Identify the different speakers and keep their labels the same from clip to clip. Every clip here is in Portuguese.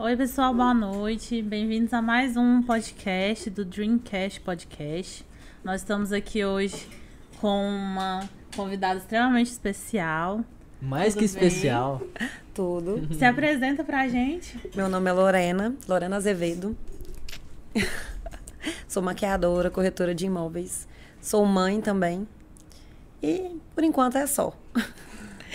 Speaker 1: Oi, pessoal, boa noite. Bem-vindos a mais um podcast do Dreamcast Podcast. Nós estamos aqui hoje com uma convidada extremamente especial.
Speaker 2: Mais
Speaker 1: Tudo bem?
Speaker 2: que especial.
Speaker 3: Tudo.
Speaker 1: Se apresenta pra gente. Tá
Speaker 3: Meu nome é Lorena, Lorena Azevedo. Sou maquiadora, corretora de imóveis. Sou mãe também. E por enquanto é só.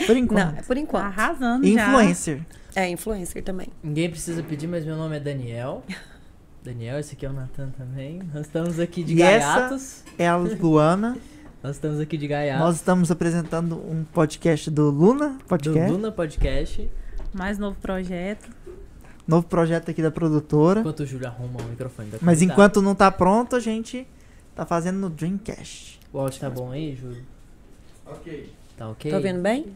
Speaker 4: Por
Speaker 3: Não,
Speaker 4: enquanto.
Speaker 3: é por
Speaker 1: Tá
Speaker 3: enquanto.
Speaker 1: arrasando
Speaker 4: Influencer.
Speaker 3: É influencer também.
Speaker 2: Ninguém precisa pedir, mas meu nome é Daniel. Daniel, esse aqui é o Natan também. Nós estamos aqui de
Speaker 4: E essa-
Speaker 2: gaiatos.
Speaker 4: É a Luana.
Speaker 2: Nós estamos aqui de gaiatos.
Speaker 4: Nós estamos apresentando um podcast do Luna
Speaker 2: do
Speaker 4: Podcast.
Speaker 2: Luna Podcast.
Speaker 1: já. Mais novo projeto.
Speaker 4: Novo projeto aqui da produtora.
Speaker 2: Enquanto o Júlio arruma o microfone da
Speaker 4: Mas
Speaker 2: convidada.
Speaker 4: enquanto não tá pronto, a gente tá fazendo no Dreamcast.
Speaker 2: O áudio tá bom aí, Júlio? Ok. Tá ok?
Speaker 3: Tá vendo bem?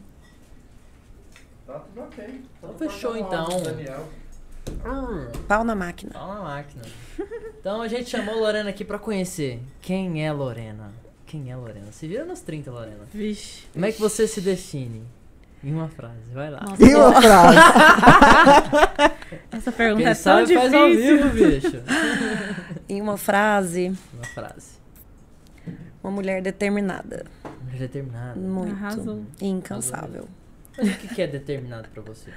Speaker 2: Então fechou então. Hum,
Speaker 3: Pau na máquina.
Speaker 2: Tá na máquina. Então a gente chamou a Lorena aqui pra conhecer. Quem é Lorena? Quem é Lorena? Se vira nos 30, Lorena.
Speaker 1: Vixe.
Speaker 2: Como é que você se define? Em uma frase, vai
Speaker 3: Ah.
Speaker 2: lá.
Speaker 1: Nossa,
Speaker 4: E uma frase.
Speaker 1: essa pergunta
Speaker 2: Quem
Speaker 1: é tão
Speaker 2: sabe faz ao
Speaker 1: difícil.
Speaker 2: vivo, bicho.
Speaker 3: Em uma frase,
Speaker 2: Uma frase.
Speaker 3: uma mulher determinada.
Speaker 2: Mulher determinada.
Speaker 3: Muito.
Speaker 1: Arrasou.
Speaker 3: E incansável.
Speaker 2: Mas o que que é determinado pra você?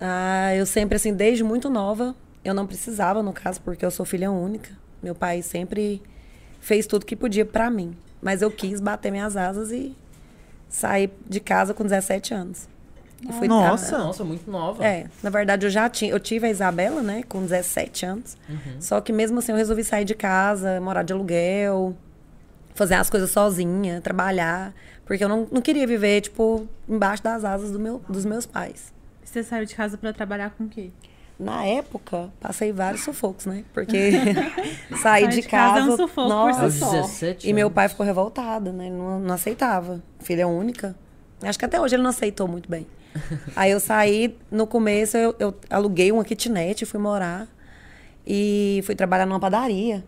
Speaker 3: Ah, eu sempre, assim, desde muito nova, eu não precisava, no caso, porque eu sou filha única. Meu pai sempre fez tudo que podia pra mim. Mas eu quis bater minhas asas e sair de casa com 17 anos. E fui tra-
Speaker 4: Nossa.
Speaker 2: Nossa, muito nova.
Speaker 3: É, na verdade eu já tinha, eu tive a Isabela, né, com 17 anos. Só que mesmo assim eu resolvi sair de casa, morar de aluguel, fazer as coisas sozinha, trabalhar, porque eu não, não queria viver tipo embaixo das asas do meu, dos meus pais.
Speaker 1: Você saiu de casa pra trabalhar com o quê?
Speaker 3: Na época, passei vários sufocos, né? Porque saí
Speaker 1: Sair
Speaker 3: de
Speaker 1: de casa
Speaker 3: casa.
Speaker 1: é um sufoco por
Speaker 3: nossa,
Speaker 2: Aos
Speaker 1: si só.
Speaker 2: 17
Speaker 3: E meu
Speaker 2: anos.
Speaker 3: pai ficou revoltado, né? Ele não, não aceitava. Filha única. Acho que até hoje ele não aceitou muito bem. Aí eu saí, no começo eu, eu aluguei uma kitnet, fui morar. E fui trabalhar numa padaria.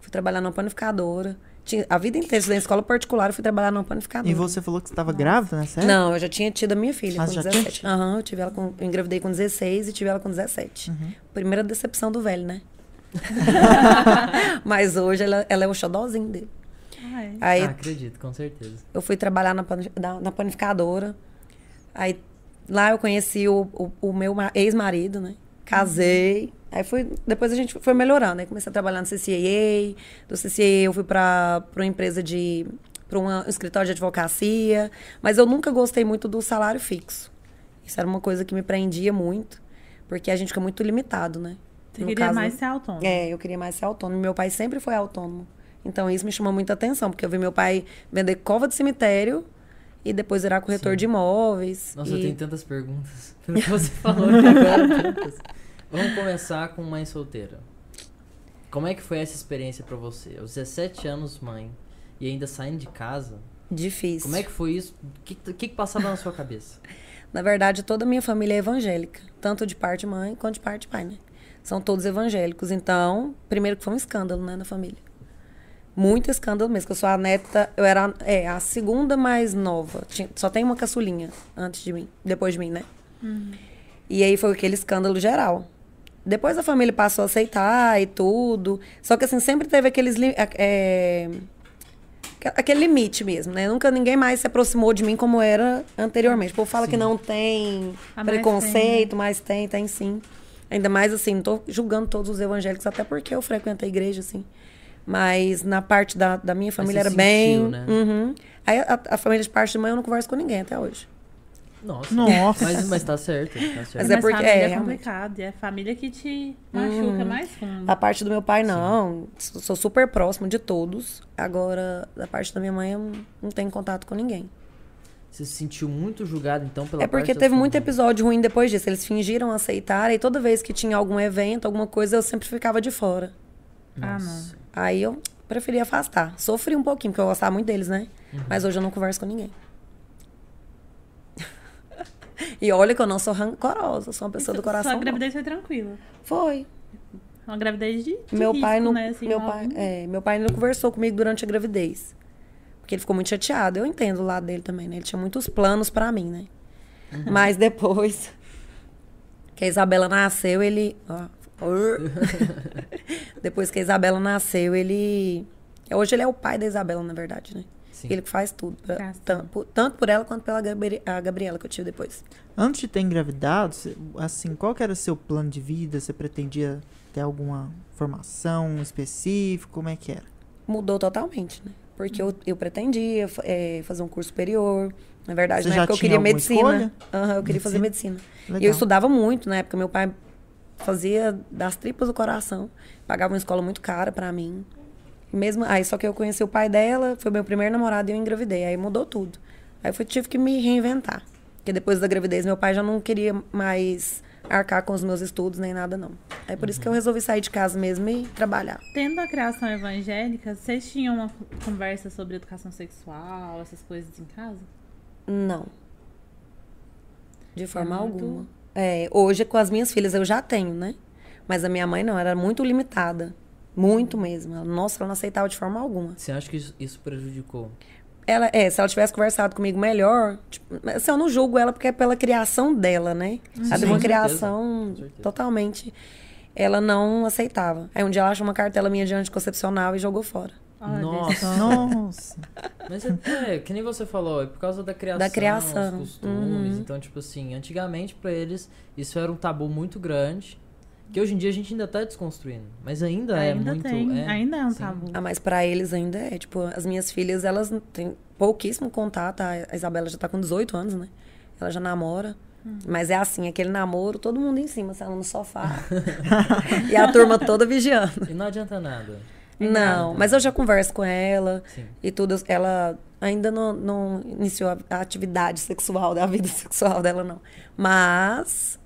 Speaker 3: Fui trabalhar numa panificadora. Tinha, a vida inteira, estudei em escola particular, eu fui trabalhar numa panificadora.
Speaker 4: E você falou que você tava grávida, né? Sério?
Speaker 3: Não, eu já tinha tido a minha filha
Speaker 4: Ah,
Speaker 3: com
Speaker 4: já
Speaker 3: 17. Aham, eu tive ela com. Eu engravidei com 16 e tive ela com 17. Primeira decepção do velho, né? Mas hoje ela, ela é o xodózinho dele.
Speaker 1: Ah, é.
Speaker 3: Aí
Speaker 2: Ah, acredito, com certeza.
Speaker 3: eu fui trabalhar na, pani- na- na panificadora. Aí lá eu conheci o, o- o meu ma- ex-marido, né?
Speaker 1: Uhum.
Speaker 3: Casei. Aí fui, depois a gente foi melhorando. Aí comecei a trabalhar no CCAA. Do CCAA eu fui para uma empresa de. para um escritório de advocacia. Mas eu nunca gostei muito do salário fixo. Isso era uma coisa que me prendia muito. Porque a gente fica muito limitado, né?
Speaker 1: Você
Speaker 3: No
Speaker 1: queria
Speaker 3: caso-
Speaker 1: mais ser autônomo.
Speaker 3: é, eu queria mais ser autônomo. Meu pai sempre foi autônomo. Então isso me chamou muita atenção, porque eu vi meu pai vender cova de cemitério e depois virar corretor
Speaker 2: Sim.
Speaker 3: de imóveis.
Speaker 2: Nossa,
Speaker 3: e...
Speaker 2: eu tenho tantas perguntas. Pelo que você falou até agora, tantas. Vamos começar com mãe solteira. Como é que foi essa experiência pra você? Aos 17 anos, mãe, e ainda saindo de casa.
Speaker 3: Difícil.
Speaker 2: Como é que foi isso? O que, que que passava na sua cabeça?
Speaker 3: Na verdade, toda a minha família é evangélica, tanto de parte mãe quanto de parte pai, né? São todos evangélicos. Então, primeiro que foi um escândalo, né, na família. Muito escândalo mesmo, que eu sou a neta, eu era é, a segunda mais nova. Tinha- só tem uma caçulinha antes de mim, depois de mim, né? E aí foi aquele escândalo geral. Depois a família passou a aceitar e tudo. Só que assim, sempre teve aqueles. li- a- é, aqua- aquele limite mesmo, né? Nunca ninguém mais se aproximou de mim como era anteriormente. O povo fala que não tem
Speaker 1: Ah, mas
Speaker 3: preconceito, mas tem, tem sim. Ainda mais assim, não tô julgando todos os evangélicos, até porque eu frequento a igreja, assim. Mas na parte da, da minha família
Speaker 2: você
Speaker 3: era bem.
Speaker 2: sentiu, né?
Speaker 3: Uhum. Aí a, a família de parte de mãe eu não converso com ninguém até hoje.
Speaker 2: Nossa.
Speaker 4: Nossa.
Speaker 2: Mas, mas tá certo, tá certo.
Speaker 3: Mas é porque-
Speaker 1: família
Speaker 3: é,
Speaker 1: é,
Speaker 3: realmente. Hum.
Speaker 1: complicado. E é a família que te machuca mais fundo.
Speaker 3: Da parte do meu pai, não. Sou sou super próximo de todos. Agora, da parte da minha mãe, eu não- não tenho contato com ninguém.
Speaker 2: Você se sentiu muito julgado, então, pela
Speaker 3: é porque
Speaker 2: parte da
Speaker 3: teve
Speaker 2: sua
Speaker 3: muito
Speaker 2: mãe.
Speaker 3: episódio ruim depois disso. Eles fingiram aceitar, e toda vez que tinha algum evento, alguma coisa, eu sempre ficava de fora.
Speaker 1: Ah,
Speaker 2: Nossa.
Speaker 3: Aí eu preferi afastar. Sofri um pouquinho, porque eu gostava muito deles, né?
Speaker 2: Uhum.
Speaker 3: Mas hoje eu não converso com ninguém. e olha que eu não sou rancorosa, sou uma pessoa do coração.
Speaker 1: Sua
Speaker 3: bom.
Speaker 1: gravidez foi tranquila.
Speaker 3: Foi.
Speaker 1: É Uma gravidez de, de
Speaker 3: meu
Speaker 1: risco,
Speaker 3: pai não,
Speaker 1: né? Assim,
Speaker 3: meu
Speaker 1: uma-
Speaker 3: pai, é, meu pai não conversou comigo durante a gravidez. Porque ele ficou muito chateado. Eu entendo o lado
Speaker 1: Uhum.
Speaker 3: dele também, né? Ele tinha muitos planos pra mim, né? Mas depois que a Isabela nasceu, ele. ó, Depois que a Isabela nasceu, ele. Hoje ele é o pai da Isabela, na verdade, né?
Speaker 2: Sim.
Speaker 3: Ele que faz tudo. pra-
Speaker 1: Faz
Speaker 3: tan-
Speaker 1: tudo.
Speaker 3: por- tanto por ela quanto pela Gabri- a Gabriela que eu tive depois.
Speaker 4: Antes de ter engravidado, cê- assim, qual que era o seu plano de vida? Você pretendia ter alguma formação específica? Como é que era?
Speaker 3: Mudou totalmente, né? Porque eu, eu pretendia fa- eh, fazer um curso superior. Na verdade,
Speaker 4: Você
Speaker 3: na
Speaker 4: já
Speaker 3: época eu
Speaker 4: tinha
Speaker 3: queria
Speaker 4: alguma
Speaker 3: medicina.
Speaker 4: escolha?
Speaker 3: Aham, eu queria fazer medicina. E eu
Speaker 4: Legal.
Speaker 3: estudava muito na época. Meu pai fazia das tripas do coração. Pagava uma escola muito cara pra mim. E mesmo aí, só que eu conheci o pai dela, foi meu primeiro namorado e eu engravidei. Aí mudou tudo. Aí eu fui- tive que me reinventar. Porque depois da gravidez, meu pai já não queria mais arcar com os meus estudos nem nada, não. Aí por isso que eu resolvi sair de casa mesmo e trabalhar.
Speaker 1: Tendo a criação evangélica, vocês tinham uma conversa sobre educação sexual, essas coisas em casa?
Speaker 3: Não. De forma
Speaker 1: muito-
Speaker 3: alguma. É, hoje com as minhas filhas eu já tenho, né? Mas a minha mãe não, era muito limitada. Muito mesmo. Ela- Nossa, ela não aceitava de forma alguma.
Speaker 2: Você acha que isso, isso prejudicou?
Speaker 3: Ela, é, se ela tivesse conversado comigo melhor, tipo, mas, assim, eu não julgo ela porque é pela criação dela, né?
Speaker 2: Sim,
Speaker 3: ela teve uma
Speaker 2: com certeza.
Speaker 3: criação
Speaker 2: Com certeza.
Speaker 3: totalmente. Ela não aceitava. Aí um dia ela achou uma cartela minha de anticoncepcional e jogou fora.
Speaker 1: Olha
Speaker 2: Nossa.
Speaker 1: só.
Speaker 4: Nossa.
Speaker 2: Mas é, é, que nem você falou, é por causa da criação,
Speaker 3: Da criação, Uhum.
Speaker 2: os costumes. Então, tipo assim, antigamente pra eles isso era um tabu muito grande, que hoje em dia a gente ainda tá desconstruindo, mas ainda, é
Speaker 1: Ainda
Speaker 2: muito,
Speaker 1: tem,
Speaker 2: é,
Speaker 1: ainda é um
Speaker 2: sim.
Speaker 1: tabu.
Speaker 3: Ah, mas pra eles ainda é. Tipo, as minhas filhas, elas têm pouquíssimo contato. A Isabela já tá com 18 anos, né? Ela já namora.
Speaker 1: Hum.
Speaker 3: Mas é assim, aquele namoro, todo mundo em cima, assim, ela no sofá. e a turma toda vigiando.
Speaker 2: E não adianta nada.
Speaker 3: Não, mas eu já converso com ela
Speaker 2: Sim.
Speaker 3: e tudo. Ela ainda não, não iniciou a, a atividade sexual, da vida sexual dela, não. Mas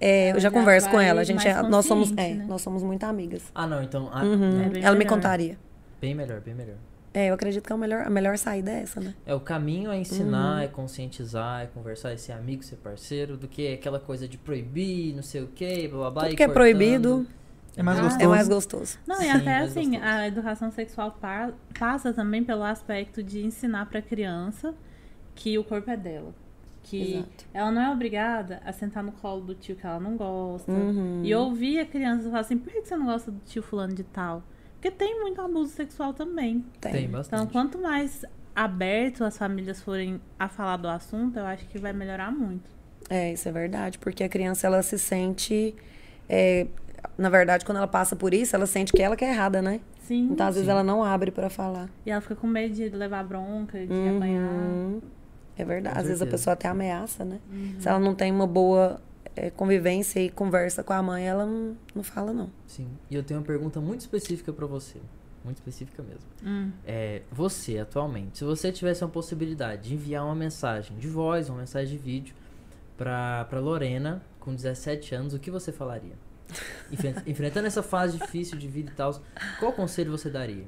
Speaker 3: é,
Speaker 1: Ela
Speaker 3: eu já,
Speaker 1: já
Speaker 3: converso com
Speaker 1: vai
Speaker 3: ela. A gente
Speaker 1: mais
Speaker 3: é- nós somos,
Speaker 1: consciente,
Speaker 3: é,
Speaker 1: né?
Speaker 3: nós somos muito amigas.
Speaker 2: Ah, não, então ah,
Speaker 3: Uhum.
Speaker 1: É
Speaker 3: ela
Speaker 1: bem
Speaker 3: me
Speaker 1: melhor.
Speaker 3: contaria.
Speaker 2: bem melhor, bem melhor.
Speaker 3: É, eu acredito que é o melhor, a melhor saída é essa, né?
Speaker 2: É o caminho é ensinar,
Speaker 3: Uhum.
Speaker 2: é conscientizar, é conversar, é ser amigo, ser parceiro, do que é aquela coisa de proibir, não sei o quê, blá blá blá.
Speaker 3: Tudo
Speaker 2: e
Speaker 3: que é
Speaker 2: cortando.
Speaker 3: proibido
Speaker 4: É mais
Speaker 1: Ah,
Speaker 4: gostoso.
Speaker 3: é mais gostoso.
Speaker 1: Não,
Speaker 2: Sim,
Speaker 1: e até
Speaker 2: mas
Speaker 1: assim,
Speaker 2: gostoso.
Speaker 1: a educação sexual pa- passa também pelo aspecto de ensinar pra criança que o corpo é dela. Que
Speaker 3: Exato.
Speaker 1: ela não é obrigada a sentar no colo do tio que ela não gosta.
Speaker 3: Uhum.
Speaker 1: tipo, E ouvir a criança falar assim: por que que você não gosta do tio Fulano de Tal? Porque tem muito abuso sexual também.
Speaker 3: Tem.
Speaker 2: Tem
Speaker 1: Então,
Speaker 2: bastante.
Speaker 1: quanto mais aberto as famílias forem a falar do assunto, eu acho que vai melhorar muito.
Speaker 3: É, isso é verdade, porque a criança ela se sente. é, na verdade, quando ela passa por isso, ela sente que ela que é errada, né?
Speaker 1: Sim.
Speaker 3: Então, às vezes,
Speaker 2: Sim.
Speaker 3: ela não abre pra falar.
Speaker 1: E ela fica com medo de levar bronca, de apanhar.
Speaker 3: Uhum. É verdade.
Speaker 2: Com
Speaker 3: Às vezes a
Speaker 2: certeza.
Speaker 3: pessoa até ameaça, né?
Speaker 1: Uhum.
Speaker 3: Se ela não tem uma boa é, convivência e conversa com a mãe, ela não, não fala, não.
Speaker 2: Sim. E eu tenho uma pergunta muito específica pra você. Muito específica mesmo.
Speaker 1: Hum.
Speaker 2: É, você, atualmente, se você tivesse uma possibilidade de enviar uma mensagem de voz, uma mensagem de vídeo pra, pra Lorena, com 17 anos, o que você falaria? Enfren- Enfrentando essa fase difícil de vida e tal, qual conselho você daria?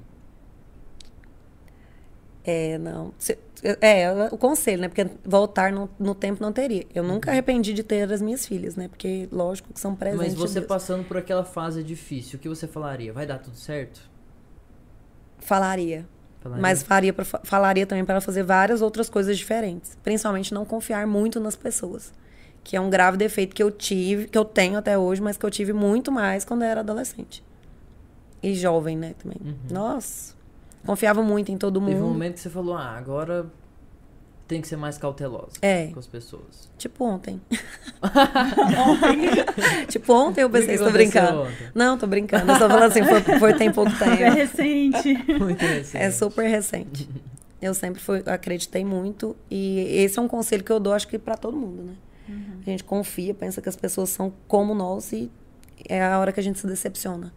Speaker 3: É, não. Se- é, ela- o conselho, né? Porque voltar no, no tempo não teria. Eu nunca arrependi de ter as minhas filhas, né? Porque, lógico, que são
Speaker 2: Uhum.
Speaker 3: presentes.
Speaker 2: Mas você
Speaker 3: de Deus.
Speaker 2: passando por aquela fase difícil, o que você falaria? Vai dar tudo certo?
Speaker 3: Falaria.
Speaker 2: Falaria?
Speaker 3: Mas faria pra, fa- falaria também para ela fazer várias outras coisas diferentes. Principalmente não confiar muito nas pessoas. Que é um grave defeito que eu tive, que eu tenho até hoje, mas que eu tive muito mais quando eu era adolescente. E jovem, né, também. Nossa. Confiava muito em todo
Speaker 2: Uhum. Teve um
Speaker 3: mundo.
Speaker 2: momento que você falou, ah, agora tem que ser mais cautelosa
Speaker 3: É.
Speaker 2: com as pessoas.
Speaker 3: Tipo ontem. tipo ontem eu
Speaker 2: O que
Speaker 3: pensei,
Speaker 2: que
Speaker 3: estou brincando.
Speaker 2: aconteceu ontem?
Speaker 3: Não, tô brincando. Eu só falando assim, foi, foi tem pouco
Speaker 1: É
Speaker 3: tempo.
Speaker 1: recente.
Speaker 2: Muito interessante.
Speaker 3: É super recente. Eu sempre fui, acreditei muito e esse é um conselho que eu dou, acho que pra todo mundo, né?
Speaker 2: Uhum.
Speaker 3: A gente confia, pensa que as pessoas são como nós e é a hora que a gente se decepciona.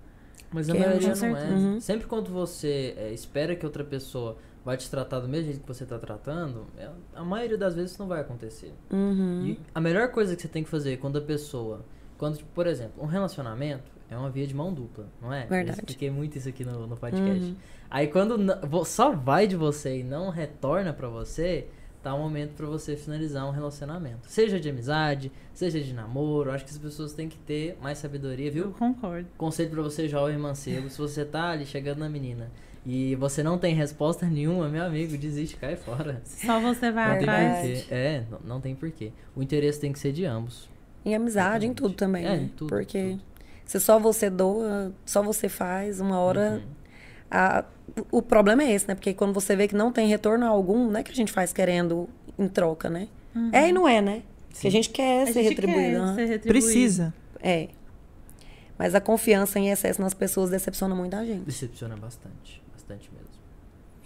Speaker 2: Mas a
Speaker 3: Que é
Speaker 2: maioria
Speaker 3: muito
Speaker 2: não é.
Speaker 3: certo. Uhum.
Speaker 2: Sempre quando você é, espera que outra pessoa vai te tratar do mesmo jeito que você tá tratando, é- a maioria das vezes isso não vai acontecer.
Speaker 3: Uhum.
Speaker 2: E a melhor coisa que você tem que fazer quando a pessoa. Quando, tipo, por exemplo, um relacionamento é uma via de mão dupla, não é?
Speaker 3: Verdade. Uhum.
Speaker 2: Eu expliquei muito isso aqui no, no podcast. Aí quando n- vo- só vai de você e não retorna pra você, tá o momento pra você finalizar um relacionamento. Seja de amizade, seja de namoro. Acho que as pessoas têm que ter mais sabedoria, viu?
Speaker 1: Eu concordo.
Speaker 2: Conselho pra você, jovem mancebo, se você tá ali chegando na menina e você não tem resposta nenhuma, meu amigo, desiste, cai fora.
Speaker 1: Só você vai
Speaker 2: Não tem
Speaker 1: atrás.
Speaker 2: porquê. É, não, não tem porquê. O interesse tem que ser de ambos.
Speaker 3: Em amizade, em tudo também,
Speaker 2: É,
Speaker 3: né?
Speaker 2: em tudo,
Speaker 3: Porque
Speaker 2: tudo.
Speaker 3: se só você doa, só você faz, uma
Speaker 2: Uhum.
Speaker 3: hora. a- o problema é esse, né? Porque quando você vê que não tem retorno algum, não é que a gente faz querendo em troca, né? É e não é, né? Porque a gente quer ser retribuído. aham.
Speaker 1: ser retribuído.
Speaker 4: Precisa.
Speaker 3: É. Mas a confiança em excesso nas pessoas decepciona muito a gente.
Speaker 2: Decepciona bastante. Bastante mesmo.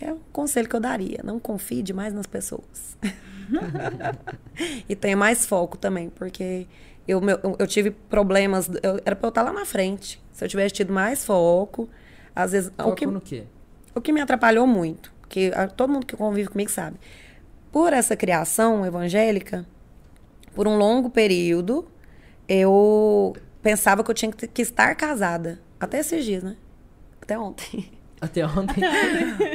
Speaker 3: É um conselho que eu daria. Não confie demais nas pessoas. e tenha mais foco também, porque eu, meu- eu, eu tive problemas. eu- era pra eu estar lá na frente. Se eu tivesse tido mais foco, às vezes. o,
Speaker 2: Foco
Speaker 3: que,
Speaker 2: no quê?
Speaker 3: o que me atrapalhou muito, que ah, todo mundo que convive comigo sabe. Por essa criação evangélica, por um longo período, eu pensava que eu tinha que, que estar casada. Até esses dias, né? Até ontem.
Speaker 2: Até ontem.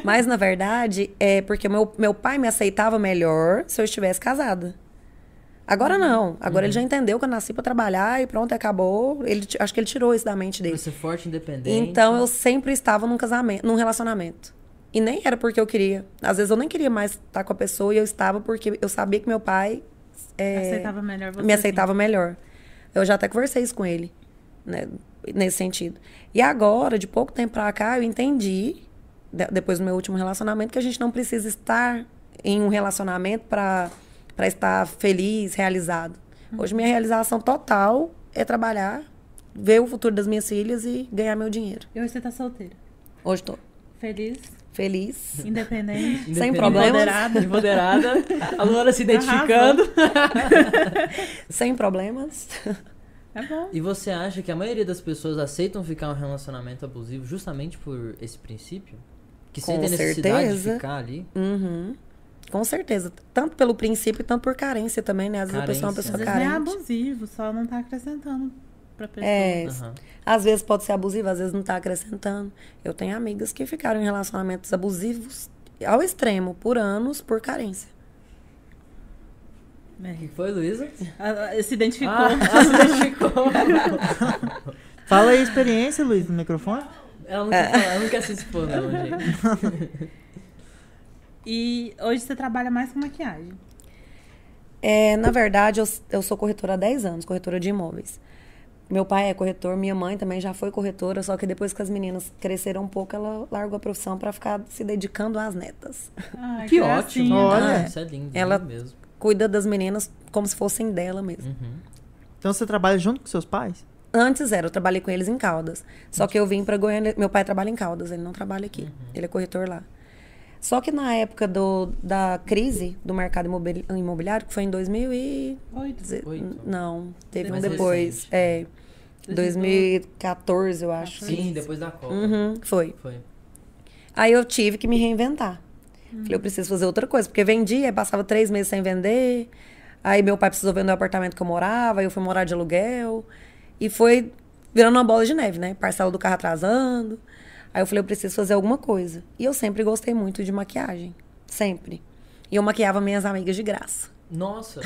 Speaker 3: Mas, na verdade, é porque meu, meu pai me aceitava melhor se eu estivesse casada. Agora não. Agora ele já entendeu que eu nasci pra trabalhar e pronto, acabou. Ele, ti- acho que ele tirou isso da mente
Speaker 2: Pra
Speaker 3: dele.
Speaker 2: ser forte, independente.
Speaker 3: Então eu sempre estava num casamento, num relacionamento. E nem era porque eu queria. Às vezes eu nem queria mais estar com a pessoa e eu estava porque eu sabia que meu pai é,
Speaker 1: Aceitava melhor você.
Speaker 3: me aceitava melhor. Eu já até conversei isso com ele, né, nesse sentido. E agora, de pouco tempo pra cá, eu entendi, de- depois do meu último relacionamento, que a gente não precisa estar em um relacionamento pra pra estar feliz, realizado. Hoje, minha realização total é trabalhar, ver o futuro das minhas filhas e ganhar meu dinheiro.
Speaker 1: assim. E hoje você tá solteira.
Speaker 3: Hoje tô
Speaker 1: Feliz,
Speaker 3: feliz.
Speaker 1: independente.
Speaker 2: Independente.
Speaker 3: problemas.
Speaker 2: Empoderada. Empoderada. A Luana se identificando.
Speaker 3: Sem problemas.
Speaker 1: É bom.
Speaker 2: E você acha que a maioria das pessoas aceitam ficar em um relacionamento abusivo justamente por esse princípio? Que
Speaker 3: Com
Speaker 2: sentem a necessidade de
Speaker 3: certeza.
Speaker 2: ficar ali?
Speaker 3: Uhum. Com certeza. Tanto pelo princípio, tanto por carência também, né? Às vezes a pessoa é uma
Speaker 2: Carência.
Speaker 1: Às
Speaker 3: pessoa
Speaker 1: vezes nem é
Speaker 3: carente.
Speaker 1: abusivo, só não tá acrescentando pra pessoa.
Speaker 3: É,
Speaker 2: Aham.
Speaker 3: às vezes pode ser abusivo, às vezes não tá acrescentando. Eu tenho amigas que ficaram em relacionamentos abusivos ao extremo, por anos, por carência.
Speaker 2: O que foi, Luísa?
Speaker 1: Ah, ah, É. Se identificou.
Speaker 2: Ah, ah, se identificou.
Speaker 4: Fala aí a experiência, Luiz, no microfone.
Speaker 2: Ela
Speaker 3: É.
Speaker 2: não, quer falar, ela não quer se expor, não, gente.
Speaker 1: E hoje você trabalha mais com maquiagem.
Speaker 3: É, na verdade, eu, eu sou corretora há 10 anos, corretora de imóveis. Meu pai é corretor, minha mãe também já foi corretora, só que depois que as meninas cresceram um pouco, ela largou a profissão para ficar se dedicando às netas.
Speaker 1: Ai,
Speaker 2: Que
Speaker 1: gracinha.
Speaker 2: ótimo.
Speaker 4: Olha.
Speaker 2: Ah, isso é lindo.
Speaker 3: Ela-
Speaker 2: lindo mesmo.
Speaker 3: Cuida das meninas como se fossem dela mesmo.
Speaker 2: Uhum.
Speaker 4: Então você trabalha junto com seus pais?
Speaker 3: Antes era, eu trabalhei com eles em Caldas. Só que eu vim pra Goiânia. Meu pai trabalha em Caldas, ele não trabalha aqui.
Speaker 2: Uhum.
Speaker 3: Ele é corretor lá. Só que na época do, da crise do mercado imobili- imobiliário, que foi em 2000 e...
Speaker 1: Oito.
Speaker 2: Oito.
Speaker 3: Não, teve um
Speaker 2: Mais
Speaker 3: depois.
Speaker 2: recente.
Speaker 3: É, 2014, eu acho.
Speaker 2: Sim, depois da Copa.
Speaker 3: Uhum, foi.
Speaker 2: Foi.
Speaker 3: Aí eu tive que me reinventar. Falei, eu preciso fazer outra coisa, porque vendia, aí passava três meses sem vender. Aí meu pai precisou vender o apartamento que eu morava, aí eu fui morar de aluguel. E foi virando uma bola de neve, né? Parcela do carro atrasando. Aí eu falei, eu preciso fazer alguma coisa. E eu sempre gostei muito de maquiagem. Sempre. E eu maquiava minhas amigas de graça.
Speaker 2: Nossa.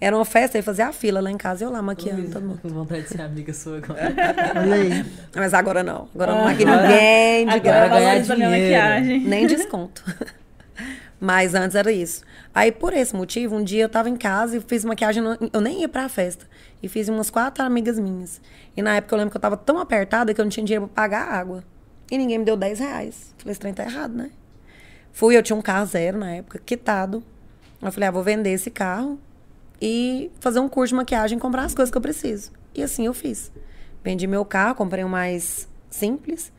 Speaker 3: Era uma festa, eu fazia a fila lá em casa, eu lá maquiando
Speaker 2: Luísa,
Speaker 3: todo mundo.
Speaker 2: Com vontade de ser amiga sua agora.
Speaker 4: Olha aí.
Speaker 3: Mas agora não. Agora eu não maquia
Speaker 2: Agora-
Speaker 3: ninguém de
Speaker 2: agora
Speaker 1: Agora
Speaker 3: graça.
Speaker 1: valoriza minha
Speaker 2: dinheiro.
Speaker 1: maquiagem.
Speaker 3: Nem desconto. Mas antes era isso. Aí, por esse motivo, um dia eu tava em casa e fiz maquiagem. no- Eu nem ia pra festa. E fiz umas quatro amigas minhas. E na época eu lembro que eu tava tão apertada que eu não tinha dinheiro pra pagar a água. E ninguém me deu 10 reais. Falei, esse trem tá errado, né? Fui, eu tinha um carro zero na época, quitado. Eu falei, ah, vou vender esse carro e fazer um curso de maquiagem e comprar as coisas que eu preciso. E assim eu fiz. Vendi meu carro, comprei um mais simples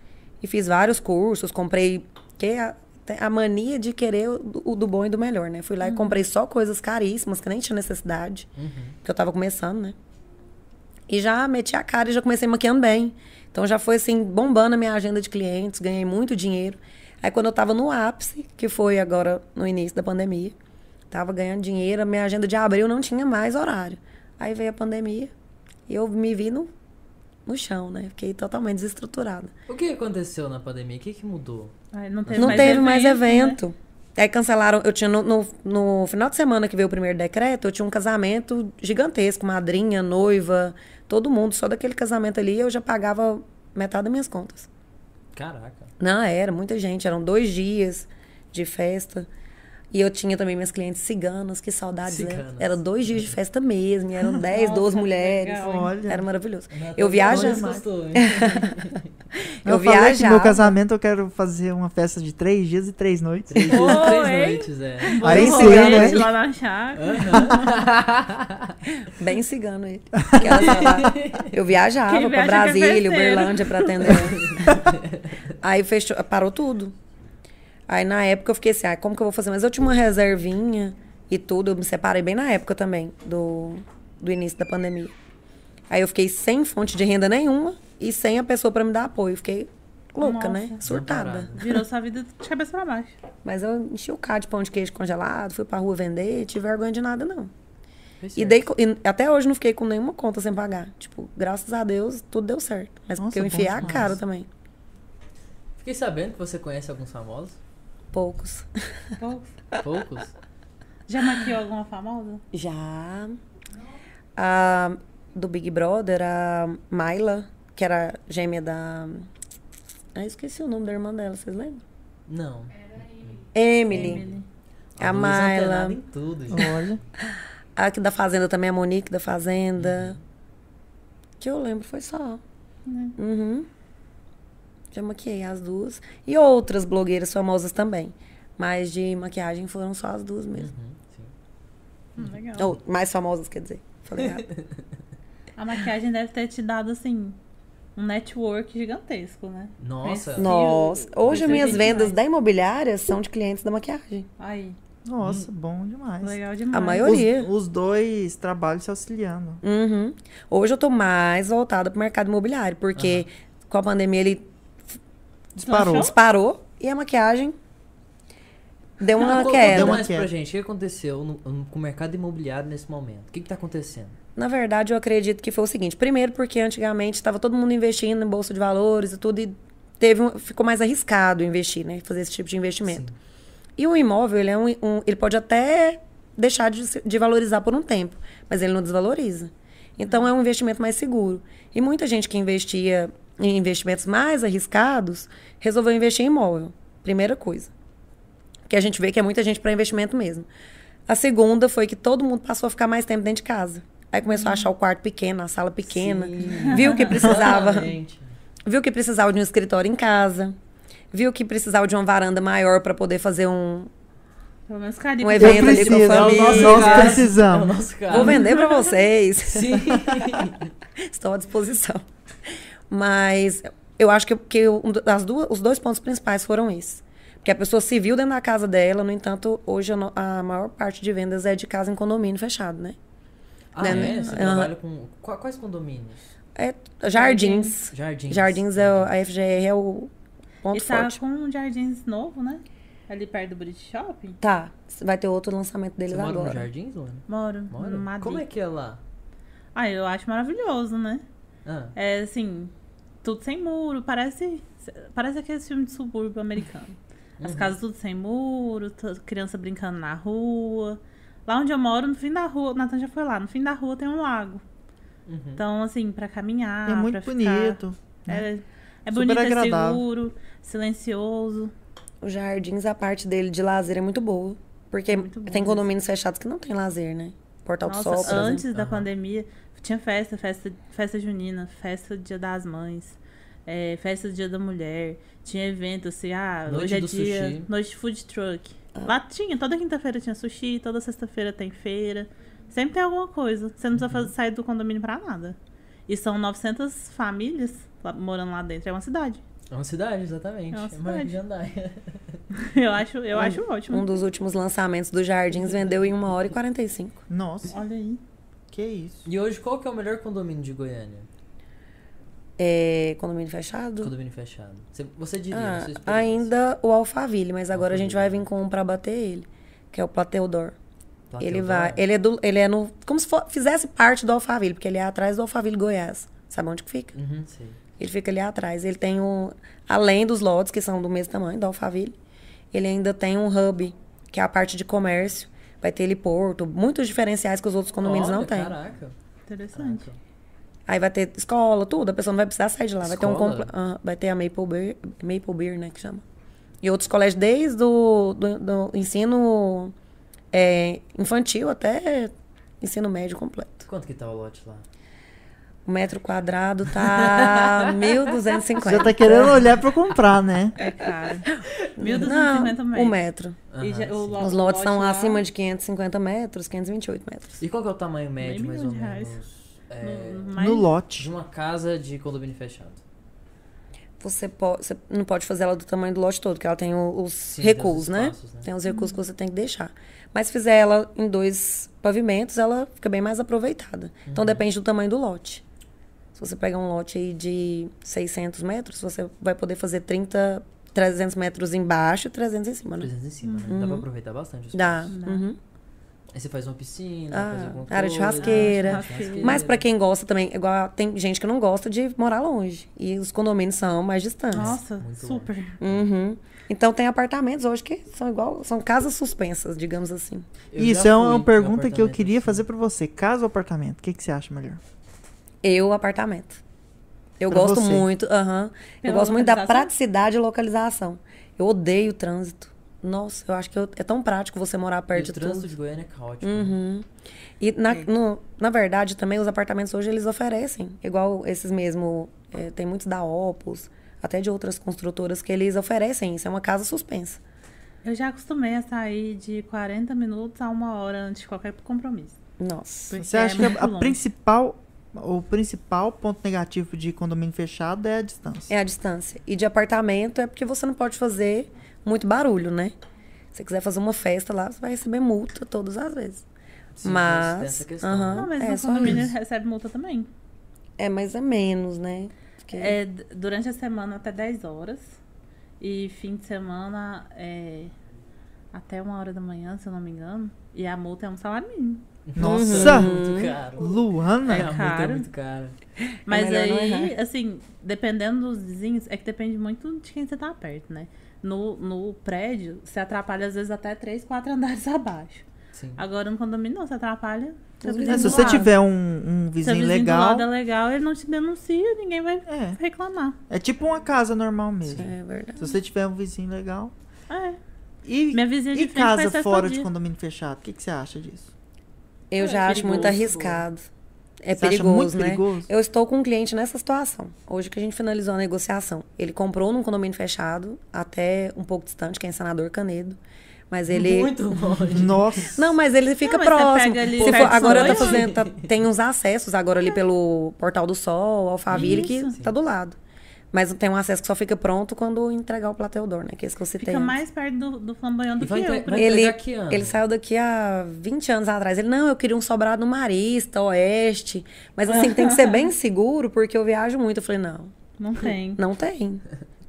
Speaker 3: e fiz vários cursos. Comprei que é a, tem a mania de querer o, do- o do bom e do melhor, né? Fui lá e comprei só coisas caríssimas que nem tinha necessidade, que eu tava começando, né? E já meti a cara e já comecei maquiando bem. Então já foi assim, bombando a minha agenda de clientes, ganhei muito dinheiro. Aí quando eu tava no ápice, que foi agora no início da pandemia, tava ganhando dinheiro, a minha agenda de abril não tinha mais horário. Aí veio a pandemia e eu me vi no, no chão, né? Fiquei totalmente desestruturada.
Speaker 2: O que aconteceu na pandemia? O que, que mudou?
Speaker 1: Ai, Não teve
Speaker 3: não
Speaker 1: mais
Speaker 3: teve mais
Speaker 1: né?
Speaker 3: evento. Aí cancelaram. Eu tinha no, no- no final de semana que veio o primeiro decreto, eu tinha um casamento gigantesco, madrinha, noiva, todo mundo. Só daquele casamento ali eu já pagava metade das minhas contas.
Speaker 2: Caraca.
Speaker 3: Não, era muita gente, eram dois dias de festa. E eu tinha também minhas clientes ciganas, que saudades, né?
Speaker 2: Ciganas.
Speaker 3: Era dois dias de festa mesmo, e eram 10,
Speaker 1: Nossa,
Speaker 3: 12
Speaker 1: que
Speaker 3: mulheres.
Speaker 1: legal.
Speaker 4: Olha.
Speaker 3: Era maravilhoso.
Speaker 2: Renata,
Speaker 3: Eu viajo-
Speaker 2: olha os costumes.
Speaker 3: Eu
Speaker 4: falei que no meu
Speaker 3: viajava.
Speaker 4: casamento eu quero fazer uma festa de três dias e três noites.
Speaker 2: Três dias,
Speaker 1: Oi.
Speaker 2: três noites, é.
Speaker 4: Aí
Speaker 1: Vamos
Speaker 4: sim,
Speaker 1: rolar
Speaker 4: né?
Speaker 1: eles lá na chácara.
Speaker 3: Bem cigano ele. Porque ela tava- eu viajava
Speaker 1: Quem
Speaker 3: pra
Speaker 1: viaja que é festeiro.
Speaker 3: Brasília, Uberlândia pra atender. Aí fechou, parou tudo. Aí na época eu fiquei assim, ah, como que eu vou fazer? Mas eu tinha uma reservinha e tudo, eu me separei bem na época também do, do início da pandemia. Aí eu fiquei sem fonte de renda nenhuma e sem a pessoa pra me dar apoio. Eu Fiquei louca,
Speaker 1: Nossa.
Speaker 3: né? Surtada.
Speaker 2: parada.
Speaker 1: Virou sua vida de cabeça pra baixo.
Speaker 3: Mas eu enchi o cara de pão de queijo congelado, fui pra rua vender, tive vergonha de nada, não.
Speaker 2: Fez
Speaker 3: E,
Speaker 2: certo.
Speaker 3: dei, co- e até hoje não fiquei com nenhuma conta sem pagar. Tipo, graças a Deus, tudo deu certo. Mas
Speaker 4: Nossa,
Speaker 3: porque eu
Speaker 4: bom
Speaker 3: enfiei a
Speaker 4: demais.
Speaker 3: cara também.
Speaker 2: Fiquei sabendo que você conhece alguns famosos.
Speaker 3: Poucos.
Speaker 1: Pô,
Speaker 2: Poucos.
Speaker 1: Já maquiou alguma famosa?
Speaker 3: Já. A do Big Brother, a Myla, que era gêmea da. Ah, eu esqueci o nome da irmã dela, vocês lembram?
Speaker 2: Não.
Speaker 3: Emily. A
Speaker 2: Luísa
Speaker 3: Mayla.
Speaker 2: antenada em tudo, gente.
Speaker 4: Olha.
Speaker 3: A que da Fazenda também, a Monique da Fazenda.
Speaker 4: Uhum.
Speaker 3: Que eu lembro, foi só.
Speaker 1: Né?
Speaker 3: Uhum. Já maquiei as duas. E outras blogueiras famosas também. Mas de maquiagem foram só as duas mesmo.
Speaker 2: Uhum, sim.
Speaker 1: Hum, legal.
Speaker 3: Ou mais famosas, quer dizer. Falei errado.
Speaker 1: A maquiagem deve ter te dado, assim, um network gigantesco, né?
Speaker 2: Nossa.
Speaker 1: Mas-
Speaker 3: Nossa. Hoje
Speaker 1: Isso é
Speaker 3: as minhas
Speaker 1: bem
Speaker 3: vendas
Speaker 1: demais.
Speaker 3: da imobiliária são de clientes da maquiagem.
Speaker 1: Aí,
Speaker 4: Nossa, bom demais.
Speaker 1: legal demais.
Speaker 3: A maioria-
Speaker 4: Os, os dois trabalhos se auxiliando.
Speaker 3: Uhum. Hoje eu tô mais voltada pro mercado imobiliário, porque com a pandemia ele
Speaker 4: Disparou.
Speaker 1: Então,
Speaker 3: disparou e a maquiagem deu uma queda.
Speaker 2: Deu
Speaker 4: uma
Speaker 2: mais pra
Speaker 4: queda.
Speaker 2: gente. O que aconteceu no- no- com o mercado imobiliário nesse momento? O que, que tá acontecendo?
Speaker 3: Na verdade, eu acredito que foi o seguinte. Primeiro, porque antigamente estava todo mundo investindo em bolsa de valores e tudo, e teve um- ficou mais arriscado investir, né? Fazer esse tipo de investimento. E o imóvel, ele, é um, um- ele pode até deixar de, se- de valorizar por um tempo, mas ele não desvaloriza. Então, é um investimento mais seguro. E muita gente que investia em investimentos mais arriscados resolveu investir em imóvel. Primeira coisa que a gente vê que é muita gente para investimento mesmo. A segunda foi que todo mundo passou a ficar mais tempo dentro de casa. Aí começou a achar o quarto pequeno, a sala pequena.
Speaker 2: Sim.
Speaker 3: Viu que precisava,
Speaker 2: Exatamente.
Speaker 3: viu que precisava de um escritório em casa. Viu que precisava de uma varanda maior para poder fazer um.
Speaker 1: Pelo menos carinho.
Speaker 3: Um
Speaker 4: Eu
Speaker 3: evento ali com a
Speaker 4: preciso, é o
Speaker 3: família.
Speaker 4: nosso- nós
Speaker 2: caso. É o
Speaker 4: precisamos.
Speaker 2: nosso caso.
Speaker 1: Tá.
Speaker 3: Vou vender para vocês.
Speaker 2: Sim.
Speaker 3: Estou à disposição. Mas eu acho que, que um do- as duas, os dois pontos principais foram esses. Porque a pessoa se viu dentro da casa dela, no entanto, hoje a, no- a maior parte de vendas é de casa em condomínio fechado, né?
Speaker 2: Ah,
Speaker 3: Né,
Speaker 2: é?
Speaker 3: né?
Speaker 2: Você
Speaker 3: Aham.
Speaker 2: trabalha com... qua- Quais condomínios?
Speaker 3: É jardins.
Speaker 2: Jardins.
Speaker 3: Jardins é o, a FGR é o
Speaker 1: E
Speaker 3: ponto
Speaker 1: tá
Speaker 3: forte.
Speaker 1: com um jardins novo, né? Ali perto do British Shopping.
Speaker 3: Tá, vai ter outro lançamento
Speaker 2: Você
Speaker 3: deles
Speaker 2: mora no
Speaker 3: agora.
Speaker 2: Jardins, Luana?
Speaker 1: Moro,
Speaker 2: Mora?
Speaker 1: no Madrid.
Speaker 2: Como é que é lá?
Speaker 1: Ah, eu acho maravilhoso, né?
Speaker 2: Ah,
Speaker 1: É assim, tudo sem muro, parece, parece aquele filme de subúrbio americano.
Speaker 4: Uhum.
Speaker 1: As casas tudo sem muro, t- criança brincando na rua. Lá onde eu moro, no fim da rua, o Natan já foi lá, no fim da rua tem um lago.
Speaker 2: uhum.
Speaker 1: Então, assim, pra caminhar.
Speaker 4: é muito
Speaker 1: pra ficar-
Speaker 4: bonito. né?
Speaker 1: É, é
Speaker 4: Super
Speaker 1: bonito, é
Speaker 4: agradável.
Speaker 1: seguro, silencioso.
Speaker 3: O jardins, a parte dele de lazer é muito boa. Porque
Speaker 1: É muito
Speaker 3: tem
Speaker 1: bom.
Speaker 3: condomínios fechados que não tem lazer, né? Portal do Sol, por
Speaker 1: Nossa,
Speaker 3: exemplo.
Speaker 1: antes da
Speaker 2: Aham.
Speaker 1: pandemia, tinha festa, festa, festa junina, festa do dia das mães, é, festa do dia da mulher, tinha evento assim, ah,
Speaker 2: Noite
Speaker 1: hoje é
Speaker 2: do
Speaker 1: dia,
Speaker 2: sushi.
Speaker 1: noite de food truck.
Speaker 3: Ah.
Speaker 1: Lá tinha, toda quinta-feira tinha sushi, toda sexta-feira tem feira, sempre tem alguma coisa, você não precisa
Speaker 2: Uhum.
Speaker 1: fa- sair do condomínio pra nada. E são 900 famílias lá- morando lá dentro, é uma cidade.
Speaker 2: É uma cidade, exatamente.
Speaker 1: É uma
Speaker 2: É uma
Speaker 1: cidade.
Speaker 2: Jandaia.
Speaker 1: Eu acho, eu acho ótimo.
Speaker 3: Um dos últimos lançamentos do
Speaker 2: Uhum.
Speaker 3: Jardins vendeu em 1 hora e 45.
Speaker 4: Nossa,
Speaker 1: Olha aí.
Speaker 4: que isso.
Speaker 2: E hoje, qual que é o melhor condomínio de Goiânia?
Speaker 3: É, condomínio fechado?
Speaker 2: Condomínio fechado. Você, você diria, na
Speaker 3: Ah,
Speaker 2: sua experiência.
Speaker 3: ainda o Alphaville, mas agora a gente vai
Speaker 2: Alphaville.
Speaker 3: vir com um pra bater ele, que é o Plateu d'Or.
Speaker 2: Plateu
Speaker 3: Ele
Speaker 2: da
Speaker 3: vai,
Speaker 2: Hora?
Speaker 3: ele é do, ele é no, como se for- fizesse parte do Alphaville, porque ele é atrás do Alphaville Goiás. Sabe onde que fica?
Speaker 2: Uhum, sei.
Speaker 3: Ele fica ali atrás. Ele tem um. Além dos lotes, que são do mesmo tamanho, da Alphaville, ele ainda tem um hub, que é a parte de comércio. Vai ter heliporto, muitos diferenciais que os outros condomínios não
Speaker 2: Olha,
Speaker 3: têm.
Speaker 2: Caraca.
Speaker 1: Interessante.
Speaker 2: caraca.
Speaker 3: Aí vai ter escola, tudo, a pessoa não vai precisar sair de lá. Vai ter, um
Speaker 2: Escola?
Speaker 3: compla- ah, vai ter a Maple Beer, Maple Beer, né, que chama. E outros colégios, desde o do, do ensino é, infantil até ensino médio completo.
Speaker 2: Quanto que tá o lote lá?
Speaker 3: O metro quadrado tá 1.250.
Speaker 4: Já tá querendo olhar pra comprar, né?
Speaker 1: É caro.
Speaker 3: Não,
Speaker 1: 1.250
Speaker 3: um
Speaker 1: metros.
Speaker 3: metro.
Speaker 1: E já-
Speaker 2: Aham,
Speaker 1: o
Speaker 2: sim.
Speaker 1: lo-
Speaker 3: Os lotes são
Speaker 1: lote lá-
Speaker 3: acima de 550 metros, 528 metros.
Speaker 2: E qual que é o tamanho médio,
Speaker 1: Meio
Speaker 2: mais
Speaker 1: milhão
Speaker 2: ou
Speaker 1: de reais.
Speaker 2: menos? É,
Speaker 3: Uhum.
Speaker 1: No,
Speaker 4: No
Speaker 1: mais-
Speaker 2: de
Speaker 4: lote.
Speaker 2: uma casa de condomínio fechado.
Speaker 3: Você, po- você não pode fazer ela do tamanho do lote todo, porque ela tem o- os
Speaker 2: Sim, tem os
Speaker 3: recuos, né?
Speaker 2: espaços, né?
Speaker 3: Tem os recursos que você tem que deixar. Mas se fizer ela em dois pavimentos, ela fica bem mais aproveitada.
Speaker 1: Uhum.
Speaker 3: Então depende do tamanho do lote. Se você pegar um lote aí de 600 metros, você vai poder fazer 30, 300 metros embaixo e 300 em cima, né?
Speaker 2: 300 em cima, né? Dá pra aproveitar bastante os
Speaker 3: Dá.
Speaker 1: Dá.
Speaker 3: Uhum.
Speaker 2: Aí você faz uma piscina,
Speaker 3: Ah,
Speaker 2: faz alguma coisa.
Speaker 3: área de churrasqueira.
Speaker 1: Churrasqueira.
Speaker 3: Mas pra quem gosta também, igual tem gente que não gosta de morar longe. E os condomínios são mais distantes.
Speaker 1: Nossa,
Speaker 2: Muito
Speaker 1: super.
Speaker 3: Uhum. Então tem apartamentos hoje que são igual, são casas suspensas, digamos assim.
Speaker 2: Eu
Speaker 4: Isso
Speaker 2: já
Speaker 4: é
Speaker 2: fui
Speaker 4: uma
Speaker 2: em
Speaker 4: pergunta que eu
Speaker 2: apartamento
Speaker 4: queria
Speaker 2: assim.
Speaker 4: fazer pra você. Casa ou apartamento? O que, que você acha melhor?
Speaker 3: Eu apartamento. Eu
Speaker 4: Pra
Speaker 3: gosto
Speaker 4: você.
Speaker 3: muito, aham. Eu
Speaker 1: Pela
Speaker 3: gosto muito da
Speaker 1: localização?
Speaker 3: praticidade e localização. Eu odeio o trânsito. Nossa, eu acho que eu- é tão prático você morar
Speaker 2: E
Speaker 3: perto
Speaker 2: o
Speaker 3: de
Speaker 2: trânsito
Speaker 3: tudo.
Speaker 2: de Goiânia é caótico.
Speaker 3: Uhum. E na, no- na verdade também os apartamentos hoje eles oferecem, igual esses mesmo, é, tem muitos da Opus, até de outras construtoras que eles oferecem isso, é uma casa suspensa.
Speaker 1: Eu já acostumei a sair de 40 minutos a uma hora antes de qualquer compromisso.
Speaker 3: Nossa.
Speaker 1: Porque
Speaker 4: Você acha
Speaker 1: é
Speaker 4: que a-
Speaker 1: muito
Speaker 4: a,
Speaker 1: longe.
Speaker 4: principal, o principal ponto negativo de condomínio fechado é a distância?
Speaker 3: É a distância. E de apartamento é porque você não pode fazer muito barulho, né? Se você quiser fazer uma festa lá, você vai receber multa todas as vezes.
Speaker 2: Sim,
Speaker 3: Mas-
Speaker 2: tem essa questão.
Speaker 3: aham.
Speaker 1: Não, mas
Speaker 3: É,
Speaker 1: o
Speaker 3: só
Speaker 1: condomínio
Speaker 3: isso.
Speaker 1: recebe multa também.
Speaker 3: É, mas é menos, né? Porque-
Speaker 1: É, d- durante a semana até 10 horas. E fim de semana é, até uma hora da manhã, se eu não me engano. E a multa é um salário mínimo.
Speaker 4: Nossa!
Speaker 2: é Muito caro.
Speaker 4: Luana?
Speaker 2: É, muito, é
Speaker 1: Uhum. caro.
Speaker 2: muito caro.
Speaker 1: Mas
Speaker 3: É melhor não
Speaker 1: aí,
Speaker 3: errar.
Speaker 1: assim, dependendo dos vizinhos, é que depende muito de quem você tá perto, né? No, no prédio, você atrapalha às vezes até 3, 4 andares abaixo.
Speaker 2: Sim.
Speaker 1: Agora no condomínio não, você atrapalha. seu
Speaker 3: Os
Speaker 1: vizinho
Speaker 4: É, se
Speaker 1: do
Speaker 4: você
Speaker 1: lado.
Speaker 4: tiver um, um
Speaker 1: Seu
Speaker 4: vizinho
Speaker 1: vizinho do
Speaker 4: legal.
Speaker 1: lado é legal, ele não te denuncia, ninguém vai
Speaker 4: É.
Speaker 1: reclamar.
Speaker 4: É tipo uma casa normal mesmo.
Speaker 3: É verdade.
Speaker 4: Se você tiver um vizinho legal.
Speaker 1: É.
Speaker 4: E,
Speaker 1: Minha é vizinha de
Speaker 4: e
Speaker 1: frente
Speaker 4: casa
Speaker 1: faz festa
Speaker 4: fora
Speaker 1: dia.
Speaker 4: de condomínio fechado? O que, que você acha disso?
Speaker 3: Eu
Speaker 2: É,
Speaker 3: já acho muito
Speaker 2: perigoso.
Speaker 3: arriscado. É
Speaker 4: Você acha
Speaker 3: perigoso,
Speaker 4: muito
Speaker 3: né?
Speaker 4: perigoso?
Speaker 3: Eu estou com um cliente nessa situação. Hoje que a gente finalizou a negociação. Ele comprou num condomínio fechado, até um pouco distante, que é em Senador Canedo. Mas ele.
Speaker 2: Muito longe.
Speaker 4: Nossa.
Speaker 3: Não, mas ele fica
Speaker 1: Não, mas você
Speaker 3: próximo.
Speaker 1: pega ali
Speaker 3: Se for-
Speaker 1: perto de
Speaker 3: agora tá
Speaker 1: Santos.
Speaker 3: fazendo, tá- tem uns acessos agora ali pelo Portal do Sol, Alphaville,
Speaker 1: Isso.
Speaker 3: que tá do lado. Mas tem um acesso que só fica pronto quando entregar o Plateodor, né? Que é esse que você
Speaker 1: Fica
Speaker 3: tem.
Speaker 1: mais perto do, do flamboyant do
Speaker 2: E
Speaker 1: que é?
Speaker 2: vai
Speaker 1: eu.
Speaker 2: entre-
Speaker 1: por
Speaker 2: vai-
Speaker 1: exemplo.
Speaker 3: Ele,
Speaker 2: entregar que ano?
Speaker 3: ele saiu daqui há 20 anos atrás. Ele, não, eu queria um sobrado no Marista, Oeste. Mas assim, tem que ser bem seguro, porque eu viajo muito. Eu falei, não,
Speaker 1: Não tem.
Speaker 3: não tem.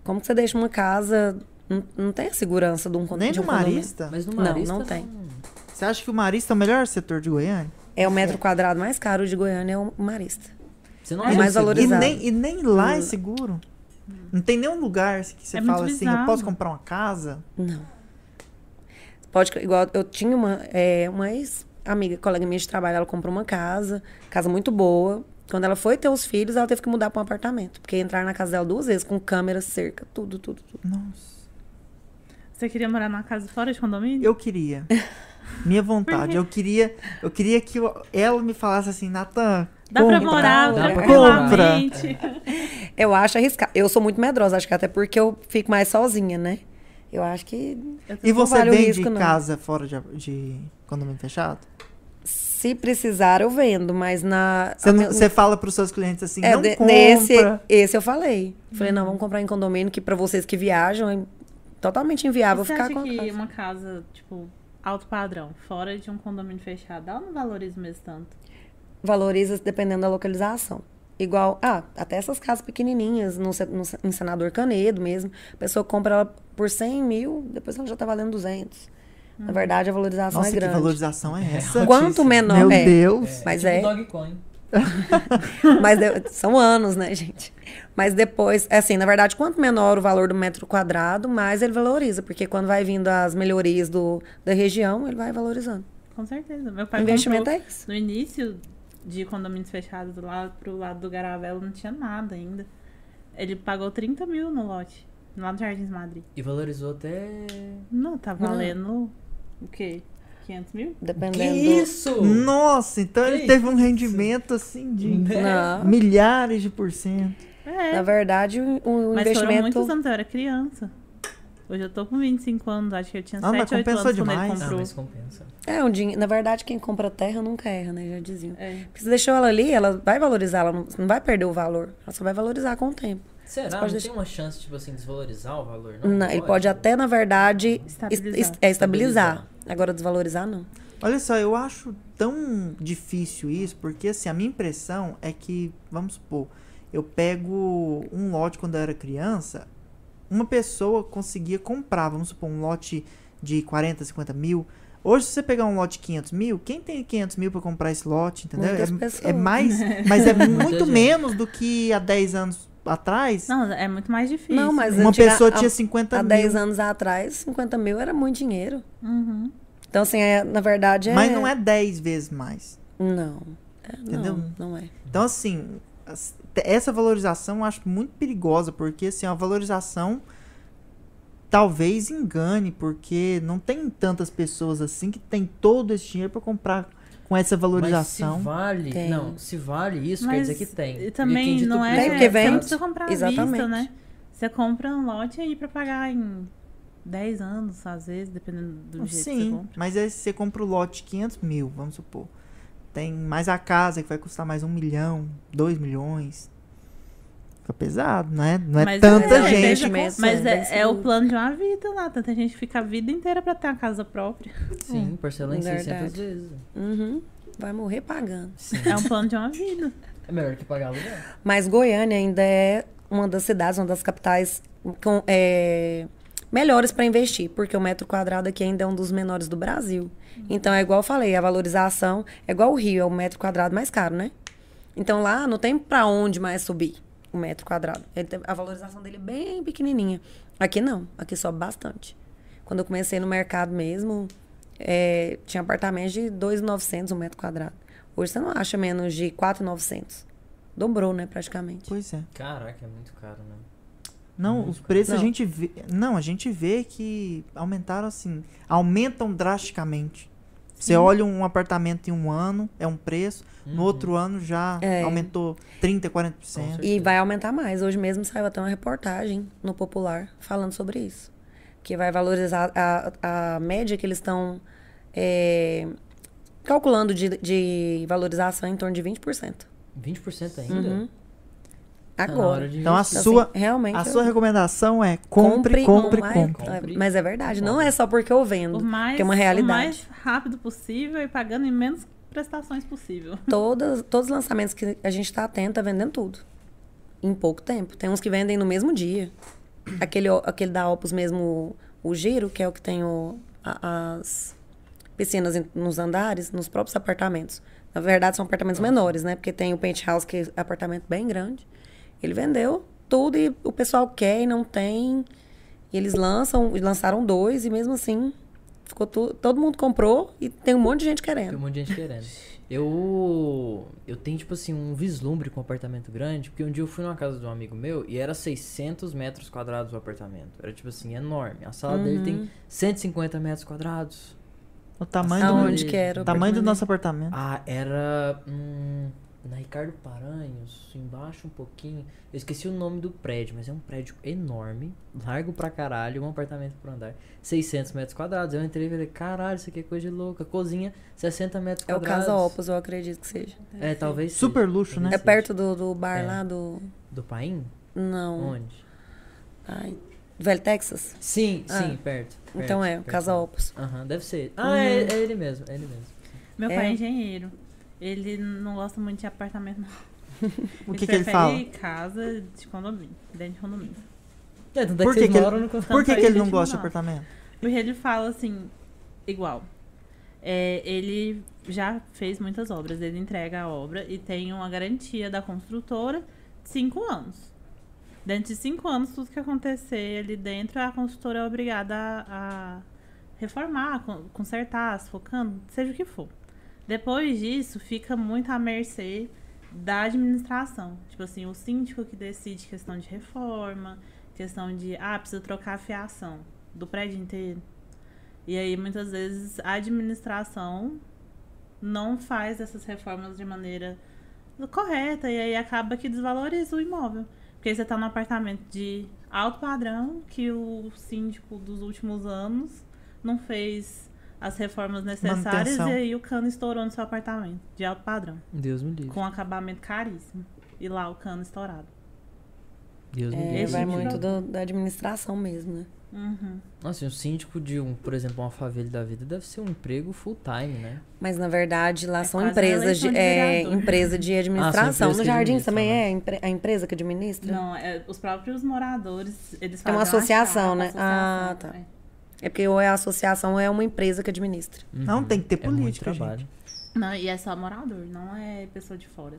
Speaker 3: Como que você deixa uma casa. Não, não tem a segurança de um condo-
Speaker 4: Nem
Speaker 3: de
Speaker 4: no
Speaker 3: um condomínio.
Speaker 4: Marista?
Speaker 2: Mas no
Speaker 3: Não,
Speaker 2: Marista,
Speaker 3: não tem.
Speaker 4: Você acha que o Marista é o melhor setor de Goiânia?
Speaker 3: É o metro quadrado mais caro de Goiânia, é o Marista.
Speaker 2: Você não
Speaker 3: É
Speaker 2: acha
Speaker 3: mais
Speaker 2: seguro?
Speaker 4: E
Speaker 3: valorizado.
Speaker 4: nem, e nem lá é
Speaker 3: Hum.
Speaker 4: seguro. Não tem nenhum lugar assim que você
Speaker 1: É muito
Speaker 4: fala assim, eu
Speaker 1: bizarro.
Speaker 4: posso comprar uma casa?
Speaker 3: Não. Pode, igual eu tinha uma, é, uma ex-amiga, colega minha de trabalho, ela comprou uma casa, casa muito boa. Quando ela foi ter os filhos, ela teve que mudar para um apartamento, porque entraram na casa dela duas vezes com câmera, cerca, tudo, tudo, tudo.
Speaker 4: Nossa.
Speaker 1: Você queria morar numa casa fora de condomínio?
Speaker 4: Eu queria. Minha vontade. Eu queria, eu queria que eu- ela me falasse assim, Natan, tá?"
Speaker 1: Dá
Speaker 4: compra,
Speaker 1: pra morar
Speaker 2: dá pra
Speaker 1: tranquilamente.
Speaker 4: É.
Speaker 3: Eu acho arriscado. Eu sou muito medrosa, acho que até porque eu fico mais sozinha, né? Eu acho que
Speaker 1: Eu tô-
Speaker 4: E você
Speaker 3: vale o
Speaker 4: vende
Speaker 3: risco, não. Ah,
Speaker 4: casa fora de, de condomínio fechado?
Speaker 3: se precisar eu vendo, mas na
Speaker 4: Você, não-
Speaker 3: eu-
Speaker 4: você fala para os seus clientes assim,
Speaker 3: É,
Speaker 4: não
Speaker 3: de-
Speaker 4: compra. Hum.
Speaker 3: nesse, esse eu falei. Falei, não, vamos comprar em condomínio, que para vocês que viajam é totalmente inviável
Speaker 1: você
Speaker 3: Ah, ficar
Speaker 1: acha
Speaker 3: com a
Speaker 1: que
Speaker 3: casa.
Speaker 1: uma casa, tipo, alto padrão, fora de um condomínio fechado, ela não valoriza mesmo tanto?
Speaker 3: valoriza dependendo da localização. Igual, ah, até essas casas pequenininhas, no, se- no, se- em Senador Canedo mesmo, a pessoa compra ela por 100 mil, depois ela já tá valendo 200.
Speaker 1: Hum.
Speaker 3: Na verdade, a valorização
Speaker 4: Nossa,
Speaker 3: é
Speaker 4: que
Speaker 3: grande.
Speaker 4: valorização é essa?
Speaker 3: Quanto menor
Speaker 4: Meu
Speaker 3: é.
Speaker 4: Deus.
Speaker 3: Mas
Speaker 2: tipo
Speaker 3: é.
Speaker 2: Dogecoin.
Speaker 3: Mas de- são anos, né, gente? Mas depois, é assim, na verdade, quanto menor o valor do metro quadrado, mais ele valoriza, porque quando vai vindo as melhorias do, da região, ele vai valorizando.
Speaker 1: Com certeza. Meu
Speaker 3: O
Speaker 1: pai
Speaker 3: investimento
Speaker 1: comprou
Speaker 3: é isso.
Speaker 1: no início de condomínios fechados lá pro lado do Garavelo, não tinha nada ainda. Ele pagou 30 mil no lote. Lá no Jardins Madrid.
Speaker 2: E valorizou até.
Speaker 1: Não,
Speaker 3: Ah.
Speaker 1: tá valendo o quê? 500 mil?
Speaker 3: Dependendo.
Speaker 2: Que isso?
Speaker 4: Nossa, então ele
Speaker 2: É. Que
Speaker 4: teve um rendimento assim
Speaker 3: Né?
Speaker 4: de
Speaker 3: Não.
Speaker 4: milhares de por cento.
Speaker 1: É.
Speaker 3: Na verdade, o o
Speaker 1: Mas foram
Speaker 3: investimento.
Speaker 1: muitos anos, eu era criança. Hoje eu tô com 25 anos, acho que eu tinha
Speaker 4: Ah, mas
Speaker 1: 7, 8 anos
Speaker 4: compensou
Speaker 1: quando ele
Speaker 4: demais.
Speaker 2: Ah,
Speaker 1: comprou.
Speaker 2: mas compensa.
Speaker 3: É, um dinhe- Na verdade, quem compra terra nunca erra, né? Já diziam.
Speaker 1: É.
Speaker 3: Porque você deixou ela ali, ela vai valorizar, ela não, não vai perder o valor. Ela só vai valorizar com o tempo.
Speaker 2: Será?
Speaker 3: Você
Speaker 2: Não
Speaker 3: pode
Speaker 2: tem
Speaker 3: deixar-
Speaker 2: uma chance, tipo assim, desvalorizar o valor? Não,
Speaker 3: Não, ele pode até, na verdade, es-
Speaker 1: Estabilizar.
Speaker 3: es- é, estabilizar. Agora, desvalorizar, não.
Speaker 4: Olha só, eu acho tão difícil isso, porque assim, a minha impressão é que, vamos supor, eu pego um lote quando eu era criança, uma pessoa conseguia comprar, vamos supor, um lote de 40, 50 mil. Hoje, se você pegar um lote de 500 mil, quem tem 500 mil pra comprar esse lote, entendeu?
Speaker 3: Muitas
Speaker 4: É, é
Speaker 3: pessoas.
Speaker 4: mais, mas é muito
Speaker 2: gente.
Speaker 4: menos do que há 10 anos atrás.
Speaker 1: Não, é muito mais difícil.
Speaker 3: Não, mas
Speaker 4: uma
Speaker 3: antiga-
Speaker 4: pessoa
Speaker 3: há-
Speaker 4: tinha 50
Speaker 3: Há
Speaker 4: Tá mil.
Speaker 3: 10 anos atrás, 50 mil era muito dinheiro.
Speaker 1: Uhum.
Speaker 3: Então, assim, é, na verdade é.
Speaker 4: Mas não é 10 vezes mais.
Speaker 3: Não. É,
Speaker 4: Entendeu?
Speaker 3: Não, não é.
Speaker 4: Então, assim, as- te- essa valorização eu acho muito perigosa, porque, assim, a valorização talvez engane, porque não tem tantas pessoas assim que tem todo esse dinheiro pra comprar com essa
Speaker 2: Mas se
Speaker 4: valorização.
Speaker 2: vale,
Speaker 3: Tem.
Speaker 2: não, se vale isso,
Speaker 1: Mas
Speaker 2: quer dizer que tem.
Speaker 1: e Também
Speaker 2: E quem
Speaker 1: não é.
Speaker 3: Tem,
Speaker 2: dita
Speaker 3: porque
Speaker 1: você
Speaker 3: vende.
Speaker 1: não precisa comprar à
Speaker 3: Exatamente.
Speaker 1: vista, né? Você compra um lote aí pra pagar em 10 anos, às vezes, dependendo do jeito que você
Speaker 4: Sim,
Speaker 1: compra.
Speaker 4: mas aí se você compra o lote 500 mil, vamos supor. Tem mais a casa que vai custar mais um milhão, dois milhões. Fica pesado, né? Não é
Speaker 1: Mas
Speaker 4: tanta
Speaker 1: é,
Speaker 4: gente.
Speaker 1: veja-
Speaker 3: Investimento,
Speaker 1: Mas
Speaker 3: né? Deve
Speaker 1: é,
Speaker 3: ser
Speaker 1: é o
Speaker 3: muito.
Speaker 1: plano de uma vida lá. Tanta gente fica a vida inteira pra ter uma casa própria.
Speaker 2: Sim, parcela em
Speaker 3: Verdade.
Speaker 2: 600 vezes.
Speaker 3: Uhum. Vai morrer pagando.
Speaker 2: Sim.
Speaker 1: É um plano de uma vida.
Speaker 2: É melhor que pagar aluguel.
Speaker 3: Mas Goiânia ainda é uma das cidades, uma das capitais com, é, melhores para investir, porque o metro quadrado aqui ainda é um dos menores do Brasil. Então é igual eu falei, a valorização é igual o Rio, é o metro quadrado mais caro, né? Então lá não tem para onde mais subir o metro quadrado. Ele tem- a valorização dele é bem pequenininha. Aqui não, aqui sobe bastante. Quando eu comecei no mercado mesmo, é, tinha apartamento de 2.900 um metro quadrado. Hoje você não acha menos de 4.900. Dobrou, né, praticamente.
Speaker 4: Pois é.
Speaker 2: Caraca, é muito caro, né?
Speaker 4: Não,
Speaker 2: Muito
Speaker 4: os preços a
Speaker 3: Não.
Speaker 4: gente vê. Não, a gente vê que aumentaram assim. Aumentam drasticamente. Você olha um apartamento em um ano, é um preço. No
Speaker 2: Uhum.
Speaker 4: outro ano já
Speaker 3: É.
Speaker 4: aumentou 30%, 40%.
Speaker 2: Com certeza.
Speaker 3: E vai aumentar mais. Hoje mesmo saiu até uma reportagem no Popular falando sobre isso. Que vai valorizar a, a média que eles estão é, calculando de, de valorização em torno de 20%.
Speaker 2: 20% ainda?
Speaker 3: Uhum.
Speaker 2: Tá na hora
Speaker 3: Agora.
Speaker 2: de
Speaker 4: Então a
Speaker 2: investir.
Speaker 3: Então,
Speaker 4: sua,
Speaker 3: assim, realmente.
Speaker 4: a
Speaker 3: eu-
Speaker 4: sua recomendação é compre, compre,
Speaker 3: o mais-
Speaker 4: compre.
Speaker 2: compre.
Speaker 3: Mas é verdade. Não
Speaker 2: Compre.
Speaker 3: é só porque eu vendo.
Speaker 1: o mais,
Speaker 3: que é uma
Speaker 1: o
Speaker 3: realidade.
Speaker 1: mais rápido possível e pagando em menos prestações possível.
Speaker 3: Todas, todos os lançamentos que a gente está atento, tá vendendo tudo. Em pouco tempo. Tem uns que vendem no mesmo dia. Aquele, o- aquele da Opus mesmo, o, o giro, que é o que tem o- a- as piscinas em- nos andares, nos próprios apartamentos. Na verdade, são apartamentos menores, né? Porque tem o penthouse, que é apartamento bem grande. Ele vendeu tudo e o pessoal quer e não tem. E eles lançam, e lançaram dois, e mesmo assim, ficou tu, todo mundo comprou e tem um monte de gente
Speaker 4: assim-
Speaker 2: Tem um
Speaker 3: querendo.
Speaker 2: monte de gente querendo. Eu. Eu tenho, tipo assim, um vislumbre com um apartamento grande, porque um dia eu fui numa casa de um amigo meu e era 600 metros quadrados o apartamento. Era, tipo assim, enorme. A sala dele
Speaker 3: Uhum.
Speaker 2: tem 150 metros quadrados.
Speaker 4: O tamanho do,
Speaker 3: Aonde
Speaker 2: do-
Speaker 3: que era?
Speaker 4: o
Speaker 3: o
Speaker 4: tamanho do
Speaker 3: apartamento?
Speaker 4: nosso apartamento.
Speaker 2: Ah, era. hum, na Ricardo Paranhos, embaixo um pouquinho. Eu esqueci o nome do prédio, mas é um prédio enorme, largo pra caralho, um apartamento por andar, 600 metros quadrados. Eu entrei e falei, caralho, isso aqui é coisa de louca. Cozinha, 60 metros
Speaker 3: É o
Speaker 2: quadrados.
Speaker 3: Casa Opus, eu acredito que seja.
Speaker 2: É, talvez.
Speaker 4: Super
Speaker 2: seja,
Speaker 4: luxo, né?
Speaker 2: talvez
Speaker 3: É
Speaker 2: seja.
Speaker 3: perto Hum. do, do bar
Speaker 2: É.
Speaker 3: lá do.
Speaker 2: Do Paim?
Speaker 3: Não.
Speaker 2: Onde?
Speaker 3: Ai. Velho Texas?
Speaker 2: Sim,
Speaker 3: Ah.
Speaker 2: sim, perto, perto,
Speaker 3: então é, o Uhum.
Speaker 2: perto.
Speaker 3: Casa Opus.
Speaker 2: Aham, deve ser. Ah, é, é ele mesmo, é ele mesmo.
Speaker 1: Meu
Speaker 3: É.
Speaker 1: pai é engenheiro. Ele não gosta muito de apartamento. não.
Speaker 4: O que, que ele
Speaker 1: prefere
Speaker 4: fala?
Speaker 1: casa de condomínio, dentro de condomínio.
Speaker 2: É, tanto é
Speaker 4: Por
Speaker 2: que
Speaker 4: que
Speaker 2: vocês
Speaker 4: que ele-
Speaker 2: moram no condomínio.
Speaker 4: Por que,
Speaker 1: Tanto é
Speaker 4: que ele
Speaker 1: que
Speaker 4: não
Speaker 1: ele
Speaker 4: gosta de
Speaker 1: não.
Speaker 4: apartamento?
Speaker 1: Porque ele fala assim, igual. É, ele já fez muitas obras, ele entrega a obra e tem uma garantia da construtora de cinco anos. Dentro de cinco anos, tudo que acontecer ali dentro, a construtora é obrigada a, a reformar, a con- consertar, sufocando, seja o que for. Depois disso, fica muito à mercê da administração. Tipo assim, o síndico que decide questão de reforma, Questão de, ah, precisa trocar a fiação do prédio inteiro. E aí, muitas vezes, a administração não faz essas reformas de maneira correta. E aí acaba que desvaloriza o imóvel. Porque você tá num apartamento de alto padrão que o síndico dos últimos anos não fez as reformas necessárias
Speaker 4: Manutenção.
Speaker 1: e aí o cano estourou no seu apartamento de alto padrão.
Speaker 2: Deus me livre.
Speaker 1: Com acabamento caríssimo. E lá o cano estourado.
Speaker 2: Deus me
Speaker 3: É,
Speaker 2: livre.
Speaker 3: vai
Speaker 1: Esse
Speaker 3: muito
Speaker 1: tipo-
Speaker 3: do- da administração mesmo, né?
Speaker 1: Uhum.
Speaker 2: Nossa, e um síndico de um, por exemplo, uma favela da vida deve ser um emprego full time, né?
Speaker 3: Mas na verdade lá
Speaker 1: É
Speaker 3: são
Speaker 1: quase uma
Speaker 3: empresas de,
Speaker 1: eleição de
Speaker 3: é,
Speaker 1: vereador.
Speaker 3: empresa de
Speaker 2: então.
Speaker 3: administração.
Speaker 2: Ah, empresa
Speaker 3: no
Speaker 2: que
Speaker 3: jardim
Speaker 2: administra,
Speaker 3: também
Speaker 2: né?
Speaker 3: é empre- a empresa que administra.
Speaker 1: Não, é, os próprios moradores, eles
Speaker 3: É
Speaker 1: fazem
Speaker 3: uma associação, né?
Speaker 1: chapa,
Speaker 3: Ah,
Speaker 1: associação,
Speaker 3: tá.
Speaker 1: é.
Speaker 3: É porque ou é a associação ou é uma empresa que administra.
Speaker 4: Não,
Speaker 2: Uhum.
Speaker 4: tem que ter
Speaker 2: É muito
Speaker 4: política, gente.
Speaker 2: trabalho.
Speaker 1: Não, e é só morador, não é pessoa de fora.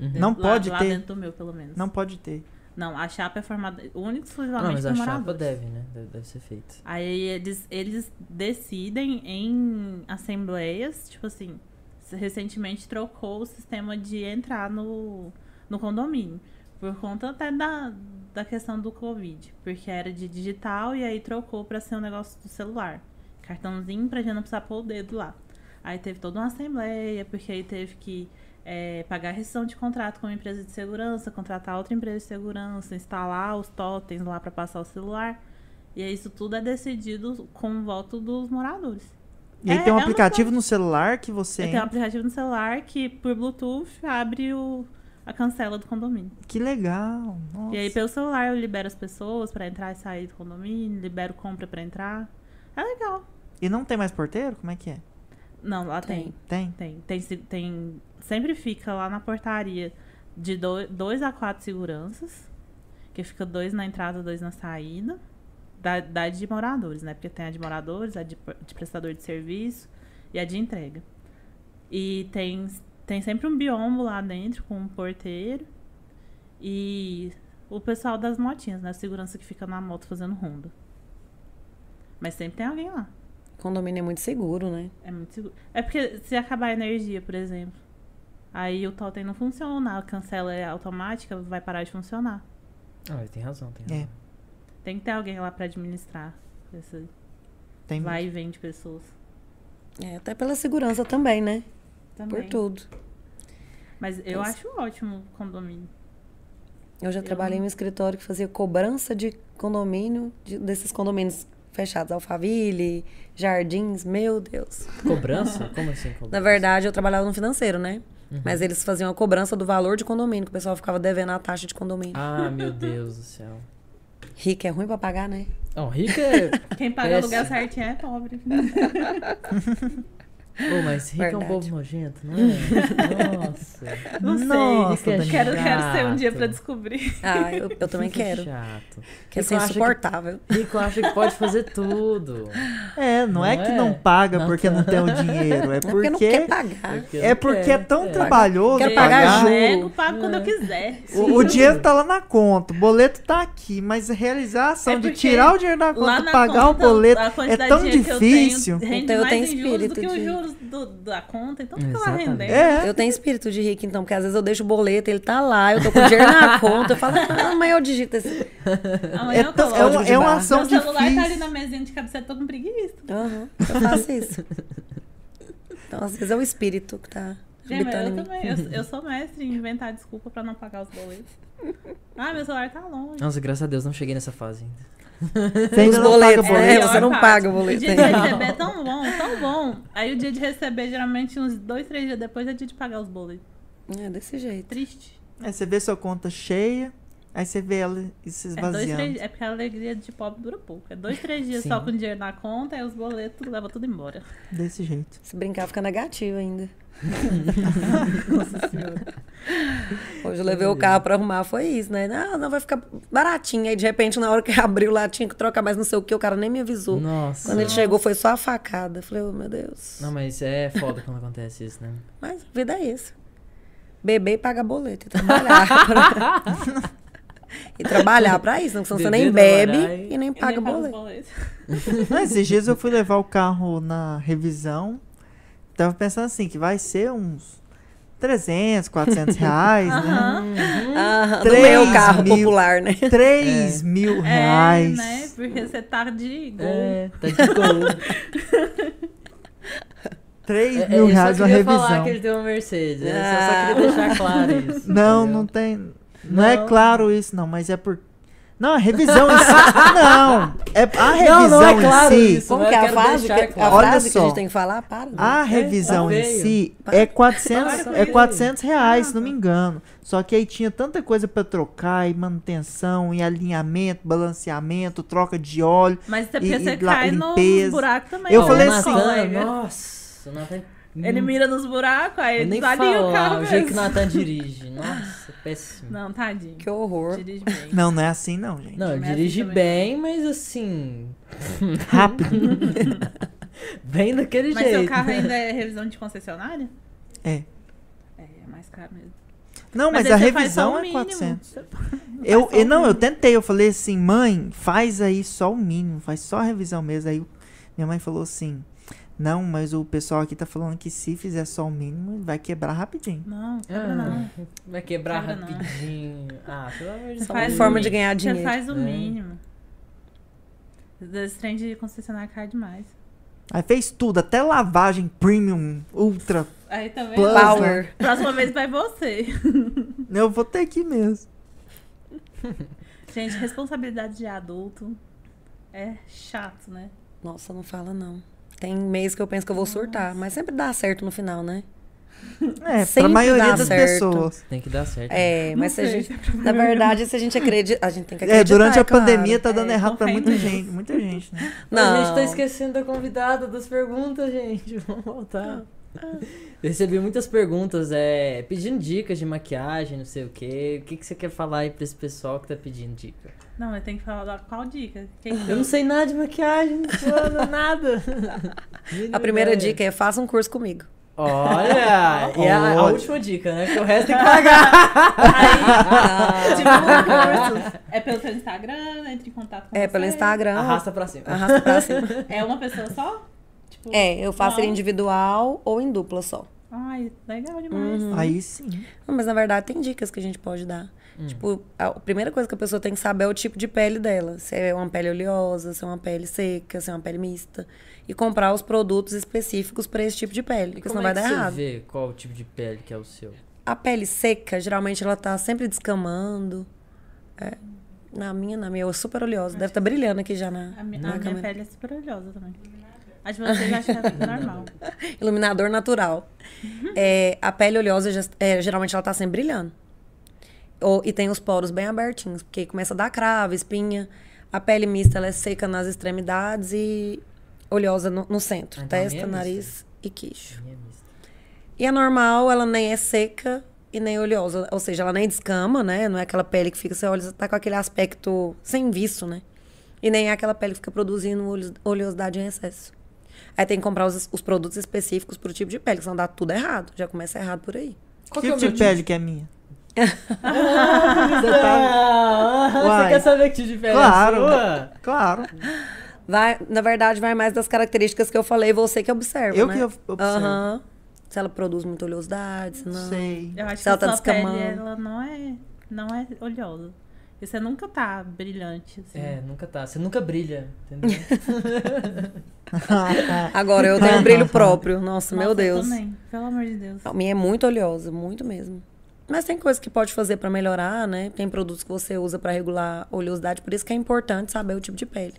Speaker 2: Uhum.
Speaker 4: Não
Speaker 1: Lá-
Speaker 4: pode
Speaker 1: lá
Speaker 4: ter.
Speaker 1: dentro do meu, pelo menos.
Speaker 4: Não pode ter.
Speaker 1: Não, a chapa é formada única e
Speaker 2: Não,
Speaker 1: exclusivamente
Speaker 2: mas
Speaker 1: por
Speaker 4: é
Speaker 2: a chapa
Speaker 1: moradores.
Speaker 2: deve, né? Deve, deve ser feita.
Speaker 1: Aí eles, eles decidem em assembleias, tipo assim, se- recentemente trocou o sistema de entrar no, no condomínio. Por conta até da, da questão do Covid. Porque era de digital e aí trocou pra ser um negócio do celular. Cartãozinho pra gente não precisar pôr o dedo lá. Aí teve toda uma assembleia, porque aí teve que é, pagar a rescisão de contrato com uma empresa de segurança, contratar outra empresa de segurança, instalar os totens lá pra passar o celular. E aí isso tudo é decidido com o voto dos moradores.
Speaker 4: E aí
Speaker 1: É,
Speaker 4: tem um
Speaker 1: eu não
Speaker 4: aplicativo no celular que você.
Speaker 1: Eu tenho um
Speaker 4: entra.
Speaker 1: aplicativo no celular que, por Bluetooth, abre o, a cancela do condomínio.
Speaker 4: Que legal. Nossa.
Speaker 1: E aí, pelo celular, eu libero as pessoas pra entrar e sair do condomínio, libero compra pra entrar. É legal.
Speaker 4: E não tem mais porteiro? Como é que é?
Speaker 1: Não, lá
Speaker 3: Tem.
Speaker 1: tem.
Speaker 4: Tem?
Speaker 1: Tem, tem, se- tem- sempre fica lá na portaria de do- dois a quatro seguranças, que fica dois na entrada, dois na saída, da, da de moradores, né? Porque tem a de moradores, a de, pre- de prestador de serviço e a de entrega. E tem, tem sempre um biombo lá dentro com um porteiro e o pessoal das motinhas, né? A segurança que fica na moto fazendo ronda. Mas sempre tem alguém lá.
Speaker 3: Condomínio é muito seguro, né?
Speaker 1: É muito seguro. É porque se acabar a energia, por exemplo, aí o totem não funciona, a cancela é automática, vai parar de funcionar.
Speaker 2: Ah, tem razão, tem
Speaker 4: É.
Speaker 2: razão.
Speaker 1: Tem que ter alguém lá pra administrar esse
Speaker 4: Tem
Speaker 1: vai e vem de pessoas.
Speaker 3: É, até pela segurança também, né?
Speaker 1: Também.
Speaker 3: Por tudo.
Speaker 1: Mas eu
Speaker 3: Tem-
Speaker 1: acho ótimo o condomínio.
Speaker 3: Eu já
Speaker 1: Eu
Speaker 3: trabalhei em
Speaker 1: não-
Speaker 3: um escritório que fazia cobrança de condomínio, de- desses condomínios fechados, Alphaville, Jardins, meu Deus.
Speaker 2: Cobrança? Como assim cobrança?
Speaker 3: Na verdade, eu trabalhava no financeiro, né?
Speaker 2: Uhum.
Speaker 3: Mas eles faziam a cobrança do valor de condomínio, que o pessoal ficava devendo a taxa de condomínio.
Speaker 2: Ah, meu Deus do céu.
Speaker 3: Rico é ruim pra pagar, né?
Speaker 2: Não, rico é...
Speaker 1: Quem paga o lugar
Speaker 2: Péssimo.
Speaker 1: certinho é pobre.
Speaker 2: Pô, mas rico é um
Speaker 3: Verdade.
Speaker 2: povo nojento, não é? Nossa.
Speaker 1: Não sei.
Speaker 4: Nossa,
Speaker 2: Rica é
Speaker 4: Dani.
Speaker 1: Quero, quero ser um dia
Speaker 2: Chato.
Speaker 1: pra descobrir.
Speaker 3: Ah, eu, eu também
Speaker 2: Rico é
Speaker 3: quero.
Speaker 2: chato.
Speaker 3: Que é
Speaker 2: Rico acha
Speaker 3: insuportável.
Speaker 2: Rico acha que pode fazer tudo.
Speaker 4: É, não, é
Speaker 2: Não
Speaker 4: que
Speaker 2: é?
Speaker 4: não paga
Speaker 2: Não
Speaker 4: porque não tem o dinheiro. É
Speaker 3: É tá. porque não quer
Speaker 4: porque.
Speaker 3: pagar.
Speaker 4: É porque é tão
Speaker 2: trabalho.
Speaker 4: trabalhoso
Speaker 3: Quero
Speaker 4: pagar.
Speaker 3: pagar
Speaker 1: Eu
Speaker 3: juro.
Speaker 1: nego, pago quando eu quiser.
Speaker 4: O, o dinheiro tá lá na conta, o boleto tá aqui, mas a realização
Speaker 1: É
Speaker 4: de
Speaker 1: porque
Speaker 4: tirar o dinheiro da
Speaker 1: Lá
Speaker 4: conta,
Speaker 1: na
Speaker 4: pagar
Speaker 1: conta,
Speaker 4: o boleto,
Speaker 1: a
Speaker 4: é
Speaker 1: quantidade
Speaker 4: tão
Speaker 1: de dinheiro que eu tenho
Speaker 4: difícil.
Speaker 1: rende
Speaker 3: Então eu
Speaker 1: mais
Speaker 3: tenho
Speaker 1: em juros do
Speaker 3: espírito
Speaker 1: que os
Speaker 3: de-
Speaker 1: juros do- da conta, então fica lá
Speaker 2: Exatamente.
Speaker 1: rendendo.
Speaker 4: É.
Speaker 3: Eu tenho espírito de rico, então, porque às vezes eu deixo o boleto, ele tá lá, eu tô com o dinheiro na conta, eu falo, ah, amanhã eu digito esse.
Speaker 1: Amanhã
Speaker 4: É
Speaker 1: eu
Speaker 4: tão-
Speaker 1: coloco.
Speaker 4: é
Speaker 3: uma- é uma
Speaker 4: ação
Speaker 1: Meu celular tá ali
Speaker 4: difícil.
Speaker 1: na mesinha de cabeceira, tô com preguiça.
Speaker 3: Aham, eu faço isso. Então, às vezes é o espírito que tá
Speaker 1: Gente, mas
Speaker 3: habitando em
Speaker 1: eu
Speaker 3: mim.
Speaker 1: também, eu, eu sou mestre em inventar desculpa pra não pagar os boletos. Ah, meu celular tá longe.
Speaker 2: Nossa, graças a Deus, não cheguei nessa fase ainda.
Speaker 4: Você ainda
Speaker 3: Os
Speaker 4: não paga
Speaker 3: boletos,
Speaker 4: o boleto.
Speaker 3: né?
Speaker 1: a
Speaker 3: você não
Speaker 1: pior
Speaker 3: paga o
Speaker 1: parte.
Speaker 3: boleto,
Speaker 1: O É, dia de
Speaker 3: né?
Speaker 1: receber é tão bom, tão bom. Aí o dia de receber, geralmente, uns dois, três dias depois é dia de pagar os boletos.
Speaker 3: É desse jeito.
Speaker 1: Triste.
Speaker 4: Aí você vê sua conta cheia, aí você vê ela se
Speaker 1: É, dois, três,
Speaker 4: esvaziando.
Speaker 1: é porque a alegria de pobre dura pouco. É dois, três dias
Speaker 2: Sim.
Speaker 1: só com o dinheiro na conta, aí os boletos leva tudo embora.
Speaker 4: Desse jeito.
Speaker 3: Se brincar, fica negativo ainda.
Speaker 1: Nossa senhora.
Speaker 3: Hoje eu levei o carro pra arrumar, foi isso, né? Não, não vai ficar baratinho. Aí, de repente, na hora que abriu lá, tinha que trocar mais não sei o que, o cara nem me avisou.
Speaker 2: Nossa.
Speaker 3: Quando ele chegou, foi só a facada. Eu Falei, oh, meu Deus.
Speaker 2: Não, mas é foda quando acontece isso, né?
Speaker 3: Mas a vida é isso. Beber e pagar boleto e trabalhar. pra- e trabalhar pra isso, não, senão você nem
Speaker 2: Beber,
Speaker 3: bebe
Speaker 2: trabalhar e-
Speaker 3: e nem
Speaker 1: Eu
Speaker 3: paga
Speaker 1: nem pago os
Speaker 3: boleto.
Speaker 1: boletos.
Speaker 4: Não, esses dias eu fui levar o carro na revisão. Tava pensando assim, que vai ser uns 300, 400 reais, né?
Speaker 1: Aham.
Speaker 3: Ah, não
Speaker 4: Três
Speaker 3: é o carro
Speaker 4: mil.
Speaker 3: popular, né?
Speaker 4: 3 mil
Speaker 1: É,
Speaker 4: reais.
Speaker 1: né? Porque você tá de gol.
Speaker 2: É, tá de gol.
Speaker 4: 3
Speaker 2: É,
Speaker 4: mil
Speaker 2: eu só
Speaker 4: reais uma
Speaker 2: queria falar
Speaker 4: revisão.
Speaker 2: que ele tem uma Mercedes. né? Eu só-
Speaker 3: Ah.
Speaker 2: só queria deixar claro isso.
Speaker 4: Não,
Speaker 2: entendeu?
Speaker 4: não tem. Não, é
Speaker 2: Não.
Speaker 4: claro isso, não, mas é por. Não, é a revisão em si. Não! É, a revisão
Speaker 2: não é claro
Speaker 4: em si.
Speaker 2: isso.
Speaker 3: Como
Speaker 2: mas
Speaker 3: que é
Speaker 2: eu
Speaker 3: a
Speaker 2: quero
Speaker 3: frase, que,
Speaker 2: deixar
Speaker 3: a
Speaker 2: claro.
Speaker 4: Olha
Speaker 3: frase que a
Speaker 4: só. Ah.
Speaker 3: gente tem que falar? Para. né?
Speaker 4: A
Speaker 2: tá
Speaker 4: revisão em
Speaker 2: feio.
Speaker 4: si é 400,
Speaker 2: Para com
Speaker 4: é
Speaker 2: isso.
Speaker 4: 400 reais, se não me
Speaker 1: Ah.
Speaker 4: engano. Só que aí tinha tanta coisa pra trocar, e manutenção, e alinhamento, balanceamento, troca de óleo.
Speaker 1: Mas até porque
Speaker 4: E-
Speaker 1: você
Speaker 4: e lá-
Speaker 1: cai no
Speaker 4: limpeza.
Speaker 1: buraco também. Hum.
Speaker 4: Eu
Speaker 1: né,
Speaker 4: falei
Speaker 2: o
Speaker 4: assim-
Speaker 2: Natan,
Speaker 1: colega?
Speaker 2: nossa, o Natan.
Speaker 1: Ele mira nos buracos, aí
Speaker 2: Eu
Speaker 1: ele
Speaker 2: nem
Speaker 1: desalinha o
Speaker 2: falar
Speaker 1: carro
Speaker 2: o jeito que
Speaker 1: mesmo.
Speaker 2: o Natan dirige. Nossa, péssimo. Não,
Speaker 1: Não, tadinho.
Speaker 3: Que horror.
Speaker 1: Dirige bem.
Speaker 4: Não, não é assim, não, gente.
Speaker 2: eu
Speaker 1: Mas
Speaker 2: dirige
Speaker 1: também-
Speaker 2: bem, mas assim.
Speaker 4: Rápido.
Speaker 2: Bem daquele
Speaker 1: Mas
Speaker 2: jeito.
Speaker 1: seu carro ainda é revisão de concessionária?
Speaker 4: É.
Speaker 1: É, é mais caro mesmo.
Speaker 4: Não, mas,
Speaker 1: aí
Speaker 4: a
Speaker 1: você faz só
Speaker 4: revisão
Speaker 1: o
Speaker 4: é
Speaker 1: mínimo.
Speaker 4: 400.
Speaker 1: Você-
Speaker 4: Eu,
Speaker 1: só o
Speaker 4: eu, não, eu
Speaker 1: mínimo.
Speaker 4: tentei, eu falei assim, mãe, faz aí só o mínimo, faz só a revisão mesmo. Aí o- minha mãe falou assim, não, mas o pessoal aqui tá falando que se fizer só o mínimo, vai quebrar rapidinho.
Speaker 1: Não, quebra não.
Speaker 2: Ah, vai quebrar
Speaker 1: Quebra não.
Speaker 2: rapidinho. Ah, pelo amor de
Speaker 1: Só
Speaker 3: Só uma
Speaker 1: faz
Speaker 3: forma
Speaker 1: um-
Speaker 3: de ganhar
Speaker 1: Você
Speaker 3: dinheiro.
Speaker 1: faz o
Speaker 2: É.
Speaker 1: mínimo. Esse trem de concessionária cai demais.
Speaker 4: Aí fez tudo, até lavagem premium, ultra.
Speaker 1: Aí também.
Speaker 4: Plus.
Speaker 3: Power.
Speaker 1: Próxima vez vai você.
Speaker 4: Eu vou ter que ir mesmo.
Speaker 1: Gente, responsabilidade de adulto é chato, né?
Speaker 3: Nossa, não fala não. Tem mês que eu penso que eu vou surtar, mas sempre dá certo no final, né?
Speaker 4: É, pra
Speaker 3: Sempre
Speaker 4: maioria
Speaker 3: dá
Speaker 4: das
Speaker 3: certo.
Speaker 4: pessoas.
Speaker 2: Tem que dar certo.
Speaker 3: É, mas se a
Speaker 1: sei
Speaker 3: gente. Na verdade, se a gente acredita. A gente tem que
Speaker 4: É,
Speaker 3: acreditar.
Speaker 4: durante a
Speaker 3: claro.
Speaker 4: pandemia tá dando
Speaker 1: É,
Speaker 4: errado pra
Speaker 1: confia
Speaker 4: muita
Speaker 1: em Deus.
Speaker 4: gente, muita gente, né?
Speaker 3: Não.
Speaker 2: A gente tá esquecendo da convidada, das perguntas, gente. Vamos voltar. Ah. Recebi muitas perguntas, é, pedindo dicas de maquiagem, não sei o quê. O que, que você quer falar aí pra esse pessoal que tá pedindo dica?
Speaker 1: Não, mas tem que falar da qual dica. Quem
Speaker 2: Eu não sei nada de maquiagem, não sou nada, nada.
Speaker 3: A
Speaker 2: né,
Speaker 3: primeira dica é faça um curso comigo.
Speaker 2: Olha! e a, a
Speaker 4: Olha.
Speaker 2: última dica, né? Que o resto tem que pagar.
Speaker 1: Aí,
Speaker 2: Ah,
Speaker 1: tipo, cursos. É pelo seu Instagram, entre em contato com
Speaker 3: É,
Speaker 1: você.
Speaker 3: pelo Instagram.
Speaker 2: Arrasta pra cima.
Speaker 3: Arrasta pra cima.
Speaker 1: É uma pessoa só? Tipo,
Speaker 3: É, eu faço ele
Speaker 1: não.
Speaker 3: individual ou em dupla só.
Speaker 1: Ai, legal demais.
Speaker 3: Uhum.
Speaker 4: Aí sim.
Speaker 3: Não, Mas na verdade tem dicas que a gente pode dar.
Speaker 2: Hum.
Speaker 3: Tipo, a primeira coisa que a pessoa tem que saber é o tipo de pele dela. Se é uma pele oleosa, se é uma pele seca, se é uma pele mista. E comprar os produtos específicos pra esse tipo de pele, porque
Speaker 2: Como
Speaker 3: senão
Speaker 2: é
Speaker 3: vai
Speaker 2: que
Speaker 3: dar
Speaker 2: você
Speaker 3: errado.
Speaker 2: vê qual o tipo de pele que é o seu?
Speaker 3: A pele seca, geralmente ela tá sempre descamando. É. Na minha, na minha, eu super oleosa. Deve estar tá brilhando aqui já na,
Speaker 1: A, mi- a
Speaker 3: na
Speaker 1: minha
Speaker 3: câmera.
Speaker 1: pele é super oleosa também. A de vocês acho que é tudo normal.
Speaker 3: Iluminador natural. É, a pele oleosa, ges- é, geralmente, ela tá sempre brilhando. Ou- e tem os poros bem abertinhos, porque começa a dar cravo, espinha. A pele mista, ela é seca nas extremidades e oleosa no, no centro.
Speaker 2: Ah, então a minha
Speaker 3: testa,
Speaker 2: é mista.
Speaker 3: nariz e queixo.
Speaker 2: Minha mista.
Speaker 3: E a normal, ela nem é seca e nem oleosa. Ou seja, ela nem descama, né? Não é aquela pele que fica, você olha, você tá com aquele aspecto sem viço, né? E nem é aquela pele que fica produzindo oleo- oleosidade em excesso. Aí tem que comprar os, os produtos específicos pro tipo de pele, que senão dá tudo errado. Já começa errado por aí.
Speaker 4: Que
Speaker 2: que é o
Speaker 4: tipo de
Speaker 2: meu
Speaker 4: pele que é minha?
Speaker 3: tá?
Speaker 2: Ah, você
Speaker 4: Uai.
Speaker 2: quer saber que tipo de pele
Speaker 4: Claro.
Speaker 2: é a sua?
Speaker 4: Claro.
Speaker 3: Vai, na verdade, vai mais das características que eu falei, você que observa,
Speaker 4: Eu
Speaker 3: né?
Speaker 4: que eu observo.
Speaker 3: Aham. Se ela produz muita oleosidade, se não...
Speaker 4: Sei.
Speaker 1: Eu acho
Speaker 3: Se
Speaker 1: que
Speaker 3: ela
Speaker 1: a
Speaker 3: tá
Speaker 1: sua pele,
Speaker 3: descamando.
Speaker 1: ela não é, não é oleosa. E você nunca tá brilhante, assim.
Speaker 2: É, nunca tá. Você nunca brilha, entendeu?
Speaker 3: Agora, eu tenho um brilho próprio. Nossa, meu
Speaker 1: Nossa, eu
Speaker 3: Deus.
Speaker 1: também, pelo amor de Deus.
Speaker 3: A minha é muito oleosa, muito mesmo. Mas tem coisa que pode fazer pra melhorar, né? Tem produtos que você usa pra regular a oleosidade, por isso que é importante saber o tipo de pele.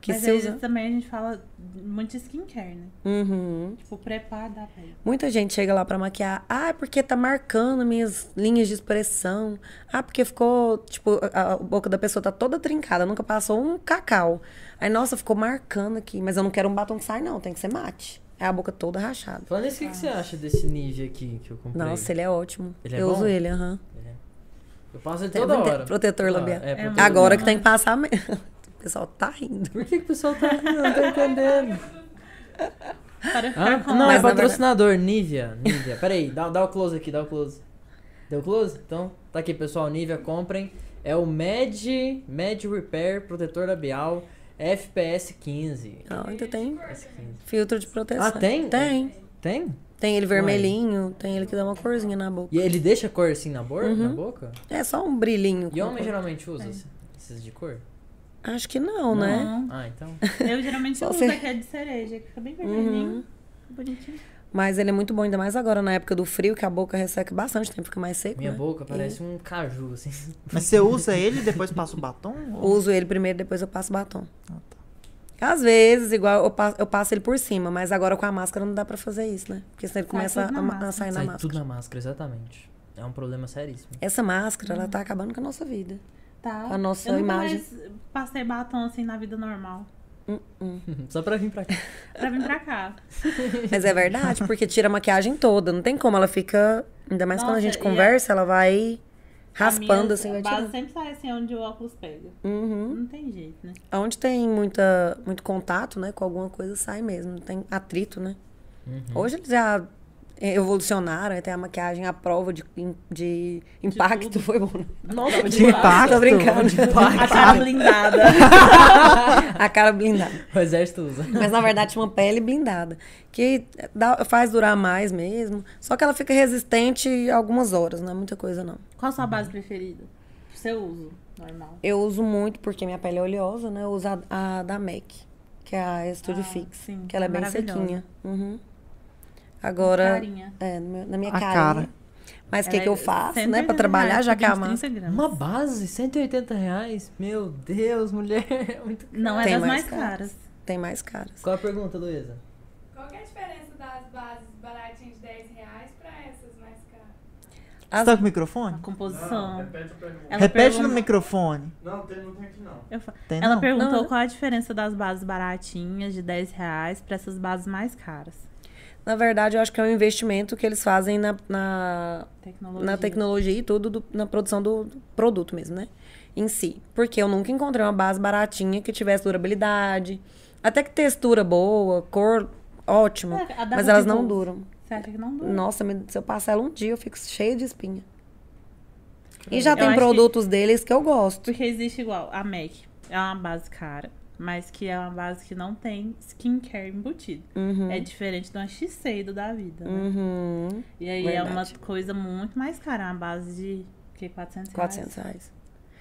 Speaker 3: Que
Speaker 1: Mas é
Speaker 3: se
Speaker 1: aí
Speaker 3: usa.
Speaker 1: também a gente fala muito de skincare, né?
Speaker 3: Uhum.
Speaker 1: Tipo, prepara da pele.
Speaker 3: Muita gente chega lá pra maquiar, ah, é porque tá marcando minhas linhas de expressão. Ah, porque ficou, tipo, a, a boca da pessoa tá toda trincada, nunca passou um cacau. Aí, nossa, ficou marcando aqui, mas eu não quero um batom que sai, não, tem que ser mate. É a boca toda rachada.
Speaker 2: Falando isso, o que, que você acha desse Nivea aqui que eu comprei?
Speaker 3: Nossa, ele é ótimo.
Speaker 2: Ele é
Speaker 3: eu
Speaker 2: bom?
Speaker 3: uso ele, aham.
Speaker 2: Eu passo ele
Speaker 3: Tem
Speaker 2: toda
Speaker 3: prote-
Speaker 2: hora.
Speaker 3: protetor
Speaker 2: Toda
Speaker 3: labial.
Speaker 2: hora. É, protetor
Speaker 3: Agora
Speaker 2: labial.
Speaker 3: que tem que passar mesmo. O pessoal tá rindo.
Speaker 2: Por que, que o pessoal tá rindo? Eu Não tô entendendo.
Speaker 1: Para ficar
Speaker 2: Hã?
Speaker 1: com
Speaker 2: não,
Speaker 3: Mas
Speaker 2: é
Speaker 3: na
Speaker 2: patrocinador, Nivea. Nivea. Peraí, dá, dá o close aqui, dá o close. Deu close? Então, tá aqui, pessoal. Nivea, comprem. É o Med, Med Repair Protetor Labial FPS 15.
Speaker 3: Ó, ainda tem
Speaker 2: FPS 15.
Speaker 3: filtro de proteção.
Speaker 2: Ah, tem?
Speaker 3: Tem.
Speaker 2: Tem?
Speaker 3: Tem ele vermelhinho, tem ele que dá uma corzinha na boca.
Speaker 2: E ele deixa cor assim na, bor- na boca?
Speaker 3: É só um brilhinho.
Speaker 2: E
Speaker 3: com
Speaker 2: homem
Speaker 3: cor.
Speaker 2: geralmente usa esse- esses de cor?
Speaker 3: Acho que É. não, né?
Speaker 2: Ah, então.
Speaker 1: Eu geralmente
Speaker 3: Só
Speaker 1: uso
Speaker 3: você- Uhum.
Speaker 1: aquele de cereja, que fica bem vermelhinho. Bonitinho.
Speaker 3: Mas ele é muito bom, ainda mais agora na época do frio, que a boca resseca bastante tempo, fica mais seco.
Speaker 2: Minha
Speaker 3: né?
Speaker 2: boca parece um caju, assim.
Speaker 4: Mas você usa ele e depois passa o batom? Ou-
Speaker 3: Uso ele primeiro, depois eu passo batom.
Speaker 4: Ah,
Speaker 2: tá.
Speaker 3: Às vezes, igual eu passo, eu passo ele por cima, mas agora com a máscara não dá pra fazer isso, né? Porque senão ele começa
Speaker 1: tudo na
Speaker 3: a, ma- a
Speaker 1: máscara.
Speaker 3: sair É na
Speaker 2: Sai
Speaker 3: máscara.
Speaker 2: tudo na máscara, exatamente. É um problema seríssimo.
Speaker 3: Essa máscara,
Speaker 1: Uhum.
Speaker 3: ela tá acabando com a nossa vida.
Speaker 1: Tá.
Speaker 3: A nossa
Speaker 1: eu nunca
Speaker 3: imagem.
Speaker 1: mais passei batom assim na vida normal.
Speaker 2: Só pra vir pra cá.
Speaker 1: Pra vir pra cá.
Speaker 3: Mas é verdade, porque tira a maquiagem toda, não tem como. Ela fica. Ainda mais quando a
Speaker 1: Nossa,
Speaker 3: gente
Speaker 1: e a-
Speaker 3: conversa, ela vai
Speaker 1: A
Speaker 3: raspando
Speaker 1: minha
Speaker 3: assim, vai
Speaker 1: base
Speaker 3: tirando.
Speaker 1: sempre sai assim onde o óculos pega.
Speaker 3: Uhum.
Speaker 1: Não tem jeito, né?
Speaker 3: Onde tem muita, muito contato, né, com alguma coisa, sai mesmo. Não tem atrito, né?
Speaker 2: Uhum.
Speaker 3: Hoje eles já eh, evolucionaram, até a maquiagem, a prova de, de impacto foi bom. né?
Speaker 2: Nossa,
Speaker 4: De impacto.
Speaker 3: Tô brincando.
Speaker 4: tá
Speaker 1: A cara blindada.
Speaker 3: a cara blindada.
Speaker 2: O exército usa.
Speaker 3: Mas na verdade tinha uma pele blindada, que dá- faz durar mais mesmo. Só que ela fica resistente algumas horas, não é muita coisa não.
Speaker 1: Qual a sua base preferida? Pro seu uso normal.
Speaker 3: Eu uso muito porque minha pele é oleosa, né? Eu uso a, a da MAC, que é a Studio
Speaker 1: Ah,
Speaker 3: Fix,
Speaker 1: sim,
Speaker 3: que ela é bem
Speaker 1: maravilhosa.
Speaker 3: sequinha. Uhum. Agora,
Speaker 1: Carinha.
Speaker 3: é, no meu- na minha
Speaker 4: A
Speaker 3: carinha.
Speaker 4: cara.
Speaker 3: Mas o que,
Speaker 1: Ela
Speaker 3: que eu
Speaker 1: é
Speaker 3: faço, né,
Speaker 1: 180
Speaker 3: pra trabalhar,
Speaker 1: reais,
Speaker 3: já que a
Speaker 1: uns
Speaker 3: massa
Speaker 1: 30 gramas.
Speaker 2: Uma base, 180 reais? Meu Deus, mulher. Muito...
Speaker 1: Não é
Speaker 3: Tem
Speaker 1: das
Speaker 3: mais
Speaker 1: mais,
Speaker 3: caras.
Speaker 1: caras.
Speaker 3: tem mais caras.
Speaker 2: Qual a pergunta, Luísa?
Speaker 5: Qual que é a diferença das bases baratinhas de 10 reais pra essas mais caras?
Speaker 4: Você
Speaker 3: As-
Speaker 4: tá com
Speaker 1: A
Speaker 4: o microfone?
Speaker 1: composição.
Speaker 6: repete a pergunta.
Speaker 1: Ela
Speaker 4: Repete
Speaker 1: pergunta-
Speaker 4: no microfone.
Speaker 6: Não, tem, não tem aqui não.
Speaker 1: Eu fa-
Speaker 4: Tem
Speaker 1: Ela
Speaker 4: não?
Speaker 1: perguntou
Speaker 3: É, Não, não.
Speaker 1: qual a diferença das bases baratinhas de 10 reais pra essas bases mais caras.
Speaker 3: Na verdade, eu acho que é um investimento que eles fazem na, na,
Speaker 1: Tecnologia.
Speaker 3: na tecnologia e tudo, do- na produção do do produto mesmo, né? Em si. Porque eu nunca encontrei uma base baratinha que tivesse durabilidade, até que textura boa, cor ótima,
Speaker 1: É, a data
Speaker 3: mas
Speaker 1: de
Speaker 3: elas não
Speaker 1: uso.
Speaker 3: duram.
Speaker 1: Você acha que não dura?
Speaker 3: Nossa, me- se eu passar ela um dia, eu fico cheia de espinha. E já tem
Speaker 1: acho que-
Speaker 3: produtos deles que eu gosto.
Speaker 1: Porque existe igual a MAC. É uma base cara, mas que é uma base que não tem skincare embutido.
Speaker 3: Hum.
Speaker 1: É diferente de uma Shiseido da vida, né?
Speaker 3: Uhum.
Speaker 1: E aí é
Speaker 3: Verdade.
Speaker 1: uma coisa muito mais cara, é uma base de que, 400 reais.
Speaker 3: 400 reais.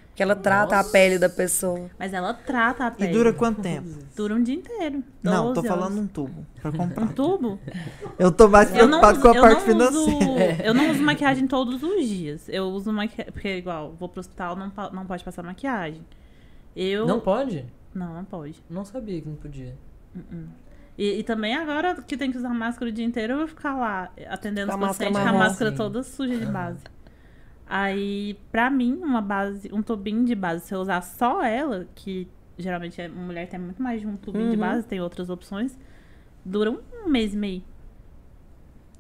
Speaker 3: Porque ela trata a
Speaker 2: Nossa.
Speaker 3: pele da pessoa.
Speaker 1: Mas ela trata a
Speaker 4: E
Speaker 1: pele.
Speaker 4: dura quanto tempo?
Speaker 1: Dura um dia inteiro.
Speaker 4: Não, tô
Speaker 1: 12
Speaker 4: falando
Speaker 1: horas.
Speaker 4: um tubo pra comprar.
Speaker 1: Um tubo?
Speaker 4: Eu tô mais
Speaker 1: Eu não
Speaker 4: preocupado
Speaker 1: uso,
Speaker 4: com a
Speaker 1: eu
Speaker 4: parte
Speaker 1: não
Speaker 4: financeira.
Speaker 1: uso, eu não uso maquiagem todos os dias. Eu uso maquiagem. Porque, igual, vou pro hospital, não, pa- não pode passar maquiagem. Eu.
Speaker 2: Não pode?
Speaker 1: não, não pode.
Speaker 2: Não sabia que não podia.
Speaker 1: E, e também agora que tem que usar máscara o dia inteiro, eu vou ficar lá atendendo
Speaker 3: Com a
Speaker 1: os
Speaker 3: máscara
Speaker 1: pacientes com a
Speaker 3: marrom.
Speaker 1: máscara
Speaker 2: Sim.
Speaker 1: toda suja de base. Aí, pra mim, uma base, um tubinho de base, se eu usar só ela, que geralmente a mulher tem muito mais de um tubinho
Speaker 3: Uhum.
Speaker 1: de base, tem outras opções, dura um mês e meio.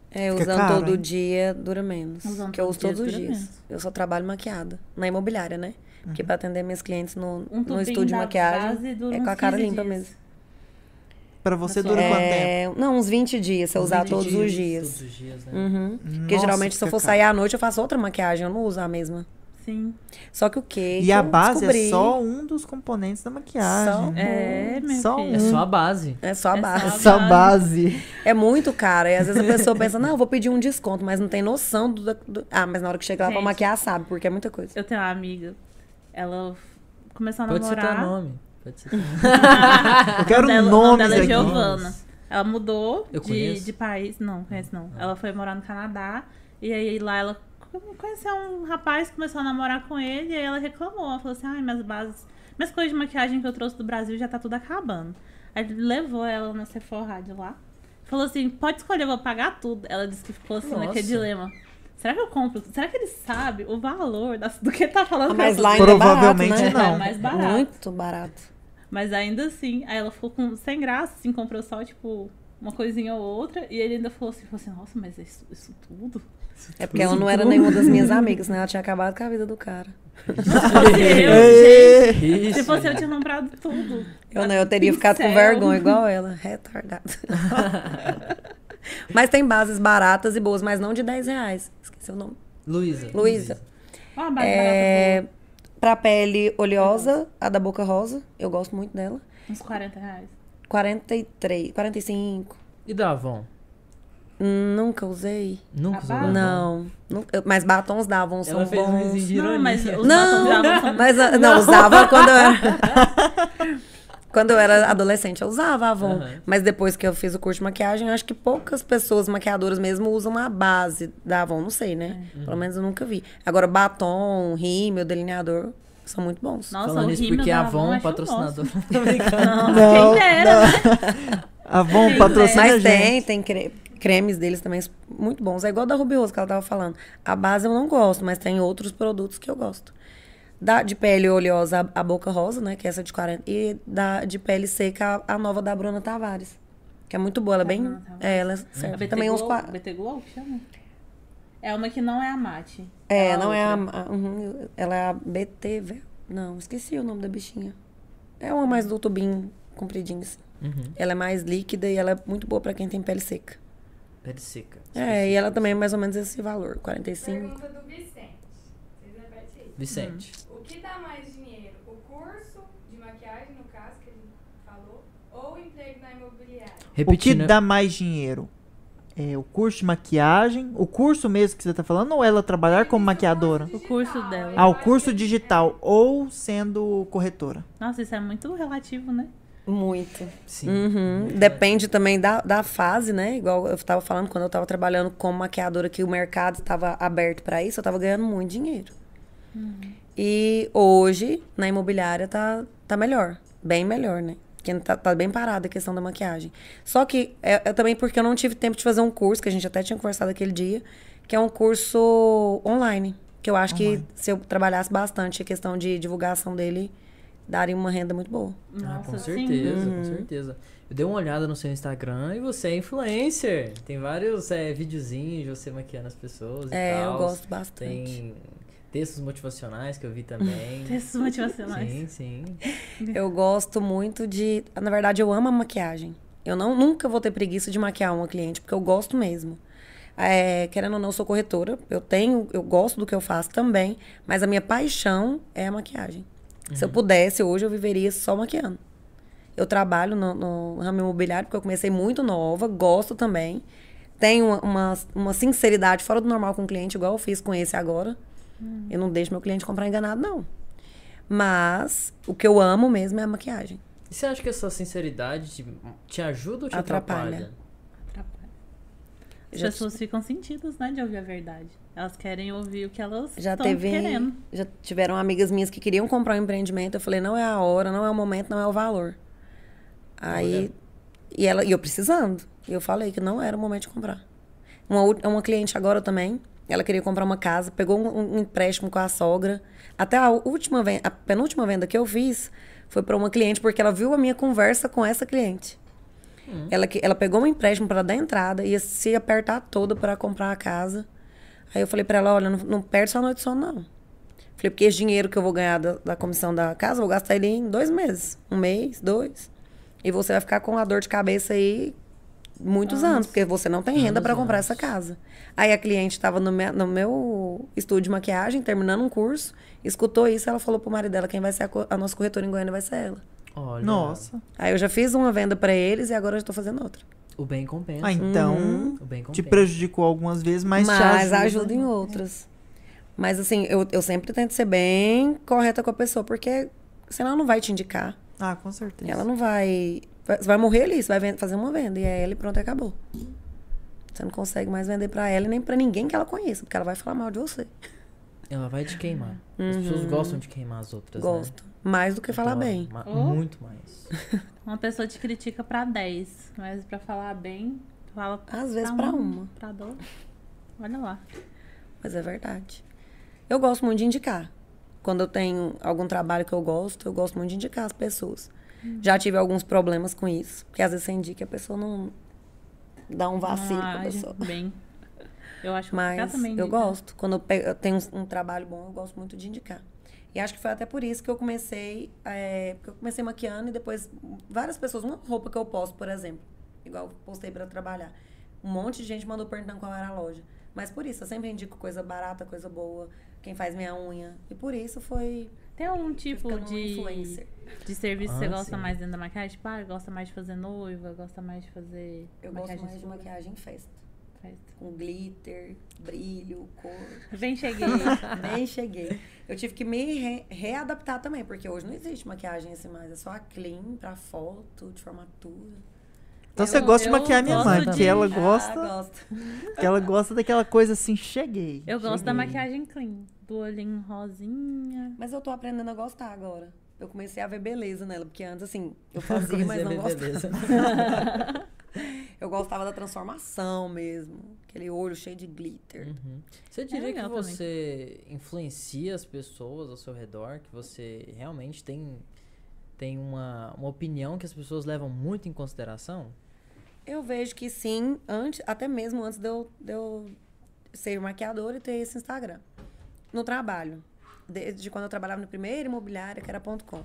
Speaker 3: É,
Speaker 4: Fica
Speaker 3: usando
Speaker 4: caro,
Speaker 3: todo
Speaker 4: hein?
Speaker 3: dia dura menos.
Speaker 1: Usando
Speaker 3: que eu
Speaker 1: todo
Speaker 3: uso
Speaker 1: dia
Speaker 3: todos os
Speaker 1: dura
Speaker 3: dias.
Speaker 1: menos.
Speaker 3: Eu só trabalho maquiada. Na imobiliária, né?
Speaker 4: Uhum.
Speaker 3: Porque pra atender minhas clientes no,
Speaker 1: Um
Speaker 3: no
Speaker 1: tubinho
Speaker 3: estúdio de
Speaker 1: da
Speaker 3: maquiagem,
Speaker 1: base dura
Speaker 3: é com a
Speaker 1: uns
Speaker 3: cara
Speaker 1: 15
Speaker 3: limpa
Speaker 1: dias.
Speaker 3: mesmo.
Speaker 4: Pra você
Speaker 1: Nossa,
Speaker 4: dura
Speaker 1: é-
Speaker 4: quanto tempo?
Speaker 3: É, não, uns 20 dias, se eu usar
Speaker 2: 20
Speaker 3: todos os
Speaker 2: Todos
Speaker 3: dias.
Speaker 2: os dias, né?
Speaker 3: Uhum. Porque
Speaker 4: Nossa,
Speaker 3: geralmente se eu
Speaker 4: fica
Speaker 3: for
Speaker 4: caro.
Speaker 3: sair à noite, eu faço outra maquiagem, eu não uso a mesma.
Speaker 1: Sim.
Speaker 3: Só que o quê?
Speaker 4: E
Speaker 3: Que
Speaker 4: a
Speaker 3: eu
Speaker 4: base
Speaker 3: Então, descobri.
Speaker 4: é só um dos componentes da
Speaker 3: Só-
Speaker 4: maquiagem. né?
Speaker 1: É, meu
Speaker 4: Só
Speaker 1: filho.
Speaker 2: É só a base.
Speaker 3: É só a
Speaker 1: É
Speaker 3: base.
Speaker 1: só a
Speaker 4: Essa base.
Speaker 3: É muito caro. E às vezes a pessoa pensa, não, eu vou pedir um desconto, mas não tem noção do. do- Ah, mas na hora que chega lá pra
Speaker 1: Gente.
Speaker 3: maquiar, sabe, porque é muita coisa.
Speaker 1: Eu tenho uma amiga, ela f- começou a
Speaker 2: Pode citar
Speaker 1: namorar.
Speaker 2: nome. Pode citar nome.
Speaker 4: Eu quero
Speaker 1: dela- o nome
Speaker 4: nomes
Speaker 1: dela é
Speaker 4: aqui.
Speaker 1: Giovanna. Ela mudou
Speaker 2: Eu
Speaker 1: de,
Speaker 2: conheço.
Speaker 1: de país. Não, conhece não. Ela foi morar no Canadá. E aí lá ela co- conheceu um rapaz, começou a namorar com ele. E aí ela reclamou. Ela falou assim: ai, minhas bases, minhas coisas de maquiagem que eu trouxe do Brasil já tá tudo acabando. Aí ele levou ela na Sephora de lá. Falou assim: pode escolher, eu vou pagar tudo. Ela disse que ficou assim naquele
Speaker 2: Nossa.
Speaker 1: dilema. Será que eu compro? Será que ele sabe o valor das- do que ele tá falando?
Speaker 3: Ah,
Speaker 1: pra
Speaker 3: Mas
Speaker 1: ela?
Speaker 3: lá ainda
Speaker 4: Provavelmente
Speaker 3: é barato, né?
Speaker 1: Lá
Speaker 4: não.
Speaker 1: é mais barato.
Speaker 3: Muito barato.
Speaker 1: Mas ainda assim, aí ela ficou com, sem graça, assim, comprou só, tipo, uma coisinha ou outra. E ele ainda falou assim, falou assim nossa, mas isso, isso tudo?
Speaker 3: É porque ela não era nenhuma das minhas amigas, né? Ela tinha acabado com a vida do cara.
Speaker 1: Tipo assim,
Speaker 3: É
Speaker 1: Eu, gente,
Speaker 2: Isso.
Speaker 1: se fosse eu tinha comprado tudo.
Speaker 3: Eu não, eu teria ficado com
Speaker 1: Pincel.
Speaker 3: vergonha igual ela, retardada. mas tem bases baratas e boas, mas não de 10 reais. Esqueci o nome.
Speaker 2: Luísa.
Speaker 3: Luísa.
Speaker 1: Ó, uma base
Speaker 3: É,
Speaker 1: barata
Speaker 3: pra pele oleosa, a da Boca Rosa, eu gosto muito dela.
Speaker 1: boa, uns 40 reais.
Speaker 3: 43, 45.
Speaker 2: E da Avon?
Speaker 3: Nunca usei.
Speaker 2: Nunca usou batom?
Speaker 3: Não. Nunca- mas batons davam, são
Speaker 2: Ela fez uma
Speaker 3: bons.
Speaker 1: Não, mas
Speaker 2: ironia.
Speaker 1: um os
Speaker 3: Não,
Speaker 1: batons davam são-
Speaker 3: Mas ah, não, usava quando eu era. quando eu era adolescente, eu usava Avon.
Speaker 2: Aham.
Speaker 3: Mas depois que eu fiz o curso de maquiagem, eu acho que poucas pessoas maquiadoras mesmo usam a base da Avon, não sei, né?
Speaker 1: É.
Speaker 3: Pelo menos eu nunca vi. Agora, batom, rímel, delineador, são muito bons.
Speaker 1: Nossa,
Speaker 2: Falando
Speaker 1: o
Speaker 2: isso
Speaker 1: rímel
Speaker 2: porque a
Speaker 1: da Avon
Speaker 2: Avon é
Speaker 1: acho
Speaker 2: patrocinador.
Speaker 1: Nossa,
Speaker 4: Não,
Speaker 1: quem dera, né?
Speaker 4: Avon
Speaker 1: Sim,
Speaker 4: patrocina a
Speaker 3: Mas
Speaker 4: gente.
Speaker 3: tem, tem cre- cremes deles também muito bons. É igual da Ruby Rose que ela tava falando. A base eu não gosto, mas tem outros produtos que eu gosto. Da, de pele oleosa, a, a Boca Rosa, né? Que é essa de 40. E da, de pele seca, a, a nova da Bruna Tavares. Que é muito boa. Ela é bem.
Speaker 1: Bruna Tavares.
Speaker 3: É, ela
Speaker 1: A
Speaker 3: serve
Speaker 1: BT
Speaker 3: também uns.
Speaker 1: Glow,
Speaker 3: qua-
Speaker 1: BT Glow, que chama? É uma que não é a mate.
Speaker 3: É,
Speaker 1: a
Speaker 3: não é a.
Speaker 1: outra.
Speaker 3: a- uhum, ela é a BT. Ver- Não, esqueci o nome da bichinha. É uma mais do tubinho compridinho, assim.
Speaker 2: Uhum.
Speaker 3: Ela é mais líquida e ela é muito boa pra quem tem pele seca.
Speaker 2: Pele seca.
Speaker 3: É, e ela também é mais ou menos esse valor, 45.
Speaker 5: Pergunta do Vicente. Vocês repetem isso?
Speaker 2: Vicente.
Speaker 4: Hum.
Speaker 5: O que dá mais dinheiro? O curso de maquiagem, no caso, que ele falou, ou o emprego na imobiliária?
Speaker 4: O que
Speaker 2: Repetindo.
Speaker 4: dá mais dinheiro? É o curso de maquiagem? O curso mesmo que você tá falando? Ou ela trabalhar como maquiadora?
Speaker 1: O curso dela.
Speaker 4: Ah, o curso digital. Ou sendo corretora.
Speaker 1: Nossa, isso é muito relativo, né?
Speaker 3: Muito.
Speaker 2: Sim.
Speaker 3: Uhum. Depende também da, da fase, né? Igual eu estava falando, quando eu estava trabalhando como maquiadora, que o mercado estava aberto para isso, eu estava ganhando muito dinheiro. E hoje, na imobiliária, tá, tá melhor. Bem melhor, né? Porque não tá, tá bem parada a questão da maquiagem. Só que é, é também porque eu não tive tempo de fazer um curso, que a gente até tinha conversado aquele dia, que é um curso online. Que eu acho que se eu trabalhasse bastante a questão de divulgação dele, daria uma renda muito boa.
Speaker 2: Ah,
Speaker 1: Nossa, assim, sim.
Speaker 2: com certeza,
Speaker 3: Uhum.
Speaker 2: com certeza. Eu dei uma olhada no seu Instagram e você é influencer. Tem vários é, videozinhos de você maquiando as pessoas e
Speaker 3: É,
Speaker 2: tal.
Speaker 3: eu gosto bastante.
Speaker 2: Tem textos motivacionais que eu vi também.
Speaker 1: Textos motivacionais.
Speaker 2: sim, sim.
Speaker 3: Eu gosto muito de. Na verdade, eu amo a maquiagem. Eu não, nunca vou ter preguiça de maquiar uma cliente, porque eu gosto mesmo. É, querendo ou não, eu sou corretora. Eu tenho, eu gosto do que eu faço também, mas a minha paixão é a maquiagem. Se eu pudesse, hoje eu viveria só maquiando. Eu trabalho no, no ramo imobiliário porque eu comecei muito nova, gosto também. Tenho uma, uma, uma sinceridade fora do normal com o cliente, igual eu fiz com esse agora. Eu não deixo meu cliente comprar enganado, não. Mas o que eu amo mesmo é a maquiagem.
Speaker 2: E você acha que essa sinceridade te, te ajuda ou te atrapalha?
Speaker 3: Atrapalha.
Speaker 1: Atrapalha. As
Speaker 3: Já-
Speaker 1: pessoas ficam sentidas, né, de ouvir a verdade. Elas querem ouvir o que elas
Speaker 3: Já
Speaker 1: estão
Speaker 3: teve.
Speaker 1: querendo.
Speaker 3: Já tiveram amigas minhas que queriam comprar um empreendimento. Eu falei, não é a hora, não é o momento, não é o valor. Aí. E, ela, e eu precisando. E eu falei que não era o momento de comprar. Uma, ou- uma cliente agora também, ela queria comprar uma casa, pegou um, um empréstimo com a sogra. Até a última venda, a penúltima venda que eu fiz foi para uma cliente, porque ela viu a minha conversa com essa cliente. Ela, que- ela pegou um empréstimo para dar entrada, ia se apertar toda para comprar a casa. Aí eu falei para ela: olha, não, não perde sua noite de sono, não. Falei, porque esse dinheiro que eu vou ganhar da, da comissão da casa, eu vou gastar ele em dois meses. Um mês, dois. E você vai ficar com a dor de cabeça aí muitos anos, porque você não tem renda
Speaker 2: Anos,
Speaker 3: para comprar
Speaker 2: anos.
Speaker 3: essa casa. Aí a cliente estava no, me- no meu estúdio de maquiagem, terminando um curso, escutou isso, ela falou pro marido dela, quem vai ser a, co- a nossa corretora em Goiânia vai ser ela.
Speaker 2: Olha,
Speaker 4: Nossa.
Speaker 3: Aí eu já fiz uma venda para eles e agora eu estou fazendo outra.
Speaker 2: o bem compensa.
Speaker 4: Ah, então
Speaker 3: Uhum.
Speaker 2: o bem
Speaker 4: te
Speaker 2: compensa.
Speaker 4: prejudicou algumas vezes, mas, te ajuda.
Speaker 3: em outras. Mas assim, eu, eu sempre tento ser bem correta com a pessoa, porque senão ela não vai te indicar.
Speaker 4: Ah, com certeza.
Speaker 3: Ela não vai. vai- Você vai morrer ali, você vai ven- fazer uma venda. E é ela e pronto, acabou. Você não consegue mais vender pra ela e nem pra ninguém que ela conheça, porque ela vai falar mal de você.
Speaker 2: Ela vai te queimar. As pessoas gostam de queimar as
Speaker 4: é.
Speaker 2: outras, né?
Speaker 3: Uhum. Gosto. Mais do que falar
Speaker 2: Então,
Speaker 3: bem.
Speaker 2: ma-
Speaker 1: Oh.
Speaker 2: Muito mais.
Speaker 1: Uma pessoa te critica pra 10, mas pra falar bem, fala
Speaker 3: Às vezes pra
Speaker 1: um,
Speaker 3: uma.
Speaker 1: Pra dois. Olha lá.
Speaker 3: Mas é verdade. Eu gosto muito de indicar. Quando eu tenho algum trabalho que eu gosto, eu gosto muito de indicar as pessoas. Já tive alguns problemas com isso, porque às vezes você indica e a pessoa não dá um vacilo
Speaker 1: Não
Speaker 3: com a
Speaker 1: age
Speaker 3: pessoa.
Speaker 1: Bem. Eu acho complicado
Speaker 3: Mas
Speaker 1: também.
Speaker 3: eu
Speaker 1: de-
Speaker 3: gosto. Quando eu, pego- eu tenho um, um trabalho bom, eu gosto muito de indicar. E acho que foi até por isso que eu comecei. é, porque eu comecei maquiando e depois várias pessoas, uma roupa que eu posto, por exemplo, igual eu postei para trabalhar. Um monte de gente mandou perguntando qual era a loja. Mas por isso, eu sempre indico coisa barata, coisa boa, quem faz minha unha. E por isso foi
Speaker 1: Tem um tipo
Speaker 3: ficando um
Speaker 1: de,
Speaker 3: influencer.
Speaker 1: de serviço que
Speaker 2: Ah,
Speaker 1: você gosta
Speaker 2: sim.
Speaker 1: mais dentro da maquiagem? Tipo, ah, gosta mais de fazer noiva, gosta mais de fazer.
Speaker 3: Eu gosto
Speaker 1: maquiagem
Speaker 3: mais de
Speaker 1: escura.
Speaker 3: maquiagem em festa.
Speaker 1: festa.
Speaker 3: Com glitter, brilho, cor.
Speaker 1: Vem, cheguei.
Speaker 3: Nem cheguei. Eu tive que me re- readaptar também, porque hoje não existe maquiagem assim mais. É só a clean pra foto, de formatura.
Speaker 4: Então
Speaker 1: Eu-
Speaker 4: você gosta de
Speaker 1: eu
Speaker 4: maquiar minha
Speaker 1: gosto
Speaker 4: mãe,
Speaker 1: de-
Speaker 4: que
Speaker 1: Ah,
Speaker 4: ela
Speaker 3: Ah,
Speaker 4: gosta,
Speaker 3: gosto.
Speaker 4: que ela gosta daquela coisa assim, cheguei.
Speaker 1: Eu gosto da
Speaker 2: Cheguei.
Speaker 1: maquiagem clean. Do olhinho rosinha.
Speaker 3: Mas eu tô aprendendo a gostar agora. Eu comecei a ver beleza nela, porque antes, assim, eu
Speaker 2: Comecei
Speaker 3: fazia, mas
Speaker 2: a
Speaker 3: não
Speaker 2: ver
Speaker 3: gostava.
Speaker 2: beleza.
Speaker 3: Eu gostava da transformação mesmo. Aquele olho cheio de glitter.
Speaker 2: Uhum.
Speaker 3: É,
Speaker 2: Você diria que
Speaker 1: legal também.
Speaker 2: você influencia as pessoas ao seu redor, que você realmente tem, tem uma, uma opinião que as pessoas levam muito em consideração?
Speaker 3: Eu vejo que sim, antes, até mesmo antes de eu, de eu ser maquiadora e ter esse Instagram. No trabalho. Desde quando eu trabalhava no primeiro imobiliário, que era ponto .com.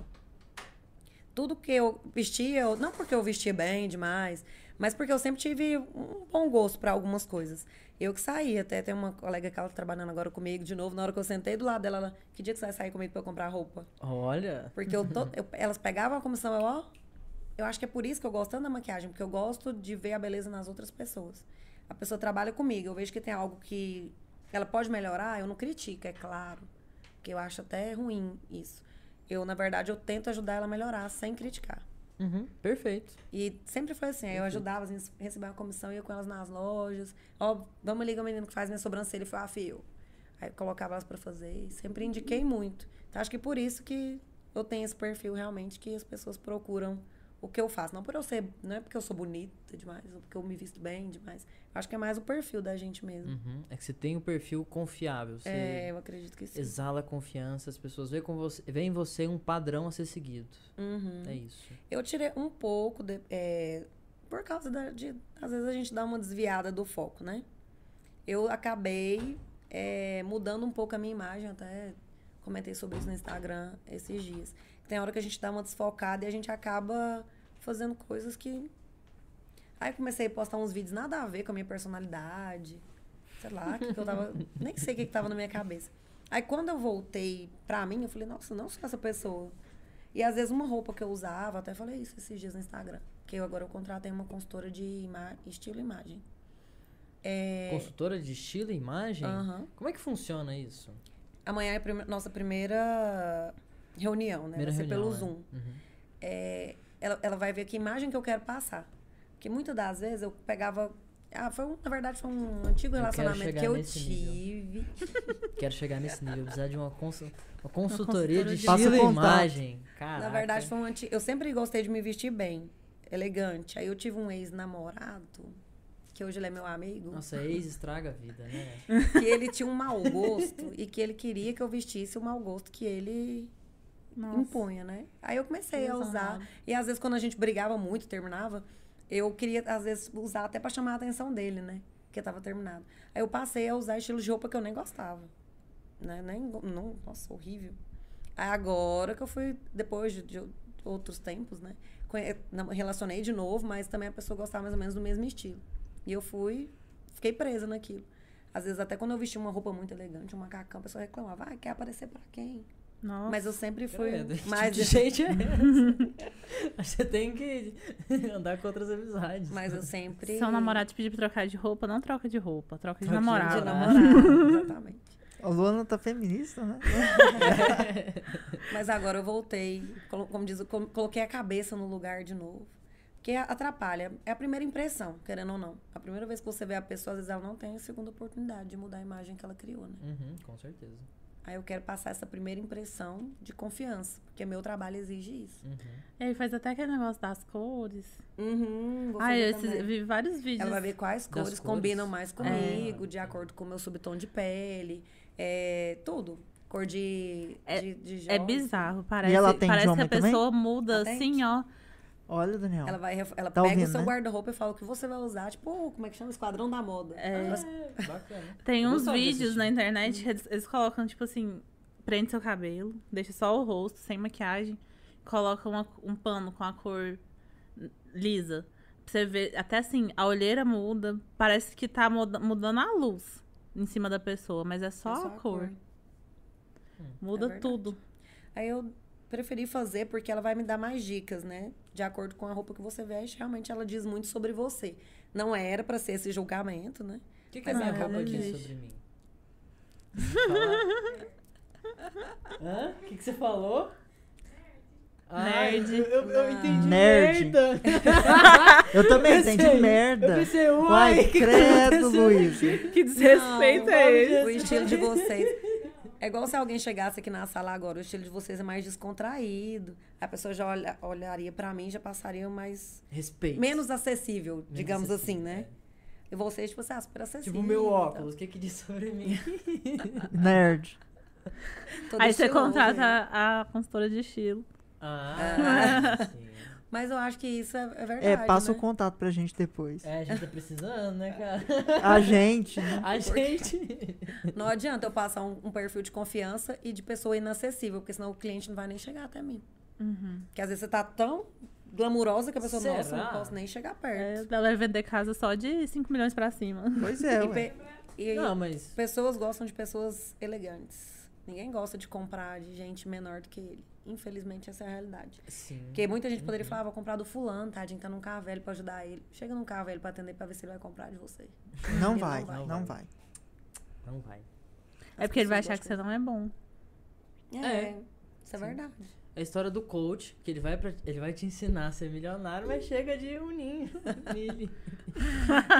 Speaker 3: Tudo que eu vestia, eu- não porque eu vestia bem demais, mas porque eu sempre tive um bom gosto para algumas coisas. Eu que saía, até tem uma colega que ela tá trabalhando agora comigo de novo, na hora que eu sentei do lado dela, ela, que dia que você vai sair comigo para eu comprar roupa?
Speaker 2: Olha,
Speaker 3: Porque eu tô- eu- elas pegavam a comissão, eu, ó. Eu acho que é por isso que eu gosto tanto da maquiagem, porque eu gosto de ver a beleza nas outras pessoas. A pessoa trabalha comigo, eu vejo que tem algo que ela pode melhorar, eu não critico, é claro. Porque eu acho até ruim isso. Eu, na verdade, eu tento ajudar ela a melhorar sem criticar.
Speaker 2: uhum, perfeito.
Speaker 3: E sempre foi assim, aí eu ajudava, assim, recebia uma comissão, ia com elas nas lojas. Ó, vamos ligar o menino que faz minha sobrancelha e foi, ah, fio. Aí eu colocava elas pra fazer e sempre indiquei muito. Então acho que por isso que eu tenho esse perfil realmente que as pessoas procuram o que eu faço. Não por eu ser, não é porque eu sou bonita demais, ou porque eu me visto bem demais. Eu acho que é mais o perfil da gente mesmo.
Speaker 2: Uhum. É que você tem um perfil confiável. Você
Speaker 3: É, eu acredito que sim.
Speaker 2: exala confiança, as pessoas veem, com você, veem em você um padrão a ser seguido.
Speaker 3: Uhum.
Speaker 2: É isso.
Speaker 3: Eu tirei um pouco, de- é, por causa da- de. Às vezes a gente dá uma desviada do foco, né? Eu acabei é, mudando um pouco a minha imagem, até comentei sobre isso no Instagram esses dias. Tem hora que a gente dá uma desfocada e a gente acaba fazendo coisas que. Aí eu comecei a postar uns vídeos nada a ver com a minha personalidade. Sei lá, o que, que eu tava. nem sei o que, que tava na minha cabeça. Aí quando eu voltei pra mim, eu falei, nossa, eu não sou essa pessoa. E às vezes uma roupa que eu usava, até falei isso esses dias no Instagram. Que eu agora eu contratei uma consultora de ima- estilo e imagem.
Speaker 2: Consultora de estilo e imagem?
Speaker 3: É. Aham.
Speaker 2: Como é que funciona isso?
Speaker 3: Amanhã é a prime- nossa primeira reunião, né?
Speaker 2: Primeira
Speaker 3: vai ser
Speaker 2: reunião,
Speaker 3: pelo
Speaker 2: né?
Speaker 3: Zoom.
Speaker 2: Uhum.
Speaker 3: é, ela, ela vai ver que imagem que eu quero passar. Porque muitas das vezes eu pegava. Ah, foi um- na verdade, foi um antigo
Speaker 2: Eu
Speaker 3: relacionamento
Speaker 2: quero
Speaker 3: que eu
Speaker 2: chegar nesse
Speaker 3: tive.
Speaker 2: Quero chegar nesse nível, precisar de uma, consul- uma consultoria de
Speaker 1: consultora de
Speaker 4: Passa
Speaker 2: estilo e
Speaker 4: o contato.
Speaker 2: imagem. Caraca.
Speaker 3: Na verdade, foi um anti... eu sempre gostei de me vestir bem, elegante. Aí eu tive um ex-namorado, que hoje ele é meu amigo,
Speaker 2: Nossa, ex estraga a vida, né?
Speaker 3: que ele tinha um mau gosto e que ele queria que eu vestisse o mau gosto que ele
Speaker 1: Nossa.
Speaker 3: impunha, né? Aí eu comecei a
Speaker 1: Deus
Speaker 3: usar.
Speaker 1: amado.
Speaker 3: E às vezes, quando a gente brigava muito, terminava, eu queria, às vezes, usar até pra chamar a atenção dele, né? Porque tava terminado. Aí eu passei a usar estilo de roupa que eu nem gostava. Né? Nem, go- não, nossa, horrível. Aí agora que eu fui, depois de, de outros tempos, né? Conhe- nam- Relacionei de novo, mas também a pessoa gostava mais ou menos do mesmo estilo. E eu fui, fiquei presa naquilo. Às vezes, até quando eu vestia uma roupa muito elegante, um macacão, a pessoa reclamava, ah, quer aparecer pra quem?
Speaker 1: Nossa.
Speaker 3: Mas eu sempre fui
Speaker 2: Credo, que
Speaker 3: mais,
Speaker 2: tipo de gente é essa? Você tem que andar com outras amizades.
Speaker 3: mas eu sempre
Speaker 1: Se seu namorado te pedir pra trocar de roupa, não troca de roupa, troca de
Speaker 2: Troca de
Speaker 3: de
Speaker 1: namorado.
Speaker 2: namorado.
Speaker 3: namorado, exatamente.
Speaker 4: A Luana tá feminista, né?
Speaker 3: Mas agora eu voltei, colo- como diz, col- coloquei a cabeça no lugar de novo. Porque a- atrapalha, é a primeira impressão, querendo ou não. A primeira vez que você vê a pessoa, às vezes ela não tem a segunda oportunidade de mudar a imagem que ela criou, né?
Speaker 2: Uhum, com certeza.
Speaker 3: Aí eu quero passar essa primeira impressão de confiança, porque meu trabalho exige isso.
Speaker 2: Uhum.
Speaker 1: Ele É, faz até aquele negócio das cores.
Speaker 3: Uhum, vou
Speaker 1: Ah,
Speaker 3: fazer
Speaker 1: eu esses-
Speaker 3: também.
Speaker 1: vi vários vídeos.
Speaker 3: Ela vai ver quais
Speaker 2: Das
Speaker 3: cores,
Speaker 2: cores.
Speaker 3: combinam mais comigo,
Speaker 2: É.
Speaker 3: de acordo com o meu subtom de pele, é, tudo. Cor de,
Speaker 1: É-
Speaker 3: de, de
Speaker 1: É
Speaker 3: joias.
Speaker 1: bizarro, parece,
Speaker 4: ela atende
Speaker 1: parece que
Speaker 4: homem
Speaker 1: a
Speaker 4: também?
Speaker 1: pessoa muda
Speaker 3: Atende?
Speaker 1: assim, ó.
Speaker 4: Olha, Daniel.
Speaker 3: Ela, vai, ref- ela
Speaker 4: Tá
Speaker 3: pega
Speaker 4: ouvindo,
Speaker 3: o seu
Speaker 4: né?
Speaker 3: guarda-roupa e fala o que você vai usar. Tipo, oh, como é que chama? Esquadrão da moda.
Speaker 1: É.
Speaker 3: Ela-
Speaker 2: Bacana.
Speaker 1: Tem
Speaker 2: Eu
Speaker 1: uns
Speaker 2: gostava desse
Speaker 1: vídeos
Speaker 2: tipo.
Speaker 1: na internet que eles, eles colocam, tipo assim, prende seu cabelo, deixa só o rosto, sem maquiagem, coloca uma- um pano com a cor lisa. Pra você ver, até assim, a olheira muda, parece que tá muda- mudando a luz em cima da pessoa, mas é só,
Speaker 3: É
Speaker 1: a cor.
Speaker 3: Hum, é
Speaker 1: Muda
Speaker 3: verdade.
Speaker 1: tudo.
Speaker 3: Aí eu preferi fazer porque ela vai me dar mais dicas, né? De acordo com a roupa que você veste, realmente ela diz muito sobre você. Não era pra ser esse julgamento, né?
Speaker 2: O que, que a
Speaker 3: Mas
Speaker 2: minha
Speaker 3: não,
Speaker 2: roupa
Speaker 3: não
Speaker 2: diz
Speaker 3: existe.
Speaker 2: sobre mim? Fala. Hã? O que, que você falou?
Speaker 1: Nerd.
Speaker 2: eu, eu- eu entendi
Speaker 4: Nerd.
Speaker 2: merda.
Speaker 4: Eu também
Speaker 2: Pensei,
Speaker 4: entendi merda.
Speaker 2: Eu pensei, uai,
Speaker 4: Uai,
Speaker 2: que que tá
Speaker 4: credo,
Speaker 2: acontecendo?
Speaker 4: Luiz.
Speaker 1: Que desrespeito
Speaker 3: Não,
Speaker 1: é esse?
Speaker 3: O estilo de vocês. É igual se alguém chegasse aqui na sala agora, o estilo de vocês é mais descontraído. A pessoa já olha- olharia pra mim, já passaria mais.
Speaker 2: Respeito.
Speaker 3: menos acessível,
Speaker 2: Menos
Speaker 3: digamos assim,
Speaker 2: acessível,
Speaker 3: né? tá. E vocês, tipo, você ah, super
Speaker 2: é.
Speaker 3: acessível.
Speaker 2: Tipo, meu
Speaker 3: e tal.
Speaker 2: óculos, o que que diz sobre mim?
Speaker 4: Nerd.
Speaker 3: Todo
Speaker 1: Aí você
Speaker 3: estiloso, então, né?
Speaker 1: contrata a consultora de estilo.
Speaker 2: Ah, sim.
Speaker 3: Mas eu acho que isso é, é verdade.
Speaker 4: É, passa
Speaker 3: né?
Speaker 4: o contato pra gente depois.
Speaker 2: É, a gente tá precisando, né, cara?
Speaker 4: A gente, né?
Speaker 2: A gente...
Speaker 3: Não adianta eu passar um, um perfil de confiança e de pessoa inacessível, porque senão o cliente não vai nem chegar até mim. Porque às vezes você tá tão glamurosa que a pessoa, nossa,
Speaker 2: Uhum. Será?
Speaker 3: não posso nem chegar
Speaker 1: É,
Speaker 3: perto.
Speaker 1: ela vai vender casa só de 5 milhões pra cima.
Speaker 4: Pois é,
Speaker 3: E
Speaker 4: ué.
Speaker 3: pe- e
Speaker 2: Não, mas...
Speaker 3: pessoas gostam de pessoas elegantes. Ninguém gosta de comprar de gente menor do que ele. Infelizmente, essa é a realidade.
Speaker 2: Sim.
Speaker 3: Porque muita gente
Speaker 2: Uhum.
Speaker 3: poderia falar, ah, vou comprar do fulano, tadinho, tá num carro velho pra ajudar ele. Chega num carro velho pra atender pra ver se ele vai comprar de você.
Speaker 4: Não
Speaker 3: Não
Speaker 4: vai,
Speaker 3: vai.
Speaker 4: não vai.
Speaker 2: Não vai.
Speaker 1: É porque ele vai achar que você não é bom.
Speaker 3: É,
Speaker 2: É.
Speaker 3: isso é
Speaker 2: Sim.
Speaker 3: verdade.
Speaker 2: A história do coach, que ele vai, pra, ele vai te ensinar a ser milionário, mas chega de um ninho. Milho.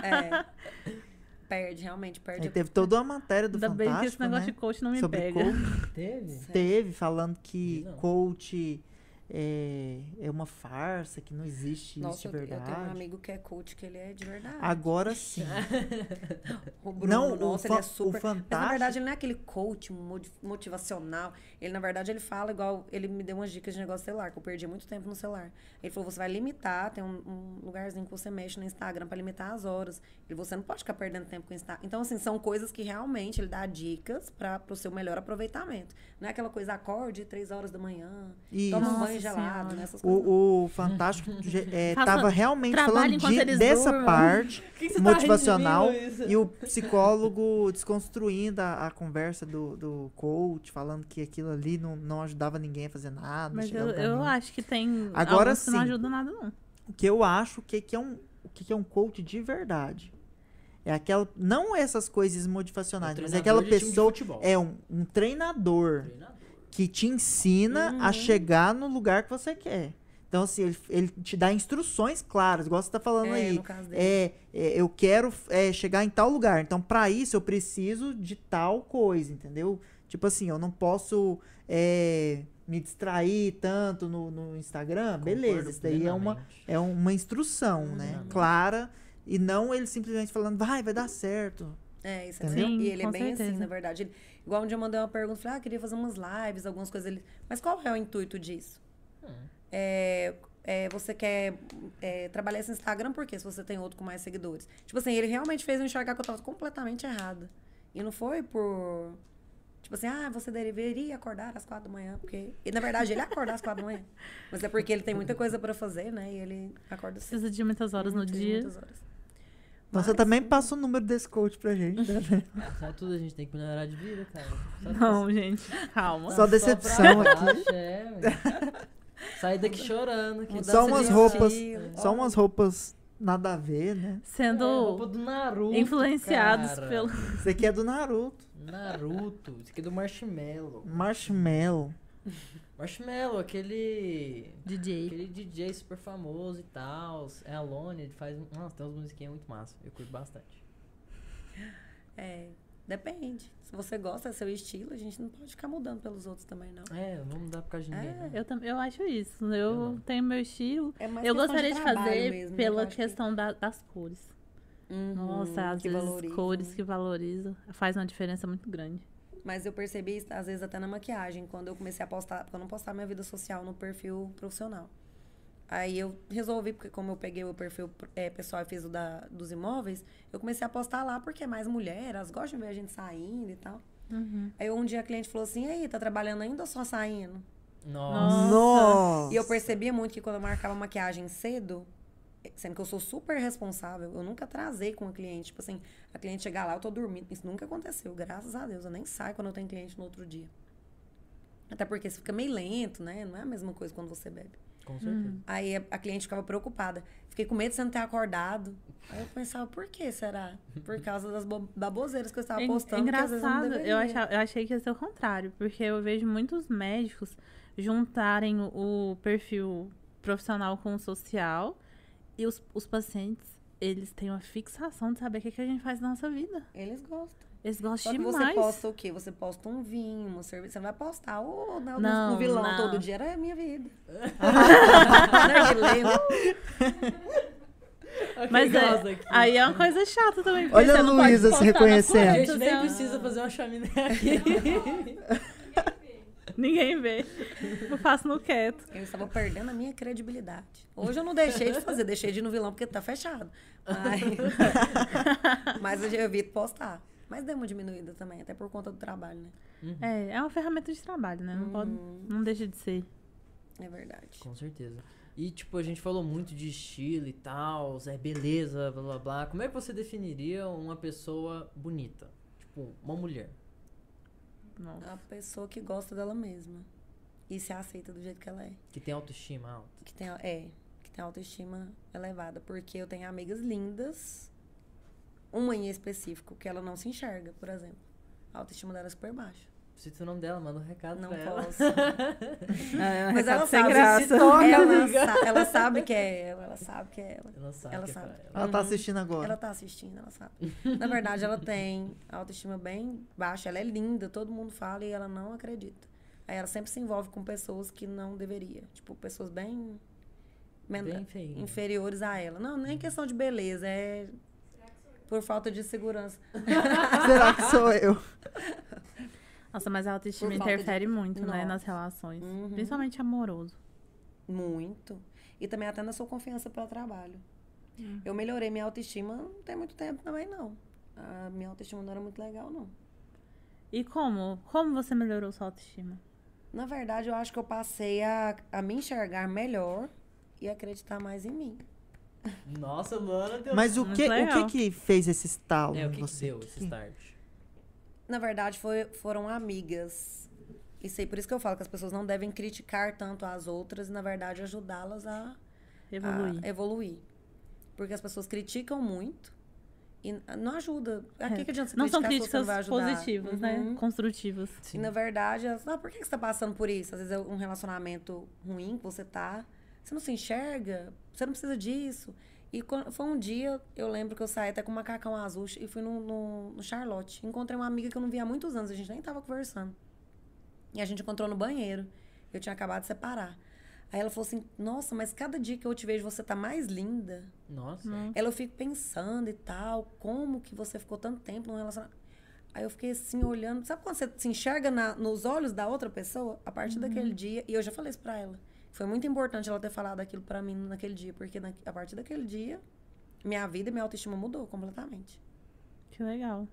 Speaker 3: É. Perde, realmente, perde.
Speaker 4: Aí teve toda uma matéria do
Speaker 1: Ainda bem que esse
Speaker 4: Fantástico,
Speaker 1: negócio
Speaker 4: né?
Speaker 1: de coach não me
Speaker 4: Sobre
Speaker 1: pega.
Speaker 4: coach.
Speaker 2: Teve?
Speaker 4: Teve falando que
Speaker 2: Não.
Speaker 4: coach é, é uma farsa, que não existe
Speaker 3: Nossa,
Speaker 4: isso
Speaker 3: eu,
Speaker 4: de
Speaker 3: eu tenho
Speaker 4: verdade.
Speaker 3: um amigo que é coach, que ele é de verdade.
Speaker 4: Agora sim.
Speaker 3: o Bruno,
Speaker 4: não,
Speaker 3: nossa,
Speaker 4: o, fa-
Speaker 3: ele é super.
Speaker 4: o
Speaker 3: Mas na
Speaker 4: fantástico.
Speaker 3: verdade ele não é aquele coach modi- motivacional. Ele, na verdade, ele fala igual. Ele me deu umas dicas de negócio de celular, que eu perdi muito tempo no celular. Ele falou: você vai limitar, tem um, um lugarzinho que você mexe no Instagram pra limitar as horas. Ele você não pode ficar perdendo tempo com o Instagram. Então, assim, são coisas que realmente ele dá dicas para o seu melhor aproveitamento. Não é aquela coisa, acorde três horas da manhã,
Speaker 4: Isso.
Speaker 3: toma um
Speaker 1: Nossa
Speaker 3: banho gelado,
Speaker 1: Senhora.
Speaker 3: né? Essas coisas.
Speaker 4: O, o Fantástico ge- é,
Speaker 1: Faça-
Speaker 4: tava realmente
Speaker 1: trabalhe
Speaker 4: falando
Speaker 1: um enquanto
Speaker 4: de-
Speaker 1: eles
Speaker 4: dessa
Speaker 1: durmam.
Speaker 4: parte
Speaker 2: que que você tá
Speaker 4: motivacional
Speaker 2: resumindo isso?
Speaker 4: e o psicólogo desconstruindo a, a conversa do, do coach, falando que aquilo ali não, não ajudava ninguém a fazer nada. não
Speaker 1: Mas eu,
Speaker 4: chegava pra
Speaker 1: eu
Speaker 4: mim.
Speaker 1: acho que tem
Speaker 4: Agora
Speaker 1: alguns que não
Speaker 4: sim.
Speaker 1: ajudam nada, não.
Speaker 4: O que eu acho que, que é um o que, que é um coach de verdade. É aquela não essas coisas motivacionais,
Speaker 2: É
Speaker 4: mas é aquela
Speaker 2: treinador de time de
Speaker 4: pessoa
Speaker 2: futebol.
Speaker 4: é um, um treinador
Speaker 2: Treinador.
Speaker 4: que te ensina
Speaker 1: Uhum.
Speaker 4: a chegar no lugar que você quer. Então assim, ele, ele te dá instruções claras, igual você tá falando
Speaker 3: É,
Speaker 4: aí.
Speaker 3: no caso dele.
Speaker 4: É, é, eu quero é, chegar em tal lugar. Então, para isso, eu preciso de tal coisa, entendeu? Tipo assim, eu não posso é, me distrair tanto no, no Instagram. Beleza,
Speaker 2: Concordo
Speaker 4: isso daí é uma,
Speaker 2: plenamente.
Speaker 4: é uma instrução, né?
Speaker 2: Uhum.
Speaker 4: Clara. E não ele simplesmente falando, vai, vai dar certo.
Speaker 3: É, isso é
Speaker 4: Entendeu?
Speaker 1: Sim,
Speaker 3: E ele é
Speaker 1: com
Speaker 3: bem assim,
Speaker 1: certeza.
Speaker 3: na verdade. Ele, igual um dia eu mandei uma pergunta, falei, ah, queria fazer umas lives, algumas coisas. Ele, mas qual é o intuito disso?
Speaker 2: Hum.
Speaker 3: É, é, você quer é, trabalhar esse Instagram por quê? Se você tem outro com mais seguidores. Tipo assim, ele realmente fez eu enxergar que eu tava completamente errada. E não foi por. Tipo assim, ah, você deveria acordar às quatro da manhã, porque. E, na verdade, ele acorda às quatro da manhã. Mas é porque ele tem muita coisa pra fazer, né? E ele acorda cedo.
Speaker 1: Precisa de muitas horas no
Speaker 3: muitas,
Speaker 1: dia.
Speaker 3: muitas horas.
Speaker 4: Então, você
Speaker 3: Mas-
Speaker 4: também passa o número desse coach pra gente. né?
Speaker 2: Só tudo a gente tem que melhorar de vida, cara. Só-
Speaker 1: Não, gente, calma.
Speaker 4: Só decepção
Speaker 2: pra baixo, é, velho. Sair daqui chorando. que
Speaker 4: Só
Speaker 2: mudança
Speaker 4: umas
Speaker 2: de
Speaker 4: roupas.
Speaker 2: estilo.
Speaker 4: Só umas roupas nada a ver, né?
Speaker 1: Sendo.
Speaker 2: É, roupa do Naruto,
Speaker 1: influenciados
Speaker 2: cara.
Speaker 1: pelo-
Speaker 4: Isso aqui é do Naruto.
Speaker 2: Naruto, isso aqui é do Marshmallow.
Speaker 4: Marshmallow.
Speaker 2: Marshmallow, aquele...
Speaker 1: DJ.
Speaker 2: Aquele DJ super famoso e tal. É Alone, ele faz... Nossa, tem umas musiquinhas muito massa. Eu curto bastante.
Speaker 3: É, depende. Se você gosta, é seu estilo, a gente não pode ficar mudando pelos outros também, não.
Speaker 2: É, não vamos dar por causa de ninguém. né?
Speaker 1: Eu, tam- eu acho isso.
Speaker 2: Eu
Speaker 1: Eu
Speaker 2: não.
Speaker 1: tenho meu estilo.
Speaker 3: É mais
Speaker 1: eu
Speaker 3: questão
Speaker 1: gostaria de,
Speaker 3: trabalho
Speaker 1: fazer
Speaker 3: mesmo, né, que eu
Speaker 1: pela
Speaker 3: acho que-
Speaker 1: questão da- das cores.
Speaker 3: Uhum,
Speaker 1: Nossa, às
Speaker 3: que
Speaker 1: vezes
Speaker 3: valoriza,
Speaker 1: cores
Speaker 3: né?
Speaker 1: que valorizam faz uma diferença muito grande.
Speaker 3: Mas eu percebi isso, às vezes, até na maquiagem, quando eu comecei a postar, porque eu não postava minha vida social no perfil profissional. Aí eu resolvi, porque como eu peguei o perfil eh, pessoal e fiz o da, dos imóveis, eu comecei a postar lá porque é mais mulher, elas gostam de ver a gente saindo e tal.
Speaker 1: Uhum.
Speaker 3: Aí um dia a cliente falou assim, e aí, tá trabalhando ainda ou só saindo?
Speaker 2: Nossa.
Speaker 4: Nossa!
Speaker 3: E eu percebia muito que quando eu marcava maquiagem cedo, sendo que eu sou super responsável, eu nunca trazei com a cliente. Tipo assim, a cliente chegar lá, eu tô dormindo. Isso nunca aconteceu, graças a Deus. Eu nem saio quando eu tenho cliente no outro dia. Até porque você fica meio lento, né? Não é a mesma coisa quando você bebe.
Speaker 1: Hum.
Speaker 2: Com certeza.
Speaker 3: Aí a, a cliente ficava preocupada. Fiquei com medo de você não ter acordado. Aí eu pensava, por que será? Por causa das bo- baboseiras que eu estava
Speaker 1: É
Speaker 3: postando. tá que às vezes eu não
Speaker 1: engraçado, eu,
Speaker 3: deveria.
Speaker 1: achava- eu achei que ia ser o contrário, porque eu vejo muitos médicos juntarem o, o perfil profissional com o social e os, os pacientes, eles têm uma fixação de saber o que, que a gente faz na nossa vida.
Speaker 3: Eles gostam.
Speaker 1: Eles
Speaker 3: Só
Speaker 1: gostam
Speaker 3: que
Speaker 1: demais.
Speaker 3: você posta o quê? Você posta um vinho, uma cerveja. Você não vai postar o não,
Speaker 1: Não,
Speaker 3: um vilão
Speaker 1: não.
Speaker 3: todo dia. Era a minha vida. Narguilé, uh,
Speaker 1: Mas é-
Speaker 2: Rosa aqui.
Speaker 1: aí é uma coisa chata também. porque
Speaker 4: Olha
Speaker 1: você
Speaker 4: a
Speaker 1: não pode
Speaker 4: Luísa se
Speaker 1: postar na
Speaker 4: reconhecendo.
Speaker 2: A
Speaker 1: foto,
Speaker 2: gente nem
Speaker 1: então
Speaker 2: precisa fazer uma chaminé aqui.
Speaker 1: Ninguém vê. Eu faço no quieto.
Speaker 3: Eu estava perdendo a minha credibilidade. Hoje eu não deixei de fazer, deixei de ir no vilão porque tá fechado. Mas, mas eu já evito postar. Mas deu uma diminuída também, até por conta do trabalho, né?
Speaker 1: É, é uma ferramenta de trabalho,
Speaker 3: Hum.
Speaker 1: né? Não, pode, não deixa de ser.
Speaker 3: É verdade.
Speaker 2: Com certeza. E, tipo, a gente falou muito de estilo e tal, é beleza, blá blá blá. Como é que você definiria uma pessoa bonita? Tipo, uma mulher.
Speaker 1: Não.
Speaker 3: A pessoa que gosta dela mesma e se aceita do jeito que ela é.
Speaker 2: Que tem autoestima ah, alta.
Speaker 3: Que tem, é, que tem autoestima elevada. Porque eu tenho amigas lindas, uma em específico, que ela não se enxerga, por exemplo. A autoestima dela é super baixa.
Speaker 2: Cita o nome dela, manda um recado
Speaker 3: Não assim.
Speaker 2: pra ela.
Speaker 3: posso.
Speaker 1: um
Speaker 6: É,
Speaker 3: Mas ela
Speaker 6: recado sem
Speaker 3: sabe, né?
Speaker 6: graça.
Speaker 3: Ela, sa- ela sabe que é ela, ela sabe que é ela.
Speaker 2: Ela sabe.
Speaker 3: Ela
Speaker 2: que é
Speaker 3: sabe.
Speaker 2: pra
Speaker 4: Ela tá assistindo agora.
Speaker 3: Ela tá assistindo, ela sabe. Na verdade, ela tem a autoestima bem baixa. Ela é linda, todo mundo fala e ela não acredita. Aí ela sempre se envolve com pessoas que não deveria. Tipo, pessoas bem. men-
Speaker 2: Bem feinha.
Speaker 3: inferiores a ela. Não, nem questão de beleza, é por falta de segurança.
Speaker 4: Será que sou eu?
Speaker 1: Nossa, mas a autoestima
Speaker 3: Por falta de-
Speaker 1: interfere muito, né?
Speaker 3: Nossa. Uhum.
Speaker 1: Nas relações. Principalmente amoroso.
Speaker 3: Muito. E também até na sua confiança para o trabalho. Eu melhorei minha autoestima não tem muito tempo também, não. A minha autoestima não era muito legal, não.
Speaker 1: E como? Como você melhorou sua autoestima?
Speaker 3: Na verdade, eu acho que eu passei a, a me enxergar melhor e acreditar mais em mim.
Speaker 2: ela. Nossa, Luana deu.
Speaker 4: Mas o
Speaker 1: Muito
Speaker 4: que, o
Speaker 1: legal.
Speaker 4: que que fez esse estalo?
Speaker 2: É, o
Speaker 4: em
Speaker 2: que, que
Speaker 4: você?
Speaker 2: deu esse start?
Speaker 3: Na verdade, foi- foram amigas. Isso aí, por isso que eu falo que as pessoas não devem criticar tanto as outras e, na verdade, ajudá-las a
Speaker 1: Evoluir.
Speaker 3: a Ah, evoluir. Porque as pessoas criticam muito e não ajuda. A que, que adianta você
Speaker 1: É. não são
Speaker 3: criticar se você não
Speaker 1: críticas
Speaker 3: vai ajudar?
Speaker 1: positivas, né?
Speaker 3: Uhum.
Speaker 1: Construtivas.
Speaker 3: E na verdade, elas, ah, por que que você tá passando por isso? Às vezes é um relacionamento ruim que você tá. Você não se enxerga, você não precisa disso. E quan- foi um dia, eu lembro que eu saí até com um macacão azul e fui no, no- no Charlotte. Encontrei uma amiga que eu não via há muitos anos, a gente nem tava conversando. E a gente encontrou no banheiro. Eu tinha acabado de separar. Aí ela falou assim: Nossa, mas cada dia que eu te vejo, você tá mais linda.
Speaker 2: Nossa.
Speaker 3: Ela, eu fico pensando e tal, como que você ficou tanto tempo num relacionamento. Aí eu fiquei assim, olhando. Sabe quando você se enxerga na- nos olhos da outra pessoa? A partir daquele dia, e eu já falei isso pra ela. Foi muito importante ela ter falado aquilo pra mim naquele dia, porque na- a partir daquele dia, minha vida e minha autoestima mudou completamente.
Speaker 1: Que legal.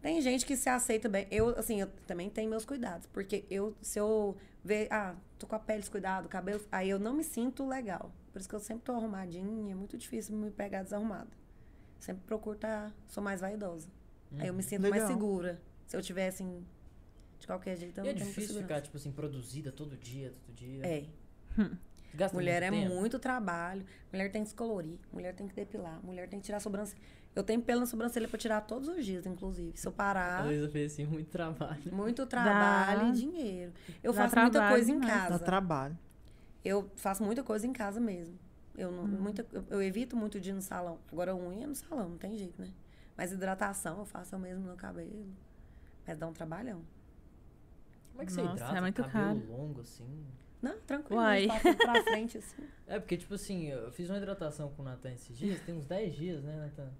Speaker 3: Tem gente que se aceita bem. Eu, assim, eu também tenho meus cuidados. Porque eu, se eu ver, ah, tô com a pele descuidada, o cabelo. Aí eu não me sinto legal. Por isso que eu sempre tô arrumadinha. É muito difícil me pegar desarrumada. Sempre procuro tá. Sou mais vaidosa. Aí eu me sinto mais
Speaker 4: Legal.
Speaker 3: segura. Se eu tiver, assim, de qualquer jeito,
Speaker 2: E
Speaker 3: eu então não
Speaker 2: é
Speaker 3: tenho muita
Speaker 2: difícil
Speaker 3: segurança.
Speaker 2: ficar, tipo assim, produzida todo dia, todo dia.
Speaker 3: É.
Speaker 2: Gasta
Speaker 3: Mulher é
Speaker 2: muito tempo.
Speaker 3: muito trabalho. Mulher tem que se colorir. Mulher tem que depilar. Mulher tem que tirar a sobrancelha. Eu tenho pelo na sobrancelha pra tirar todos os dias, inclusive. Se eu
Speaker 2: A
Speaker 3: parar.
Speaker 2: Luísa fez assim, muito trabalho.
Speaker 3: Muito trabalho
Speaker 1: Dá.
Speaker 3: e dinheiro. Eu
Speaker 1: Dá
Speaker 3: faço muita
Speaker 1: trabalho
Speaker 3: coisa em
Speaker 1: demais.
Speaker 4: Dá
Speaker 3: casa.
Speaker 4: trabalho.
Speaker 3: Eu faço muita coisa em casa mesmo. Eu, não,
Speaker 1: Hum.
Speaker 3: muita, eu, eu evito muito de ir no salão. Agora, unha é no salão, não tem jeito, né? Mas hidratação eu faço eu mesmo no meu cabelo. Mas dá um trabalhão.
Speaker 2: Como é que você
Speaker 1: Nossa,
Speaker 2: hidrata?
Speaker 1: é muito
Speaker 2: cabelo
Speaker 1: caro.
Speaker 2: longo, assim.
Speaker 3: Não, tranquilo.
Speaker 1: Uai.
Speaker 3: eu Faço pra frente, assim.
Speaker 2: É, porque, tipo assim, eu fiz uma hidratação com o Natan esses dias, tem uns 10 dias, né, Natan?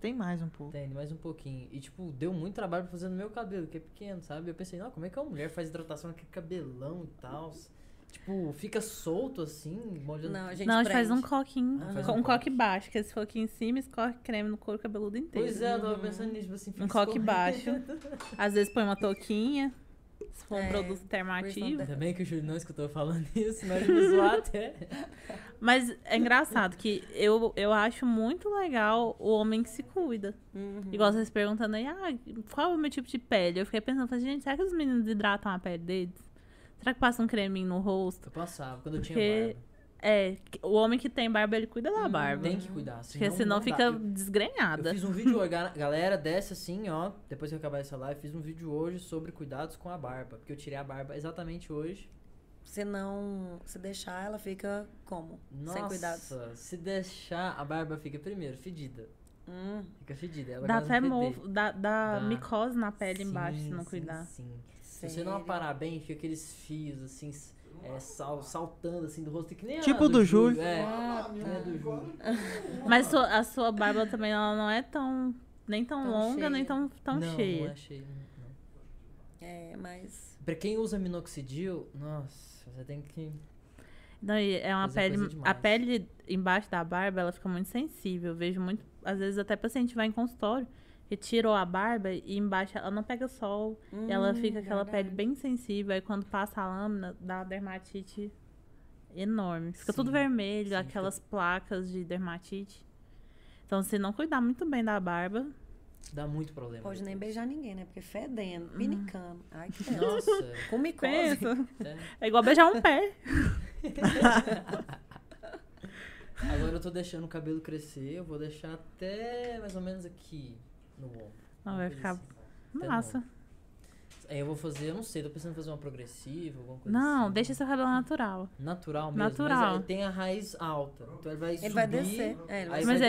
Speaker 4: Tem mais um pouco.
Speaker 2: Tem, mais um pouquinho. E, tipo, deu muito trabalho pra fazer no meu cabelo, que é pequeno, sabe? Eu pensei, não, como é que uma mulher faz hidratação naquele cabelão e tal? Tipo, fica solto assim, molhando.
Speaker 3: Não, a gente
Speaker 1: não, a gente
Speaker 3: prende.
Speaker 1: faz um coquinho.
Speaker 2: Ah, faz
Speaker 1: co-
Speaker 2: um
Speaker 1: um coque baixo, que se for aqui em cima, escorre creme no couro cabeludo inteiro.
Speaker 2: Pois é, eu tava pensando nisso, tipo assim, fica
Speaker 1: Um coque
Speaker 2: escorrendo.
Speaker 1: baixo. Às vezes põe uma touquinha. Se for um
Speaker 3: É,
Speaker 1: produto termativo.
Speaker 2: Ainda bem que o Júlio não escutou falando isso, mas ele me zoar até.
Speaker 1: Mas é engraçado que eu, eu acho muito legal o homem que se cuida.
Speaker 3: Uhum.
Speaker 1: Igual vocês perguntando aí, ah, qual é o meu tipo de pele? Eu fiquei pensando, falei, gente, será que os meninos hidratam a pele deles? Será que passa um creminho no rosto?
Speaker 2: Eu passava quando eu
Speaker 1: Porque-
Speaker 2: tinha barba.
Speaker 1: É, que- o homem que tem barba, ele cuida da barba.
Speaker 2: Tem que cuidar, senão,
Speaker 1: Porque senão
Speaker 2: Hum, não dá.
Speaker 1: fica
Speaker 2: Eu- Eu
Speaker 1: desgrenhada.
Speaker 2: fiz um vídeo hoje, ga- galera, desce assim, ó. Depois que eu acabar essa live, fiz um vídeo hoje sobre cuidados com a barba. Porque eu tirei a barba exatamente hoje.
Speaker 3: Se não. Se deixar, ela fica como?
Speaker 2: Nossa,
Speaker 3: Sem cuidado.
Speaker 2: se deixar, a barba fica primeiro, fedida.
Speaker 3: Hum,
Speaker 2: Fica fedida. Ela
Speaker 1: Dá
Speaker 2: começa a
Speaker 1: até
Speaker 2: feder.
Speaker 1: mofo, dá, dá
Speaker 2: Dá.
Speaker 1: micose na pele
Speaker 2: Sim,
Speaker 1: embaixo se não
Speaker 2: sim,
Speaker 1: cuidar.
Speaker 2: Sim. Se você não
Speaker 3: sério.
Speaker 2: aparar bem, fica aqueles fios assim, s- é, sal- saltando assim do rosto, que nem a
Speaker 4: Tipo do Júlio.
Speaker 2: É,
Speaker 3: Ah,
Speaker 2: que nem a do Júlio.
Speaker 1: Mas sua- a sua barba também ela não é tão nem tão,
Speaker 3: Tão
Speaker 1: longa,
Speaker 3: cheia.
Speaker 1: nem tão, tão
Speaker 2: não,
Speaker 1: cheia.
Speaker 2: Não é cheia. não.
Speaker 3: É, mas.
Speaker 2: Pra quem usa minoxidil, nossa, você tem que.
Speaker 1: Não, e é uma
Speaker 2: Mas é
Speaker 1: pele.
Speaker 2: coisa
Speaker 1: a
Speaker 2: demais.
Speaker 1: pele embaixo da barba, ela fica muito sensível. Eu vejo muito. Às vezes até paciente vai em consultório que tirou a barba e embaixo ela não pega sol.
Speaker 3: Hum,
Speaker 1: ela fica aquela
Speaker 3: verdade.
Speaker 1: pele bem sensível. Aí quando passa a lâmina, dá dermatite enorme. Fica
Speaker 2: Sim,
Speaker 1: tudo vermelho,
Speaker 2: sim,
Speaker 1: aquelas placas de dermatite. Então, se não cuidar muito bem da barba,
Speaker 2: Dá muito problema.
Speaker 3: Pode nem
Speaker 2: depois.
Speaker 3: beijar ninguém, né? Porque fedendo, pinicando. Ai, que nojo.
Speaker 2: Nossa,
Speaker 3: Com micose.
Speaker 1: Hum. pensa.
Speaker 2: é.
Speaker 1: É igual beijar um pé.
Speaker 2: Agora eu tô deixando o cabelo crescer, eu vou deixar até mais ou menos aqui no ombro.
Speaker 1: Não,
Speaker 2: Uma
Speaker 1: vai
Speaker 2: coisa
Speaker 1: ficar
Speaker 2: assim. Até no
Speaker 1: Massa.
Speaker 2: Aí eu vou fazer, eu não sei, tô pensando em fazer uma progressiva, alguma coisa
Speaker 1: Não,
Speaker 2: assim.
Speaker 1: deixa seu cabelo natural.
Speaker 2: Natural mesmo.
Speaker 1: Natural.
Speaker 2: Mas ele tem a raiz alta. Então ele vai
Speaker 3: Ele
Speaker 2: subir.
Speaker 3: vai descer. É, ele vai
Speaker 2: aí
Speaker 1: Mas é-
Speaker 2: vai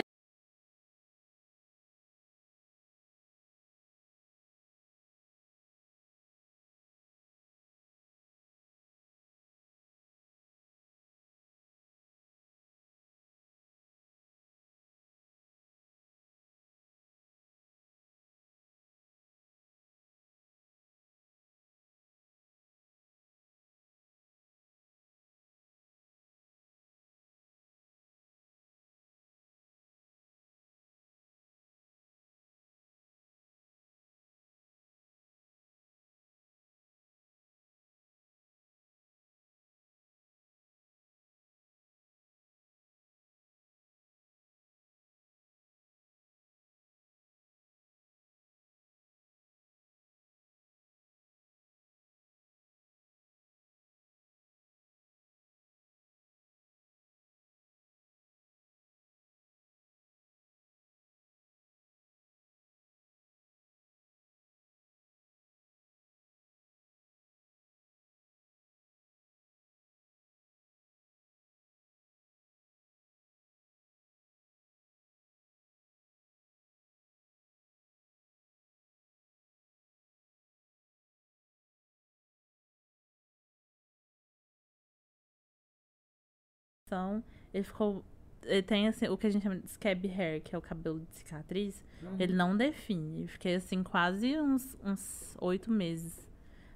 Speaker 1: Então, ele ficou. Ele tem assim, o que a gente chama de scab hair, que é o cabelo de cicatriz.
Speaker 3: Uhum.
Speaker 1: Ele não define. Eu Fiquei assim quase uns uns oito meses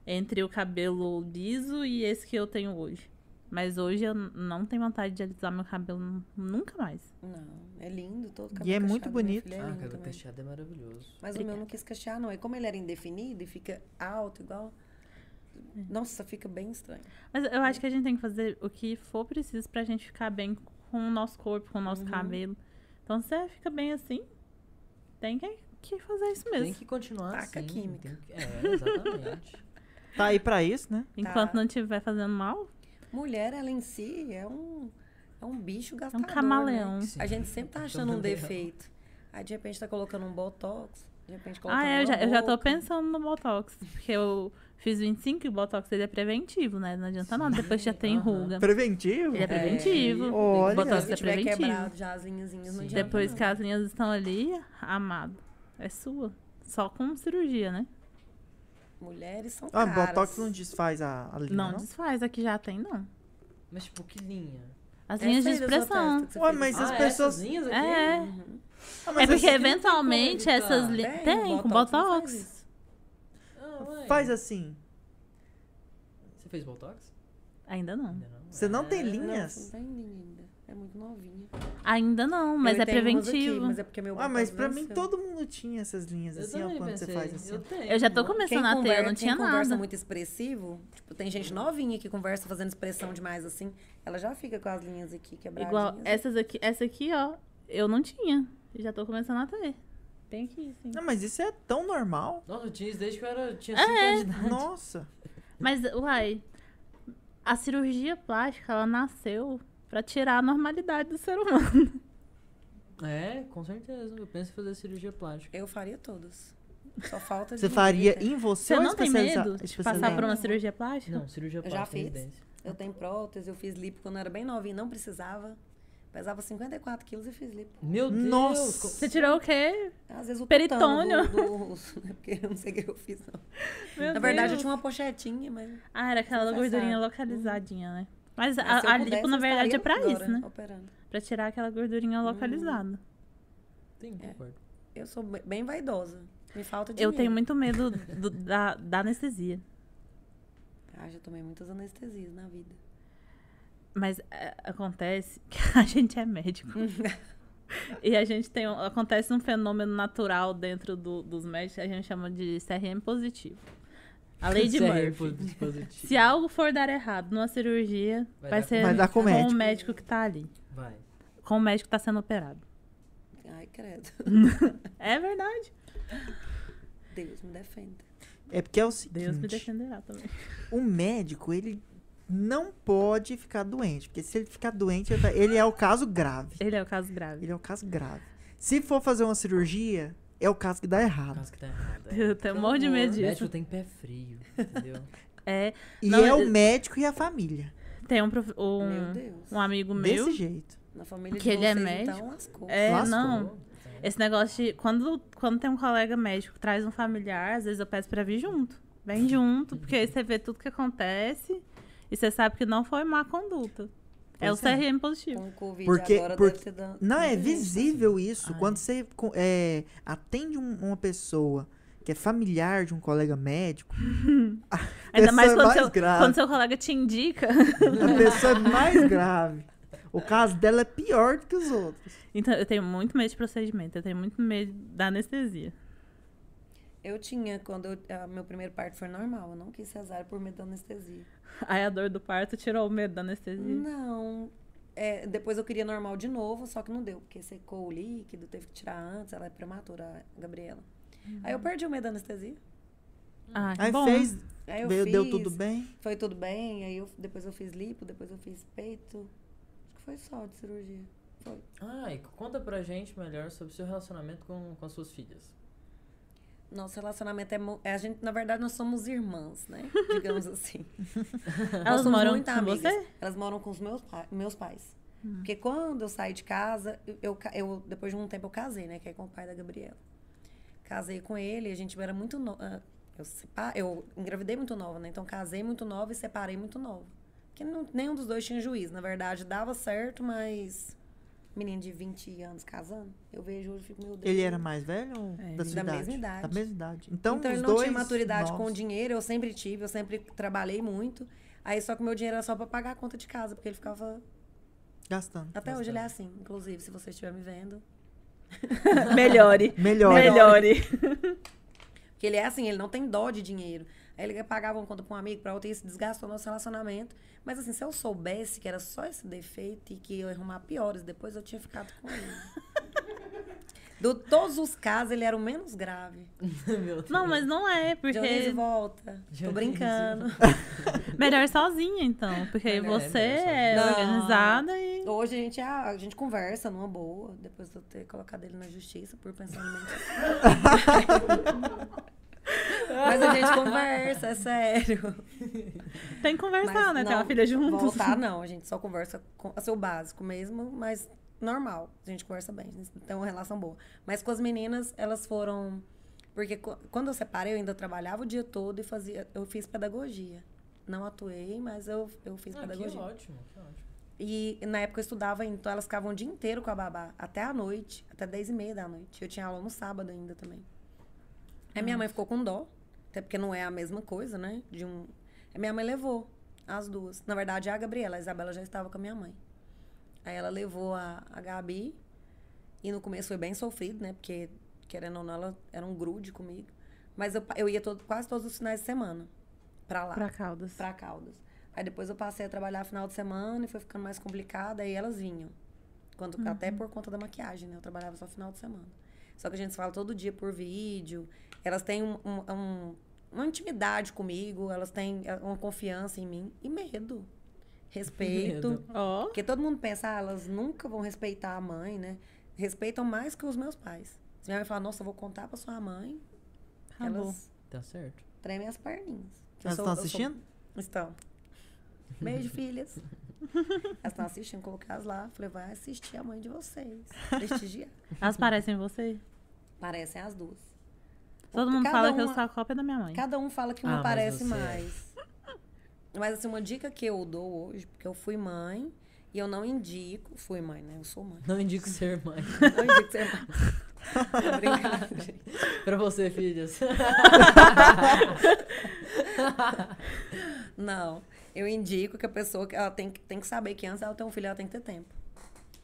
Speaker 1: entre o cabelo liso e esse que eu tenho hoje. Mas hoje eu n- não tenho vontade de alisar meu cabelo nu- nunca mais.
Speaker 3: Não, é lindo todo
Speaker 4: E
Speaker 3: cabelo
Speaker 4: é muito
Speaker 3: cacheado, minha
Speaker 4: bonito.
Speaker 3: filha, é
Speaker 2: Ah,
Speaker 3: lindo
Speaker 2: cabelo
Speaker 3: também.
Speaker 2: cacheado é maravilhoso.
Speaker 3: Mas o meu não quis cachear, não. E como ele era indefinido e fica alto, igual.
Speaker 1: É.
Speaker 3: Nossa, fica bem estranho.
Speaker 1: Mas eu acho que a gente tem que fazer o que for preciso pra gente ficar bem com o nosso corpo, com o
Speaker 3: Uhum.
Speaker 1: nosso cabelo. Então, se você fica bem assim, tem que, que fazer isso mesmo.
Speaker 2: Tem que continuar
Speaker 3: Taca
Speaker 2: assim.
Speaker 3: química.
Speaker 2: tem que- É, exatamente.
Speaker 4: Tá aí pra isso, né?
Speaker 1: Enquanto
Speaker 3: Tá.
Speaker 1: não estiver fazendo mal, é um
Speaker 3: Mulher, ela em si é um, é um
Speaker 1: é
Speaker 3: bicho
Speaker 1: um
Speaker 3: gastador.
Speaker 1: camaleão.
Speaker 3: né? A gente sempre tá achando um
Speaker 2: É Camaleão.
Speaker 3: defeito. Aí de repente tá colocando um botox, de repente colocando.
Speaker 1: Ah, é, eu
Speaker 3: uma
Speaker 1: já, eu já tô
Speaker 3: boca.
Speaker 1: pensando no Botox. Porque eu fiz 25 e o Botox ele é preventivo, né? Não adianta nada, depois já tem
Speaker 2: aham.
Speaker 1: ruga.
Speaker 4: Preventivo?
Speaker 1: Ele é preventivo.
Speaker 4: Olha.
Speaker 1: Botox
Speaker 3: Se
Speaker 1: é
Speaker 3: tiver
Speaker 1: preventivo.
Speaker 3: quebrado já tá as linhazinhas no
Speaker 2: Sim.
Speaker 3: dia.
Speaker 1: Depois que as linhas estão ali, amado. É sua. Só com cirurgia, né?
Speaker 3: Mulheres são
Speaker 4: Ah,
Speaker 3: caras.
Speaker 4: Botox não desfaz a, a linha,
Speaker 1: Não,
Speaker 4: não?
Speaker 1: desfaz, aqui já tem, não.
Speaker 2: Mas tipo, que linha?
Speaker 1: As linhas de
Speaker 3: Essa aí da sua
Speaker 1: expressão.
Speaker 3: testa que você
Speaker 4: Ué,
Speaker 3: fez.
Speaker 4: mas- Essas
Speaker 2: ah,
Speaker 4: pessoas-
Speaker 2: essas linhas aqui?
Speaker 1: É.
Speaker 4: Ah,
Speaker 1: É
Speaker 4: mas
Speaker 1: porque
Speaker 4: assim,
Speaker 1: eventualmente
Speaker 2: como evitar.
Speaker 1: essas linhas. Tem, com
Speaker 3: não faz
Speaker 1: Botox.
Speaker 3: isso.
Speaker 2: Ah, ué.
Speaker 4: Faz assim.
Speaker 2: Você fez Botox?
Speaker 1: Ainda não.
Speaker 2: Ainda não.
Speaker 4: Você não tem
Speaker 2: É.
Speaker 4: linha?
Speaker 3: Não,
Speaker 4: Linhas?
Speaker 3: você não tem linha ainda. É muito novinha.
Speaker 1: Ainda não, mas
Speaker 3: Eu
Speaker 1: é
Speaker 3: tenho umas aqui,
Speaker 1: preventivo.
Speaker 3: mas é porque meu
Speaker 4: Ah, mas
Speaker 3: botox
Speaker 4: pra mim
Speaker 3: nasceu.
Speaker 4: todo mundo tinha essas linhas
Speaker 2: Eu
Speaker 4: assim, ó,
Speaker 2: também
Speaker 4: quando você
Speaker 2: pensei,
Speaker 4: faz assim.
Speaker 2: Eu, tenho.
Speaker 1: Eu já tô começando a ter, eu não
Speaker 3: quem
Speaker 1: tinha
Speaker 3: conversa
Speaker 1: nada.
Speaker 3: muito expressivo, tipo, tem gente novinha que conversa fazendo expressão demais assim, ela já fica com as linhas aqui quebradinhas.
Speaker 1: Igual é essas aqui, essa aqui, ó, eu não tinha. E Já tô começando a ter. Tem que ir, sim.
Speaker 4: Não, mas isso é tão normal.
Speaker 1: É.
Speaker 2: Nossa, eu tinha isso desde que eu era, tinha 5 anos de idade.
Speaker 4: Nossa.
Speaker 1: Mas, uai, A cirurgia plástica, ela nasceu pra tirar a normalidade do ser humano.
Speaker 2: É, com certeza. Eu penso em fazer cirurgia plástica.
Speaker 3: Eu faria todas. Só falta
Speaker 4: Você
Speaker 3: dinheiro,
Speaker 4: faria
Speaker 3: né?
Speaker 4: em você
Speaker 1: Você
Speaker 4: ou
Speaker 1: não tem
Speaker 4: especializa-
Speaker 1: medo de
Speaker 3: tipo,
Speaker 4: especializar?
Speaker 1: passar por uma cirurgia plástica?
Speaker 2: Não, cirurgia
Speaker 3: Eu já
Speaker 2: plástica. é
Speaker 3: fiz.
Speaker 2: residência.
Speaker 3: Eu tenho prótese, eu fiz lipo quando eu era bem novinha, não precisava. Pesava 54 quilos e fiz lipo.
Speaker 2: Meu Deus!
Speaker 4: Nossa!
Speaker 2: co-
Speaker 1: Você tirou o quê?
Speaker 3: Às vezes o
Speaker 1: Peritônio.
Speaker 3: tutano Do, do- é porque eu não sei o que eu fiz, não.
Speaker 1: Meu
Speaker 3: Na verdade, eu
Speaker 1: Deus.
Speaker 3: tinha uma pochetinha, mas.
Speaker 1: Ah, era aquela
Speaker 3: Sem
Speaker 1: gordurinha
Speaker 3: passar.
Speaker 1: localizadinha, né? Mas
Speaker 3: mas se eu
Speaker 1: a, a
Speaker 3: pudesse,
Speaker 1: lipo, na
Speaker 3: eu
Speaker 1: verdade, é
Speaker 3: estaria
Speaker 1: pra
Speaker 3: agora Hum.
Speaker 1: isso, né?
Speaker 3: Operando.
Speaker 1: Pra tirar aquela gordurinha localizada.
Speaker 2: Tem,
Speaker 4: É.
Speaker 2: concordo.
Speaker 3: Eu sou be- bem vaidosa. Me falta
Speaker 1: Eu
Speaker 3: dinheiro.
Speaker 1: tenho muito medo do- da, da anestesia.
Speaker 3: Ah, já tomei muitas anestesias na vida.
Speaker 1: Mas é, acontece que a gente é médico. e a gente tem. um- Acontece um fenômeno natural dentro do- dos médicos que a gente chama de CRM positivo. A lei de
Speaker 2: Sério,
Speaker 1: Murphy.
Speaker 2: pô, é dispositivo.
Speaker 1: Se algo for dar errado numa cirurgia,
Speaker 2: Vai
Speaker 1: vai,
Speaker 2: dar-
Speaker 1: ser
Speaker 4: Vai dar com o
Speaker 1: o
Speaker 4: médico.
Speaker 1: médico que tá ali.
Speaker 2: Vai.
Speaker 1: Com o médico que tá sendo operado.
Speaker 3: Ai, credo.
Speaker 1: É verdade.
Speaker 3: Deus me defenda.
Speaker 4: É porque é o
Speaker 1: um Deus me
Speaker 4: seguinte,
Speaker 1: defenderá também.
Speaker 4: o médico, ele não pode ficar doente, porque se ele ficar doente, ele vai- ele é o caso grave.
Speaker 1: Ele é o caso grave.
Speaker 4: Ele é o caso grave. Se for fazer uma cirurgia, é o caso que dá errado.
Speaker 2: Caso que tá errado. é.
Speaker 1: Eu tenho um monte de medo
Speaker 2: O médico
Speaker 1: disso.
Speaker 2: tem pé frio, entendeu?
Speaker 1: É,
Speaker 4: E
Speaker 1: Não,
Speaker 4: é
Speaker 1: eu-
Speaker 4: o médico e a família.
Speaker 1: tem um, prof- um-
Speaker 3: Meu Deus.
Speaker 1: um amigo meu.
Speaker 4: Desse jeito.
Speaker 3: Na família
Speaker 1: Que
Speaker 3: de
Speaker 1: ele é
Speaker 3: vocês,
Speaker 1: médico.
Speaker 3: então, lascou.
Speaker 1: É,
Speaker 4: Lascou.
Speaker 1: não.
Speaker 2: tá?
Speaker 1: Esse negócio de. Quando, quando tem um colega médico que traz um familiar, às vezes eu peço pra vir junto. Vem junto, porque aí você vê tudo que acontece e você sabe que não foi má conduta. é o
Speaker 4: Pois é.
Speaker 1: CRM positivo.
Speaker 3: Com o Covid
Speaker 4: Porque-
Speaker 3: agora
Speaker 4: porque-
Speaker 3: deve ter dado... Uhum.
Speaker 4: Não, é
Speaker 3: Gente,
Speaker 4: visível isso.
Speaker 1: Ai.
Speaker 4: Quando você co- é, atende um- uma pessoa que é familiar de um colega médico, a
Speaker 1: Ainda mais quando,
Speaker 4: pessoa é mais
Speaker 1: seu,
Speaker 4: grave.
Speaker 1: quando seu colega te indica.
Speaker 4: A pessoa é mais grave. O caso dela é pior do que os outros.
Speaker 1: Então, eu tenho muito medo de procedimento, eu tenho muito medo da anestesia.
Speaker 3: Eu tinha, quando eu- a- meu primeiro parto foi normal. Eu não quis cesárea por medo da anestesia.
Speaker 1: Aí a dor do parto tirou o medo da anestesia.
Speaker 3: Não. É, depois eu queria normal de novo, só que não deu, porque secou o líquido, teve que tirar antes. Ela é prematura, a Gabriela.
Speaker 1: Uhum.
Speaker 3: Aí eu perdi o medo da anestesia.
Speaker 1: Ah, que
Speaker 4: Aí
Speaker 1: bom.
Speaker 4: fez,
Speaker 3: Aí eu
Speaker 4: veio-
Speaker 3: fiz,
Speaker 4: deu tudo bem.
Speaker 3: Foi tudo bem, aí eu, depois eu fiz lipo, depois eu fiz peito. Acho que foi só de cirurgia. Foi.
Speaker 2: Ah, e conta pra gente melhor sobre o seu relacionamento com, com as suas filhas.
Speaker 3: Nosso relacionamento é, mu- é a gente, na verdade, nós somos irmãs, né? Digamos assim. Nós
Speaker 1: Elas
Speaker 3: somos
Speaker 1: moram
Speaker 3: muito
Speaker 1: com
Speaker 3: amigas.
Speaker 1: você?
Speaker 3: Elas moram com os meus, pa- meus pais.
Speaker 4: Hum.
Speaker 3: Porque quando eu saí de casa, eu, eu, ca- eu- depois de um tempo eu casei, né? Que é com o pai da Gabriela. Casei com ele, a gente era muito nova. Eu, sepa- eu engravidei muito nova, né? Então casei muito nova e separei muito nova. Porque não- nenhum dos dois tinha juiz. Na verdade, dava certo, mas. Menino de 20 anos casando, eu vejo hoje e fico, meu Deus.
Speaker 4: Ele era mais velho ou
Speaker 1: É,
Speaker 4: da sua
Speaker 3: da
Speaker 4: idade?
Speaker 3: mesma idade.
Speaker 4: Da mesma idade.
Speaker 3: Então,
Speaker 4: Então, os
Speaker 3: ele não
Speaker 4: dois,
Speaker 3: tinha maturidade com o
Speaker 4: nossa.
Speaker 3: dinheiro, eu sempre tive, eu sempre trabalhei muito. Aí só que o meu dinheiro era só pra pagar a conta de casa, porque ele ficava.
Speaker 4: Gastando.
Speaker 3: Até hoje ele é assim, inclusive, se você estiver me vendo.
Speaker 1: Melhore.
Speaker 4: Melhor.
Speaker 1: Melhore.
Speaker 3: Porque ele é assim, ele não tem dó de dinheiro. Aí ele pagava uma conta pra um amigo, pra outro, e isso desgastou nosso relacionamento. Mas assim, se eu soubesse que era só esse defeito e que eu ia arrumar piores, depois eu tinha ficado com ele. De todos os casos, ele era o menos grave.
Speaker 2: Meu Deus.
Speaker 1: Não, mas não é,
Speaker 3: Dionísio
Speaker 1: porque.
Speaker 3: volta. Tô
Speaker 2: Dionísio.
Speaker 3: brincando.
Speaker 1: Melhor sozinha, então. Porque aí
Speaker 2: Melhor,
Speaker 1: você
Speaker 2: melhor
Speaker 1: é
Speaker 3: sozinha.
Speaker 1: organizada e.
Speaker 3: Hoje a gente, é a, a gente conversa numa boa, depois de eu ter colocado ele na justiça por pensamento. Mas a gente conversa, é sério.
Speaker 1: Tem que conversar, né?
Speaker 3: Mas
Speaker 1: Tem uma
Speaker 3: não
Speaker 1: filha juntos.
Speaker 3: Voltar, não, a gente só conversa com assim, o seu básico mesmo, mas normal. A gente conversa bem, a gente tem uma relação boa. Mas com as meninas, elas foram. Porque co- quando eu separei, eu ainda trabalhava o dia todo e fazia. Eu fiz pedagogia. Não atuei, mas eu, eu fiz
Speaker 2: Ah, que
Speaker 3: pedagogia.
Speaker 2: ótimo, que ótimo.
Speaker 3: E na época eu estudava, então elas ficavam o dia inteiro com a babá, até a noite, até 10 e meia da noite. Eu tinha aula no sábado ainda também. Aí minha mãe ficou com dó, até porque não é a mesma coisa, né? De um... Aí minha mãe levou as duas. Na verdade, a Gabriela, a Isabela já estava com a minha mãe. Aí ela levou a, a Gabi, e no começo foi bem sofrido, né? Porque, querendo ou não, ela era um grude comigo. Mas eu, pa- eu ia todo, quase todos os finais de semana pra lá
Speaker 1: Pra Caldas.
Speaker 3: pra Caldas. Aí depois eu passei a trabalhar final de semana e foi ficando mais complicado, aí elas vinham. Quando,
Speaker 2: Uhum.
Speaker 3: Até por conta da maquiagem, né? Eu trabalhava só final de semana. Só que a gente se fala todo dia por vídeo. Elas têm um- um- um- uma intimidade comigo, elas têm é, uma confiança em mim e medo. respeito.
Speaker 2: Medo.
Speaker 1: Ó.
Speaker 3: Porque todo mundo pensa, ah, elas nunca vão respeitar a mãe, né? Respeitam mais que os meus pais. Se minha mãe falar, nossa, eu vou contar pra sua mãe,
Speaker 1: Acabou.
Speaker 3: elas
Speaker 2: Tá certo.
Speaker 3: tremem as perninhas. Eu
Speaker 4: Elas
Speaker 3: sou- eu
Speaker 4: estão
Speaker 3: sou-
Speaker 4: assistindo?
Speaker 3: Estão. Beijo, filhas. Elas estão assistindo, coloquei elas lá. Falei, vai assistir a mãe de vocês. Prestigiar.
Speaker 1: Elas parecem você?
Speaker 3: Parecem as duas.
Speaker 1: Todo mundo
Speaker 3: Cada
Speaker 1: fala que
Speaker 3: uma-
Speaker 1: eu sou a cópia da minha mãe.
Speaker 3: Cada um fala que uma
Speaker 2: Ah, mas
Speaker 3: parece
Speaker 2: você é.
Speaker 3: mais. Mas assim, uma dica que eu dou hoje, porque eu fui mãe e eu não indico. Fui mãe, né? Eu sou mãe.
Speaker 2: Não indico ser mãe.
Speaker 3: Não indico ser mãe. Tô brincando, gente.
Speaker 2: pra você, filhas.
Speaker 3: Não. Eu indico que a pessoa que ela tem, que- tem que saber que antes ela tem um filho, ela tem que ter tempo.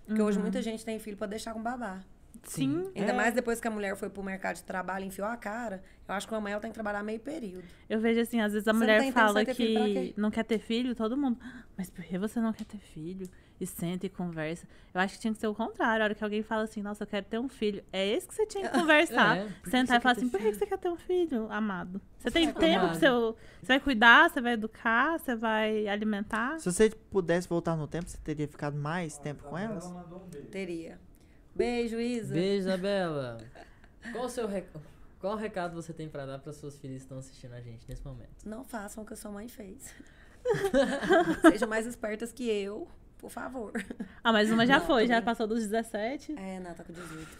Speaker 3: Porque
Speaker 1: Uhum.
Speaker 3: hoje muita gente tem filho pra deixar com babá.
Speaker 1: Sim. é.
Speaker 3: Ainda mais depois que a mulher foi pro mercado de trabalho e enfiou a cara, eu acho que uma mãe ela tem que trabalhar meio período.
Speaker 1: Eu vejo assim, às vezes a
Speaker 3: Você não
Speaker 1: mulher
Speaker 3: tá interessado
Speaker 1: fala
Speaker 3: em ter filho, pra
Speaker 1: que
Speaker 3: quê?
Speaker 1: não quer ter filho, todo mundo. "Ah, Mas por que você não quer ter filho? E senta e conversa. Eu acho que tinha que ser o contrário. A hora que alguém fala assim, nossa, eu quero ter um filho. É esse que você tinha que conversar.
Speaker 2: É, por que
Speaker 1: Sentar
Speaker 2: você
Speaker 1: e falar
Speaker 2: quer ter
Speaker 1: assim, por que que você quer ter um filho, amado? Você tem
Speaker 3: vai
Speaker 1: tempo pro
Speaker 2: cuidar.
Speaker 1: seu. Você vai cuidar, você vai educar, você vai alimentar.
Speaker 3: Ah.
Speaker 4: Se você pudesse voltar no tempo, você teria ficado mais tempo com elas?
Speaker 3: Teria. Beijo, Isa.
Speaker 2: Beijo, Isabela. Qual o seu rec... Qual o recado você tem pra dar para suas filhas que estão assistindo a gente nesse momento?
Speaker 3: Não façam o que a sua mãe fez. Sejam mais espertas que eu, por favor.
Speaker 1: Ah, mas uma já
Speaker 3: Não,
Speaker 1: foi,
Speaker 3: tô
Speaker 1: já
Speaker 3: bem.
Speaker 1: passou dos 17.
Speaker 3: É, não, tá com 18.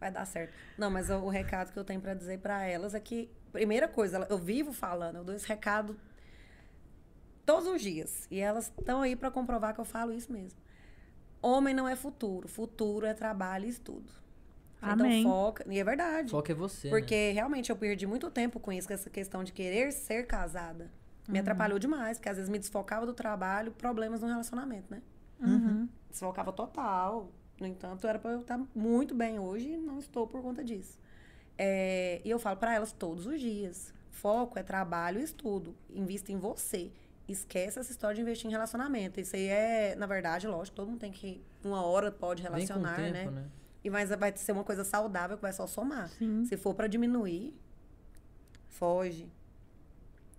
Speaker 3: Vai dar certo. Não, mas o, o recado que eu tenho pra dizer pra elas é que, primeira coisa, ela- eu vivo falando, eu dou esse recado todos os dias. E elas estão aí pra comprovar que eu falo isso mesmo. Homem não é futuro, futuro é trabalho e estudo.
Speaker 1: Amém.
Speaker 3: Então foca, e é verdade.
Speaker 2: Foco é você. né?
Speaker 3: Porque realmente eu perdi muito tempo com isso, com essa questão de querer ser casada. Me atrapalhou demais, porque às vezes me desfocava do trabalho, problemas no relacionamento, né?
Speaker 1: Uhum.
Speaker 3: desfocava total. No entanto, era pra eu estar muito bem hoje e não estou por conta disso. É, e eu falo pra elas todos os dias: foco é trabalho e estudo. Invista em você. Esquece essa história de investir em relacionamento. Isso aí é, na verdade, lógico, todo mundo tem que. Uma hora pode
Speaker 2: Vem com o
Speaker 3: relacionar,
Speaker 2: tempo,
Speaker 3: né?
Speaker 2: né?
Speaker 3: E mas vai ser uma coisa saudável que vai só somar.
Speaker 1: Sim.
Speaker 3: Se for pra diminuir, foge.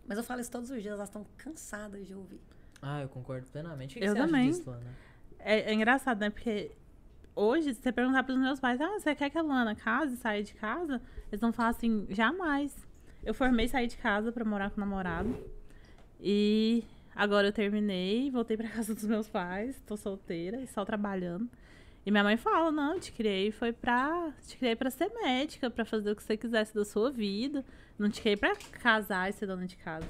Speaker 3: Mas eu falo isso todos os dias, elas estão cansadas de ouvir.
Speaker 2: Ah, eu concordo plenamente. O que, que
Speaker 1: Eu
Speaker 2: você
Speaker 1: também.
Speaker 2: acha disso, Luana?
Speaker 1: É, é engraçado, né? Porque hoje, se você perguntar pros meus pais, ah, você quer que a Luana case, saia de casa? Eles vão falar assim, jamais. Eu formei, saí de casa pra morar com o namorado. E agora eu terminei, voltei pra casa dos meus pais, tô solteira e só trabalhando. E minha mãe fala, não, te criei foi pra. Te criei pra ser médica, pra fazer o que você quisesse da sua vida. Não te criei pra casar e ser dona de casa.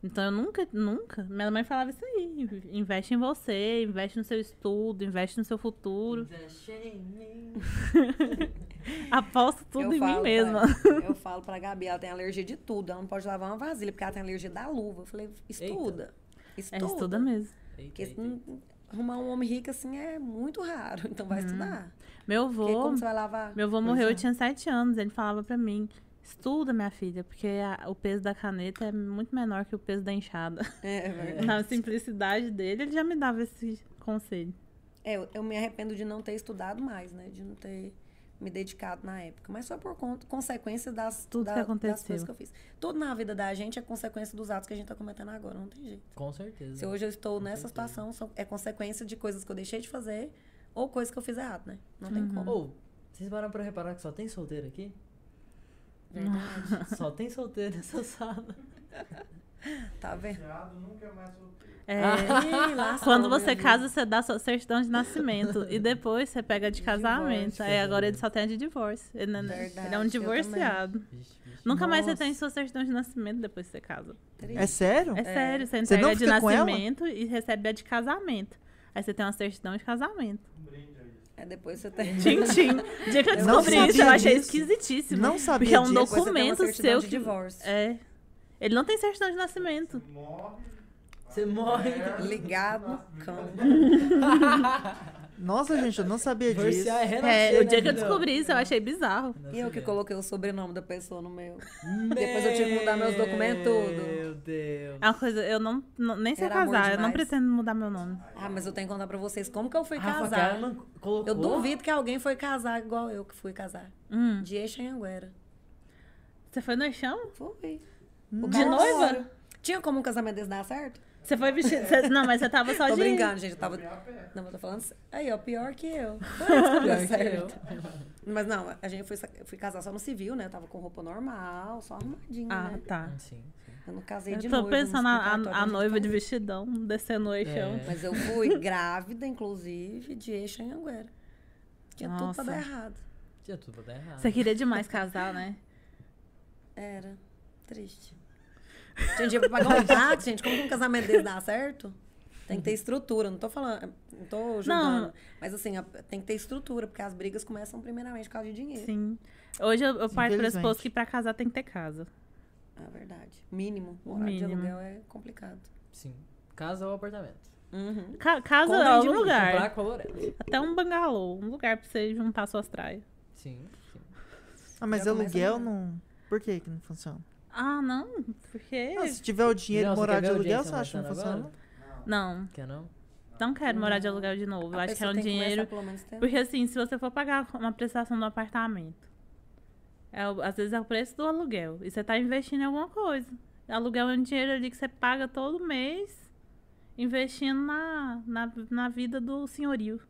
Speaker 1: Então eu nunca, nunca. Minha mãe falava isso aí. in- Investe em você, investe no seu estudo, investe no seu futuro. Aposto tudo em mim
Speaker 3: falo né? pra-
Speaker 1: mesma.
Speaker 3: eu falo pra Gabi, ela tem alergia de tudo. Ela não pode lavar uma vasilha, porque ela tem alergia da luva. Eu falei, estuda.
Speaker 1: É,
Speaker 3: Estuda.
Speaker 1: estuda mesmo.
Speaker 2: Eita,
Speaker 3: Porque
Speaker 2: eita,
Speaker 3: hum,
Speaker 2: eita.
Speaker 3: arrumar um homem rico assim é muito raro. Então vai estudar.
Speaker 1: Meu
Speaker 3: Porque
Speaker 1: avô,
Speaker 3: como você é. vai lavar?
Speaker 1: Uhum. meu avô morreu, eu tinha sete anos. Ele falava pra mim, estuda, minha filha, porque a- o peso da caneta é muito menor que o peso da enxada.
Speaker 3: É, verdade.
Speaker 1: Na simplicidade dele, ele já me dava esse conselho.
Speaker 3: É, eu, eu me arrependo de não ter estudado mais, né? De não ter me dedicado na época. Mas foi por conta, consequência das,
Speaker 1: Tudo que
Speaker 3: das
Speaker 1: aconteceu.
Speaker 3: coisas que eu fiz. Tudo na vida da gente é consequência dos atos que a gente tá cometendo agora. Não tem jeito.
Speaker 2: Com certeza.
Speaker 3: Se hoje eu estou
Speaker 2: certeza.
Speaker 3: nessa situação, são- é consequência de coisas que eu deixei de fazer ou coisas que eu fiz errado, né? Não tem
Speaker 1: Uhum.
Speaker 3: como.
Speaker 2: Ou, vocês pararam pra reparar que só tem solteiro aqui?
Speaker 3: Verdade.
Speaker 2: Só tem solteiro nessa sala.
Speaker 3: Tá vendo?
Speaker 6: Diado nunca é mais solteiro.
Speaker 1: É,
Speaker 3: Ih, lá se
Speaker 1: Quando
Speaker 3: for,
Speaker 1: você
Speaker 3: meu
Speaker 1: casa, você dá sua certidão de nascimento. e depois você pega de casamento.
Speaker 2: divórcio,
Speaker 1: Aí agora
Speaker 2: né?
Speaker 1: ele só tem a de divórcio. Ele, não-
Speaker 3: Verdade,
Speaker 1: ele é um
Speaker 3: eu
Speaker 1: divorciado.
Speaker 2: Vixe, vixe.
Speaker 1: Nunca mais você
Speaker 3: Nossa.
Speaker 1: tem sua certidão de nascimento depois que você casa.
Speaker 3: Deus.
Speaker 4: É sério?
Speaker 1: É, sério, você
Speaker 4: Você
Speaker 1: entrega
Speaker 4: não
Speaker 1: a de
Speaker 4: fica com ela?
Speaker 1: nascimento e recebe a de casamento. Aí você tem uma certidão de casamento.
Speaker 6: Um brinde a isso.
Speaker 3: É depois você tem.
Speaker 1: Tchim, tchim. O dia que eu
Speaker 4: Não
Speaker 1: descobri isso, eu
Speaker 4: sabia
Speaker 1: achei
Speaker 4: disso.
Speaker 1: esquisitíssimo.
Speaker 4: Não sabia
Speaker 1: Porque é um
Speaker 4: disso.
Speaker 3: Depois você tem uma
Speaker 1: documento
Speaker 3: certidão
Speaker 1: seu
Speaker 3: de
Speaker 1: que-
Speaker 3: divórcio.
Speaker 1: É. Ele não tem certidão de nascimento.
Speaker 6: Você morre.
Speaker 2: Você morre.
Speaker 1: é-
Speaker 3: Ligado
Speaker 1: Uhum.
Speaker 3: no campo.
Speaker 4: Nossa, gente, eu não sabia disso.
Speaker 2: Divorciar é renascer,
Speaker 1: É, o
Speaker 2: né,
Speaker 1: dia que eu
Speaker 2: filhão? é
Speaker 1: descobri isso, eu achei bizarro.
Speaker 3: E eu que coloquei o sobrenome da pessoa no meu.
Speaker 2: Meu
Speaker 3: Depois eu tive que mudar meus documentos, Ah, tudo.
Speaker 2: Meu Deus.
Speaker 1: É uma coisa, eu não, não- nem sei
Speaker 3: Era amor
Speaker 1: casar, eu não
Speaker 3: demais.
Speaker 1: pretendo mudar meu nome.
Speaker 3: Ah, mas eu tenho que contar pra vocês como que eu
Speaker 1: Ah,
Speaker 3: fui
Speaker 2: Rafa
Speaker 3: casar.
Speaker 2: Kalimann colocou.
Speaker 3: Eu duvido que alguém foi casar igual eu que fui casar.
Speaker 1: Hum.
Speaker 3: De Eixanhanguera.
Speaker 1: Você foi no chão?
Speaker 3: Foi.
Speaker 1: De noiva?
Speaker 3: Tinha como um casamento desse dar certo?
Speaker 1: Você foi vestido. você- não, mas você tava só
Speaker 3: Tô
Speaker 1: de.
Speaker 3: brincando, gente. Eu tava.
Speaker 6: Fui a pé.
Speaker 3: Não, eu tô falando. sé- Aí, ó, pior que eu. Pior
Speaker 2: eu.
Speaker 3: Mas não, a gente foi, sa- fui casar só no civil, né? Eu tava com roupa normal, só arrumadinha.
Speaker 1: Ah,
Speaker 3: né?
Speaker 1: tá.
Speaker 2: Sim, sim.
Speaker 3: Eu não casei
Speaker 1: Eu
Speaker 3: de
Speaker 1: tô
Speaker 3: noiva,
Speaker 1: pensando
Speaker 3: no
Speaker 1: na-
Speaker 3: cartório,
Speaker 1: a, a
Speaker 3: gente
Speaker 1: noiva de
Speaker 3: casou.
Speaker 1: vestidão descendo o chão.
Speaker 2: É.
Speaker 3: Mas eu fui grávida, inclusive, de eixo em Anguera. Tinha tudo
Speaker 1: Nossa.
Speaker 3: pra dar errado.
Speaker 2: Tinha tudo né? Ah, pra dar errado.
Speaker 1: Você queria demais casar, né?
Speaker 3: Era. Triste. Tinha dia pra pagar um táxi, gente. Como que um casamento desse dá certo? Tem que ter estrutura. Não tô falando, não tô julgando. Mas assim, a- tem que ter estrutura, porque as brigas começam primeiramente por causa de dinheiro.
Speaker 1: Sim. Hoje eu, eu parto do
Speaker 4: Infelizmente.
Speaker 1: pressuposto que pra casar tem que ter casa.
Speaker 3: É verdade. Mínimo. Morar de
Speaker 1: Mínimo.
Speaker 3: aluguel é complicado.
Speaker 2: Sim. Casa ou apartamento.
Speaker 3: Uhum.
Speaker 1: Ca- casa
Speaker 3: Compra
Speaker 1: é
Speaker 3: de
Speaker 1: algum
Speaker 3: mim,
Speaker 1: lugar.
Speaker 2: Comprar com a Lorena.
Speaker 1: Até um bangalô, um lugar pra você juntar suas traias.
Speaker 2: Sim, sim.
Speaker 4: Ah, mas
Speaker 3: Já começa
Speaker 4: aluguel
Speaker 3: a-
Speaker 4: não. Por que que não funciona?
Speaker 1: Ah, não,
Speaker 3: É
Speaker 1: porque.
Speaker 4: Ah, se tiver o dinheiro
Speaker 2: Não,
Speaker 4: e
Speaker 2: você
Speaker 4: morar
Speaker 2: quer
Speaker 4: de
Speaker 2: ver a
Speaker 4: aluguel,
Speaker 2: audiência
Speaker 4: você acha que não
Speaker 2: aumentando
Speaker 4: funciona?
Speaker 2: agora?
Speaker 1: Não,
Speaker 2: Quer não?
Speaker 1: não quero morar de
Speaker 3: Não.
Speaker 1: aluguel de novo. Eu
Speaker 3: A
Speaker 1: acho que
Speaker 3: pessoa
Speaker 1: era um
Speaker 3: tem que começar,
Speaker 1: dinheiro.
Speaker 3: Pelo menos, tendo.
Speaker 1: Porque assim, se você for pagar uma prestação do apartamento, é o- às vezes é o preço do aluguel. E você tá investindo em alguma coisa. Aluguel é um dinheiro ali que você paga todo mês, investindo na, na, na vida do senhorio.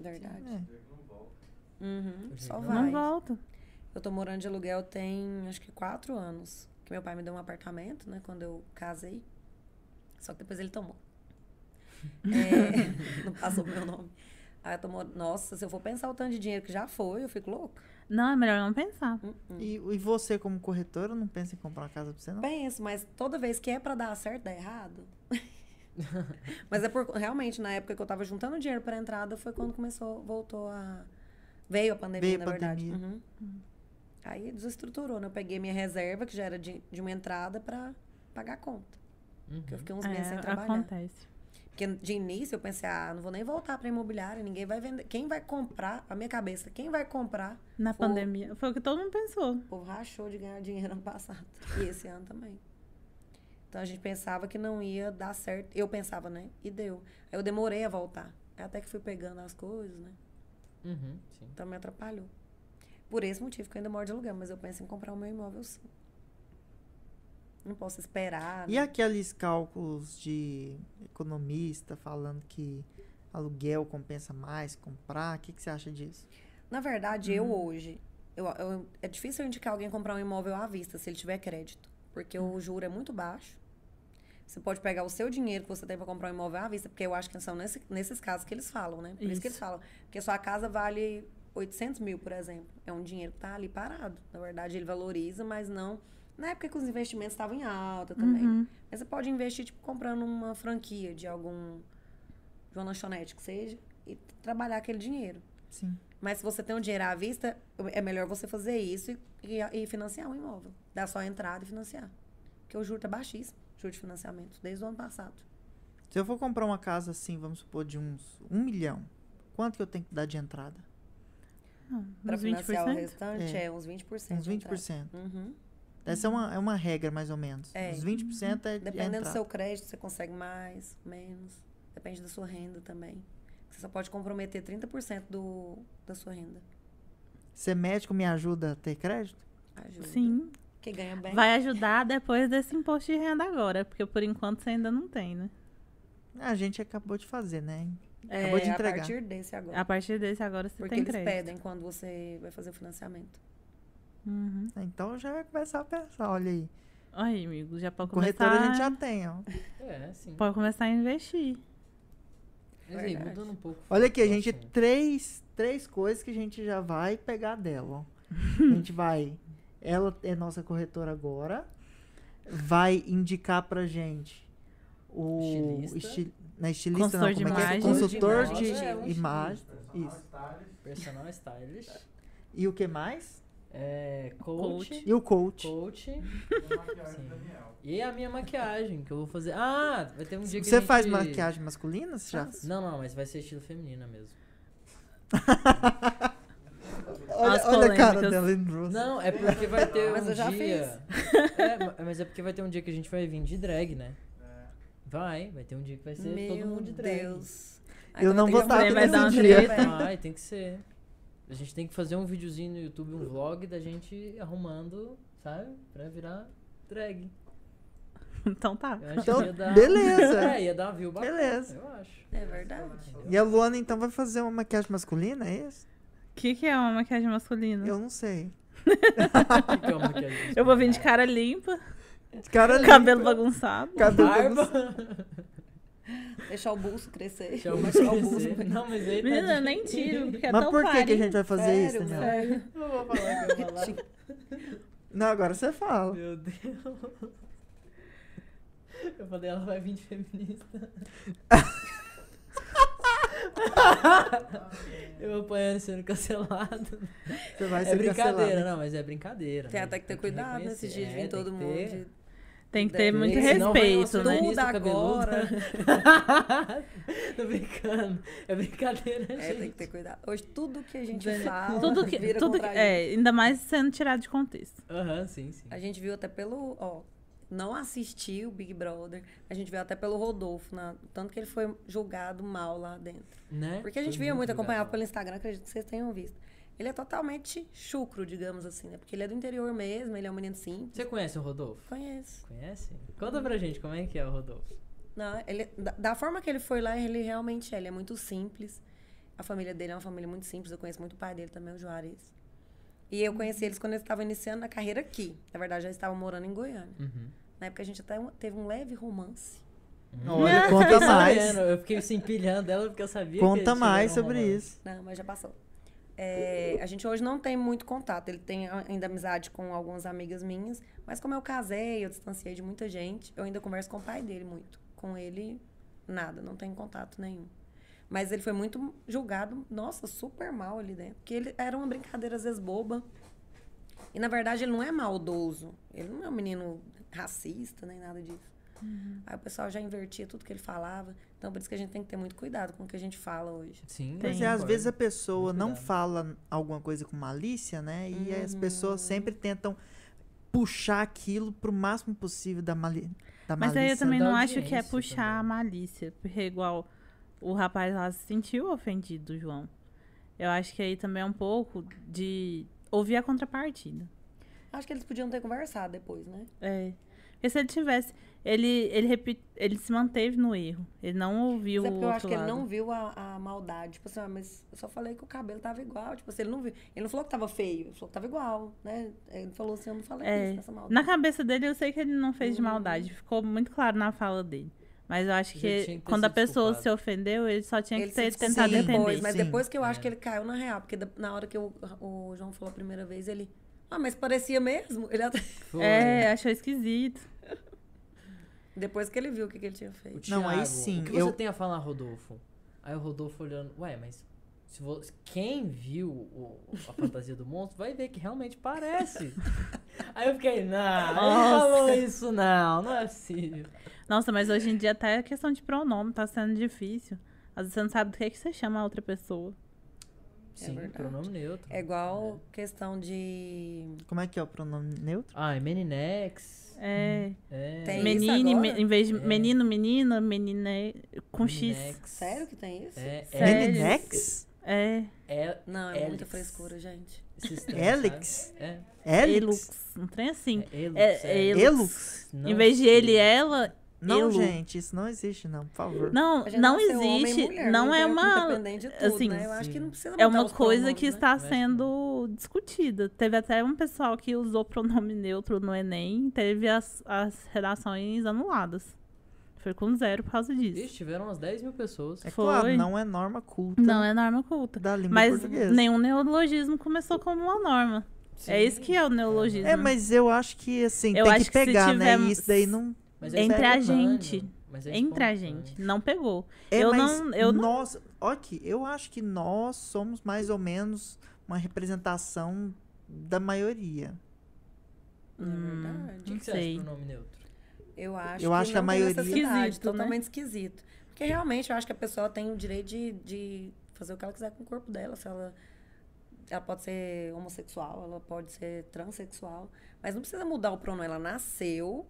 Speaker 3: Verdade.
Speaker 6: Eu não volto.
Speaker 3: Uhum. Só
Speaker 2: Não
Speaker 3: vai.
Speaker 1: Não volta.
Speaker 3: Eu tô morando de aluguel tem acho que quatro anos. Que meu pai me deu um apartamento, né? Quando eu casei. Só que depois ele tomou. É, não passou meu nome. Aí eu tô morando. Nossa, se eu for pensar o tanto de dinheiro que já foi, eu fico louca.
Speaker 1: Não, é melhor não pensar.
Speaker 3: Hum, hum.
Speaker 4: É. E, e você, como corretora, não pensa em comprar uma casa pra você, não?
Speaker 3: Penso, mas toda vez que é pra dar certo, dá errado. mas é por realmente na época que eu tava juntando dinheiro pra entrada foi quando começou, voltou a veio a pandemia,
Speaker 4: Veio a
Speaker 3: na verdade.
Speaker 4: pandemia.
Speaker 3: Uhum. Aí desestruturou, né? Eu peguei minha reserva que já era de, de uma entrada pra pagar a conta.
Speaker 2: Uhum.
Speaker 3: Porque eu fiquei uns meses sem
Speaker 1: É,
Speaker 3: trabalhar.
Speaker 1: acontece.
Speaker 3: Porque de início eu pensei, ah, não vou nem voltar pra imobiliária, ninguém vai vender. Quem vai comprar, a minha cabeça, quem vai comprar,
Speaker 1: Na
Speaker 3: Foi-
Speaker 1: pandemia. Foi o que todo mundo pensou.
Speaker 3: o povo rachou de ganhar dinheiro ano passado. E esse ano também. Então a gente pensava que não ia dar certo. Eu pensava, né? E deu. Aí eu demorei a voltar. Aí Até que fui pegando as coisas, né?
Speaker 2: Uhum, sim.
Speaker 3: Então me atrapalhou. Por esse motivo que eu ainda moro de aluguel, mas eu penso em comprar o meu imóvel sim. Não posso esperar.
Speaker 4: E
Speaker 3: né?
Speaker 4: aqueles cálculos de economista falando que aluguel compensa mais comprar? O que, que você acha disso?
Speaker 3: Na verdade, eu hoje. eu- eu- é difícil eu indicar alguém comprar um imóvel à vista se ele tiver crédito. Porque o juro é muito baixo. Você pode pegar o seu dinheiro que você tem para comprar um imóvel à vista, porque eu acho que são nesse- nesses casos que eles falam, né? Por isso. que eles
Speaker 1: Isso.
Speaker 3: falam. Porque sua casa vale 800 mil, por exemplo. É um dinheiro que tá ali parado. Na verdade, ele valoriza, mas não. Na época que os investimentos estavam em alta também.
Speaker 1: Uhum.
Speaker 3: Mas você pode investir, tipo, comprando uma franquia de algum. de uma lanchonete que seja, e t- trabalhar aquele dinheiro.
Speaker 4: Sim.
Speaker 3: Mas se você tem um dinheiro à vista, é melhor você fazer isso e, e- e financiar um imóvel. Dar só a entrada e financiar. Porque o juro tá baixíssimo, juro de financiamento, desde o ano passado.
Speaker 4: Se eu for comprar uma casa assim, vamos supor, de uns um milhão, quanto que eu tenho que dar de entrada?
Speaker 3: Para
Speaker 1: Uns
Speaker 3: financiar o
Speaker 1: 20%?
Speaker 3: restante,
Speaker 4: É.
Speaker 3: é, uns 20%.
Speaker 4: Uns
Speaker 3: de entrada.
Speaker 4: 20%.
Speaker 3: Uhum.
Speaker 4: Essa é uma, é uma regra, mais ou menos.
Speaker 3: É.
Speaker 4: Uns 20% é de
Speaker 3: Dependendo do
Speaker 4: entrada.
Speaker 3: seu crédito, você consegue mais, menos. Depende da sua renda também. Você só pode comprometer 30% do, da sua renda.
Speaker 4: Ser médico me ajuda a ter crédito?
Speaker 3: Ajuda.
Speaker 1: Sim.
Speaker 3: Que ganha bem.
Speaker 1: Vai ajudar depois desse imposto de renda agora, porque por enquanto você ainda não tem, né?
Speaker 4: A gente acabou de fazer, né?
Speaker 3: É,
Speaker 4: Acabou de entregar.
Speaker 3: A partir desse agora.
Speaker 1: A partir desse agora você
Speaker 3: Porque
Speaker 1: tem
Speaker 3: eles
Speaker 1: crédito.
Speaker 3: pedem quando você vai fazer o financiamento.
Speaker 1: Uhum.
Speaker 4: Então já vai começar a pensar, olha aí.
Speaker 1: Aí, amigo, já pode começar.
Speaker 4: Corretora a gente já tem, ó.
Speaker 2: É, sim.
Speaker 1: Pode começar a investir.
Speaker 2: Mas aí,
Speaker 3: Verdade.
Speaker 2: mudando um pouco.
Speaker 4: Olha aqui, a
Speaker 2: o assim.
Speaker 4: gente
Speaker 2: assunto.
Speaker 4: três, três coisas que a gente já vai pegar dela. ó. A gente vai. Ela é nossa corretora agora. Vai indicar pra gente o
Speaker 2: Estilista.
Speaker 4: esti- na estilista
Speaker 1: Consultor
Speaker 4: não,
Speaker 1: de
Speaker 4: como é que é?
Speaker 1: imagem.
Speaker 4: Consultor
Speaker 2: Consultor de
Speaker 4: de,
Speaker 2: moda, é, um
Speaker 4: imagem.
Speaker 6: Personal
Speaker 4: Isso.
Speaker 6: stylist.
Speaker 2: Personal stylist.
Speaker 4: E o que mais?
Speaker 2: É, coach.
Speaker 4: E o coach.
Speaker 2: Coach.
Speaker 6: e maquiagem
Speaker 2: Sim.
Speaker 6: do Daniel.
Speaker 2: E a minha maquiagem, que eu vou fazer. Ah, vai ter um dia que a
Speaker 4: Você
Speaker 2: gente-
Speaker 4: faz maquiagem masculina? Você já?
Speaker 2: Não, não, mas vai ser estilo feminina mesmo.
Speaker 4: Olha,
Speaker 1: As
Speaker 4: olha a cara
Speaker 1: polêmicas.
Speaker 4: dela, ele trouxe.
Speaker 2: Não, é porque vai ter
Speaker 3: Mas
Speaker 2: um
Speaker 3: eu já
Speaker 2: dia. É, ma- mas é porque vai ter um dia que a gente vai vir de drag, né?
Speaker 6: É.
Speaker 2: Vai, vai ter um dia que vai ser
Speaker 3: Meu
Speaker 2: todo mundo de drag.
Speaker 3: Deus.
Speaker 4: Eu não vou
Speaker 1: estar aqui nesse
Speaker 4: dia.
Speaker 3: né?
Speaker 2: Vai, tem que ser. A gente tem que fazer um videozinho no YouTube, um vlog da gente arrumando, sabe? Pra virar drag.
Speaker 1: Então tá.
Speaker 2: Eu acho
Speaker 4: Então,
Speaker 2: que ia dar...
Speaker 4: beleza.
Speaker 2: É, ia dar uma view bacana,
Speaker 4: Beleza.
Speaker 2: eu acho.
Speaker 3: É verdade.
Speaker 4: E a Luana então vai fazer uma maquiagem masculina, é isso?
Speaker 1: O que, que é uma maquiagem masculina?
Speaker 4: Eu
Speaker 1: Eu,
Speaker 4: não sei.
Speaker 2: O que que é uma maquiagem?
Speaker 1: vou vir de cara limpa,
Speaker 4: De Cara, limpa,
Speaker 1: cabelo bagunçado.
Speaker 4: cabelo bagunçado.
Speaker 2: Barba.
Speaker 3: Deixar o bolso crescer.
Speaker 2: Deixa eu esquecer. Não, mas aí tá
Speaker 1: Menina, eu
Speaker 2: de-
Speaker 1: nem tiro, porque é
Speaker 4: Mas
Speaker 1: tão
Speaker 4: por que, que a
Speaker 1: clarinho.
Speaker 4: gente vai fazer isso, né?
Speaker 3: Sério,
Speaker 4: Daniela?
Speaker 3: sério.
Speaker 2: Não vou falar que eu vou falar.
Speaker 4: Não, agora você fala.
Speaker 2: Meu Deus. Eu falei, ela vai vir de feminista. eu apanhando sendo cancelado.
Speaker 4: Você vai
Speaker 2: É
Speaker 4: ser
Speaker 2: brincadeira,
Speaker 4: cancelada.
Speaker 2: não, mas é brincadeira.
Speaker 3: Tem
Speaker 2: né?
Speaker 3: até que ter
Speaker 2: Tem
Speaker 3: cuidado
Speaker 2: reconhecer.
Speaker 3: nesse dia de
Speaker 2: É,
Speaker 3: vir todo
Speaker 2: tem que
Speaker 3: mundo.
Speaker 2: ter.
Speaker 3: de-
Speaker 1: Tem que ter
Speaker 3: Deve-
Speaker 1: É muito
Speaker 3: Esse
Speaker 2: Senão vai um
Speaker 1: respeito, né?
Speaker 3: assunto-
Speaker 2: feminista cabeludo. Tô brincando. É brincadeira,
Speaker 3: É, tem
Speaker 2: gente.
Speaker 3: que ter cuidado. Hoje tudo que a gente fala
Speaker 1: Tudo que.
Speaker 3: vira
Speaker 1: Tudo que
Speaker 3: contra a gente.
Speaker 1: é, ainda mais sendo tirado de contexto.
Speaker 2: Aham, sim, sim.
Speaker 3: A gente viu até pelo, ó, não assisti o Big Brother, a gente viu até pelo Rodolfo, na- tanto que ele foi julgado mal lá dentro.
Speaker 2: Né?
Speaker 3: Porque a gente
Speaker 2: Foi
Speaker 3: via muito, acompanhava
Speaker 2: legal.
Speaker 3: pelo Instagram, acredito que vocês tenham visto. Ele é totalmente chucro, digamos assim, né? Porque ele é do interior mesmo, ele é um menino simples.
Speaker 2: Você conhece o Rodolfo?
Speaker 3: Conheço.
Speaker 2: Conhece? Conta pra gente como é que é o Rodolfo.
Speaker 3: Não, ele, da, da forma que ele foi lá, ele realmente é. Ele é muito simples. A família dele é uma família muito simples. Eu conheço muito o pai dele também, o Juarez. E eu conheci eles quando eles estavam iniciando a carreira aqui. Na verdade, já estavam morando em Goiânia.
Speaker 2: Uhum.
Speaker 3: Na época, a gente até um- teve um leve romance.
Speaker 4: Olha,
Speaker 1: Não.
Speaker 4: conta
Speaker 2: Fiquei
Speaker 4: mais.
Speaker 2: Tá sabendo, Eu fiquei se empilhando dela porque eu sabia que
Speaker 4: Conta
Speaker 2: eles
Speaker 4: mais
Speaker 2: tiveram um
Speaker 4: sobre
Speaker 2: romance.
Speaker 4: isso.
Speaker 3: Não, Né, mas já passou. É, a gente hoje não tem muito contato. Ele tem a- ainda amizade com algumas amigas minhas. Mas como eu casei, eu distanciei de muita gente, eu ainda converso com o pai dele muito. Com ele, nada, não tenho contato nenhum. Mas ele foi muito julgado, nossa, super mal ali dentro. Porque ele era uma brincadeira às vezes boba. E na verdade ele não é maldoso. Ele não é um menino racista nem nada disso. Aí o pessoal já invertia tudo que ele falava. Então por isso que a gente tem que ter muito cuidado com o que a gente fala hoje.
Speaker 2: Sim.
Speaker 1: Tem.
Speaker 4: Pois é, às vezes a pessoa
Speaker 2: Muito
Speaker 4: não
Speaker 2: cuidado.
Speaker 4: fala alguma coisa com malícia, né? E as
Speaker 2: Uhum.
Speaker 4: pessoas sempre tentam puxar aquilo pro máximo possível da, mali da
Speaker 1: Mas aí
Speaker 4: malícia.
Speaker 1: eu também
Speaker 2: da
Speaker 1: não acho que é
Speaker 2: audiência
Speaker 1: puxar
Speaker 2: também.
Speaker 1: a malícia. Porque igual o rapaz lá se sentiu ofendido, João. Eu acho que aí também é um pouco de ouvir a contrapartida.
Speaker 3: Acho que eles podiam ter conversado depois, né?
Speaker 1: É. Porque se ele tivesse. Ele, ele, repi- ele se manteve no erro. Ele não ouviu
Speaker 3: Mas é
Speaker 1: o
Speaker 3: porque
Speaker 1: outro
Speaker 3: eu acho que ele
Speaker 1: lado.
Speaker 3: não viu a, a maldade. Tipo assim, ah, mas eu só falei que o cabelo tava igual. Tipo assim, ele não viu. Ele não falou que tava feio, ele falou que tava igual, né? Ele falou assim, eu não falei
Speaker 1: É.
Speaker 3: isso, essa maldade.
Speaker 1: Na cabeça dele, eu sei que ele não fez de
Speaker 3: Uhum.
Speaker 1: maldade. Ficou muito claro na fala dele. Mas eu acho
Speaker 2: Ele
Speaker 1: que,
Speaker 2: tinha que ter
Speaker 1: quando
Speaker 2: se
Speaker 1: a pessoa
Speaker 2: desculpado.
Speaker 1: se ofendeu, ele só tinha
Speaker 3: Ele
Speaker 1: que
Speaker 3: se
Speaker 1: ter
Speaker 3: desculpou
Speaker 1: tentado
Speaker 4: desculpa
Speaker 3: depois,
Speaker 1: entender.
Speaker 3: mas
Speaker 4: Sim,
Speaker 3: depois que eu acho
Speaker 2: é.
Speaker 3: que ele caiu na real, porque da- na hora que o, o João falou a primeira vez, ele. Ah, mas parecia mesmo? Ele até-
Speaker 2: Foi.
Speaker 1: É, achou esquisito.
Speaker 3: Depois que ele viu o que, que ele tinha
Speaker 2: O
Speaker 3: feito.
Speaker 4: Não, aí
Speaker 2: Thiago,
Speaker 4: sim,
Speaker 2: O que
Speaker 4: eu-
Speaker 2: você tem a falar, Rodolfo? Aí o Rodolfo olhando, ué, mas se vo- quem viu o- a fantasia do monstro vai ver que realmente parece. aí eu fiquei, não, ele não falou isso não, não é possível.
Speaker 1: Nossa, mas hoje em dia até a questão de pronome tá sendo difícil. Às vezes você não sabe do que, é que você chama a outra pessoa.
Speaker 2: Sim,
Speaker 3: verdade.
Speaker 2: pronome neutro.
Speaker 3: É igual questão de.
Speaker 4: Como é que é o pronome neutro?
Speaker 2: Ah, é Meninex.
Speaker 1: É.
Speaker 2: É.
Speaker 3: Hum. Tem
Speaker 1: menine,
Speaker 3: isso
Speaker 1: me-
Speaker 3: agora?
Speaker 1: em vez de
Speaker 2: É.
Speaker 1: menino, menina, menine com X.
Speaker 2: Meninex.
Speaker 3: Sério que tem isso?
Speaker 2: É,
Speaker 1: Sério?
Speaker 2: é,
Speaker 4: Meninex?
Speaker 1: É.
Speaker 2: é,
Speaker 3: Não, é muita
Speaker 2: Elix.
Speaker 3: frescura, gente.
Speaker 2: esses três,
Speaker 4: Elix?
Speaker 2: sabe? É,
Speaker 4: Elix?
Speaker 1: Elux. Um trem assim.
Speaker 2: é Elux.
Speaker 1: É,
Speaker 2: é.
Speaker 1: Elux.
Speaker 4: Elux?
Speaker 2: Não
Speaker 1: Em vez de
Speaker 2: sei.
Speaker 1: ele é e ela.
Speaker 4: Não,
Speaker 1: Elu.
Speaker 4: gente, isso não existe, não, por favor.
Speaker 1: Não,
Speaker 3: A gente
Speaker 1: não
Speaker 3: nasceu um homem e
Speaker 1: existe.
Speaker 3: mulher, né? Então
Speaker 1: não é
Speaker 3: tem
Speaker 1: uma.
Speaker 3: Independente de tudo,
Speaker 1: assim,
Speaker 3: né? Eu acho
Speaker 2: sim.
Speaker 3: que não precisa
Speaker 1: É
Speaker 3: mudar
Speaker 1: uma
Speaker 3: os
Speaker 1: coisa
Speaker 3: pronomes,
Speaker 1: que
Speaker 3: né?
Speaker 1: está
Speaker 2: que não.
Speaker 1: sendo discutida. Teve até um pessoal que usou pronome neutro no Enem, teve as, as redações anuladas. Foi com zero por causa disso.
Speaker 2: Ixi, tiveram umas 10 mil pessoas.
Speaker 4: É
Speaker 1: foi.
Speaker 4: claro, não é norma culta
Speaker 1: Não é norma culta.
Speaker 4: da língua
Speaker 1: Mas
Speaker 4: portuguesa.
Speaker 1: nenhum neologismo começou como uma norma. É isso que é o neologismo.
Speaker 4: É, mas eu acho que, assim,
Speaker 1: Eu
Speaker 4: tem
Speaker 1: acho
Speaker 4: que
Speaker 1: que se
Speaker 4: pegar, né?
Speaker 1: tiver-
Speaker 4: E isso daí não...
Speaker 2: Mas
Speaker 1: Entre a
Speaker 2: espontâneo,
Speaker 1: gente.
Speaker 2: mas é
Speaker 1: Entre a
Speaker 2: espontâneo.
Speaker 1: gente. Não pegou.
Speaker 4: É,
Speaker 1: Eu
Speaker 4: mas
Speaker 1: não- eu não-
Speaker 4: nós... Ok, eu acho que nós somos mais ou menos uma representação da maioria.
Speaker 3: Não é
Speaker 2: O
Speaker 3: verdade.
Speaker 2: que,
Speaker 1: Não
Speaker 2: que você acha
Speaker 1: sei.
Speaker 2: do nome neutro?
Speaker 3: Eu acho
Speaker 4: Eu
Speaker 3: que,
Speaker 4: acho que
Speaker 3: não
Speaker 4: a
Speaker 3: tem
Speaker 4: maioria-
Speaker 3: necessidade,
Speaker 1: Esquisito, né?
Speaker 3: totalmente esquisito. Porque realmente eu acho que a pessoa tem o direito de, de fazer o que ela quiser com o corpo dela. Se ela, ela pode ser homossexual, ela pode ser transexual. Mas não precisa mudar o pronome. Ela nasceu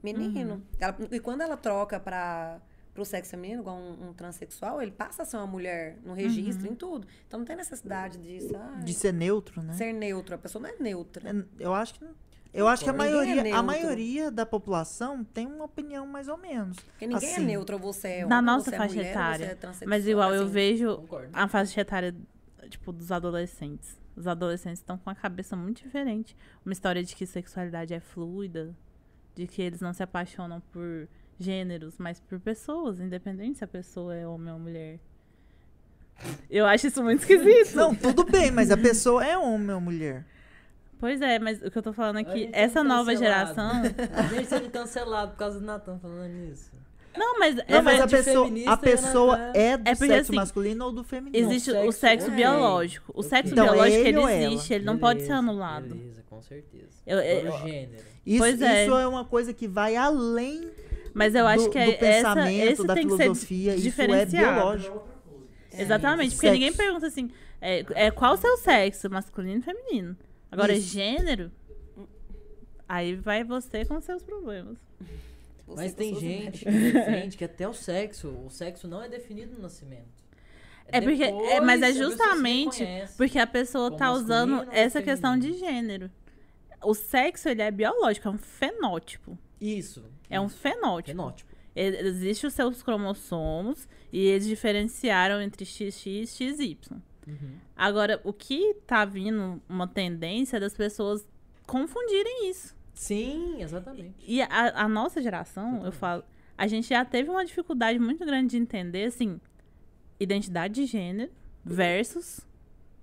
Speaker 3: menino. Ela- e quando ela troca para o sexo feminino, igual um, um transexual, ele passa a ser uma mulher no registro, em tudo. Então não tem necessidade disso. ah,
Speaker 4: De ser neutro, né?
Speaker 3: Ser neutro. A pessoa não é neutra.
Speaker 4: É, Eu acho que não- Eu acho que a
Speaker 3: Ninguém é
Speaker 4: maioria, a
Speaker 3: neutro.
Speaker 4: maioria da população tem uma opinião mais ou menos.
Speaker 3: Porque ninguém
Speaker 4: Assim,
Speaker 3: é neutro, ou você é
Speaker 1: Na
Speaker 3: homem, ou
Speaker 1: nossa
Speaker 3: você é
Speaker 1: faixa
Speaker 3: mulher, ou
Speaker 1: etária.
Speaker 3: Você é transexual,
Speaker 1: Mas igual eu
Speaker 3: assim,
Speaker 1: vejo
Speaker 2: Concordo.
Speaker 1: a faixa etária, tipo, dos adolescentes. Os adolescentes estão com a cabeça muito diferente. Uma história de que sexualidade é fluida, de que eles não se apaixonam por gêneros, mas por pessoas, independente se a pessoa é homem ou mulher. Eu acho isso muito esquisito.
Speaker 4: Não, tudo bem, mas a pessoa é homem ou mulher.
Speaker 1: Pois é, mas o que eu tô falando é
Speaker 2: A
Speaker 1: que
Speaker 2: gente tá
Speaker 1: essa nova
Speaker 2: cancelado.
Speaker 1: geração.
Speaker 2: A gente sendo cancelado por causa do Natan falando nisso.
Speaker 1: Não, mas, é,
Speaker 4: Não, mas
Speaker 1: mas
Speaker 4: a
Speaker 2: de
Speaker 4: pessoa,
Speaker 2: feminista
Speaker 4: a
Speaker 2: e
Speaker 4: pessoa
Speaker 2: ela tá-
Speaker 4: é do
Speaker 1: É porque,
Speaker 4: sexo
Speaker 1: assim,
Speaker 4: masculino ou do feminino.
Speaker 1: existe
Speaker 2: Não,
Speaker 1: o sexo
Speaker 2: sexo é.
Speaker 1: biológico. O
Speaker 2: Ok.
Speaker 1: sexo
Speaker 4: Então, é
Speaker 1: biológico
Speaker 4: ele
Speaker 1: ele,
Speaker 4: ou ela?
Speaker 1: existe, ele não pode ser
Speaker 2: Beleza,
Speaker 1: anulado.
Speaker 2: Beleza, com certeza.
Speaker 1: Eu- eu-
Speaker 2: Por gênero.
Speaker 4: Isso,
Speaker 1: Pois é.
Speaker 4: isso é uma coisa que vai além
Speaker 1: Mas eu acho
Speaker 4: do,
Speaker 1: que
Speaker 4: do
Speaker 1: é essa,
Speaker 4: pensamento,
Speaker 1: esse
Speaker 4: da
Speaker 1: tem que ser
Speaker 4: filosofia. isso é
Speaker 1: diferenciado.
Speaker 4: biológico.
Speaker 3: É.
Speaker 1: Exatamente, porque
Speaker 4: Sexo.
Speaker 1: ninguém pergunta assim, é, é qual o seu sexo, masculino e feminino. Agora,
Speaker 4: Isso.
Speaker 1: gênero, aí vai você com seus problemas.
Speaker 3: você é
Speaker 2: Mas
Speaker 3: com
Speaker 2: tem
Speaker 3: suas
Speaker 2: gente, tem gente que até o sexo, o sexo não é definido no nascimento.
Speaker 1: É porque- é,
Speaker 2: depois
Speaker 1: mas é
Speaker 2: a pessoa se
Speaker 1: justamente
Speaker 2: reconhece.
Speaker 1: Porque a pessoa
Speaker 2: Ou
Speaker 1: tá
Speaker 2: masculino
Speaker 1: usando
Speaker 2: ou
Speaker 1: essa
Speaker 2: feminino.
Speaker 1: questão de gênero. O sexo, ele é biológico, é um fenótipo.
Speaker 2: Isso.
Speaker 1: É um
Speaker 2: isso,
Speaker 1: fenótipo.
Speaker 2: fenótipo.
Speaker 1: E- Existe os seus cromossomos e eles diferenciaram entre XX e XY.
Speaker 2: Uhum.
Speaker 1: Agora, o que tá vindo uma tendência é das pessoas confundirem isso.
Speaker 2: Sim, exatamente.
Speaker 1: E a, a nossa geração, eu
Speaker 2: Totalmente.
Speaker 1: falo, a gente já teve uma dificuldade muito grande de entender, assim, identidade de gênero versus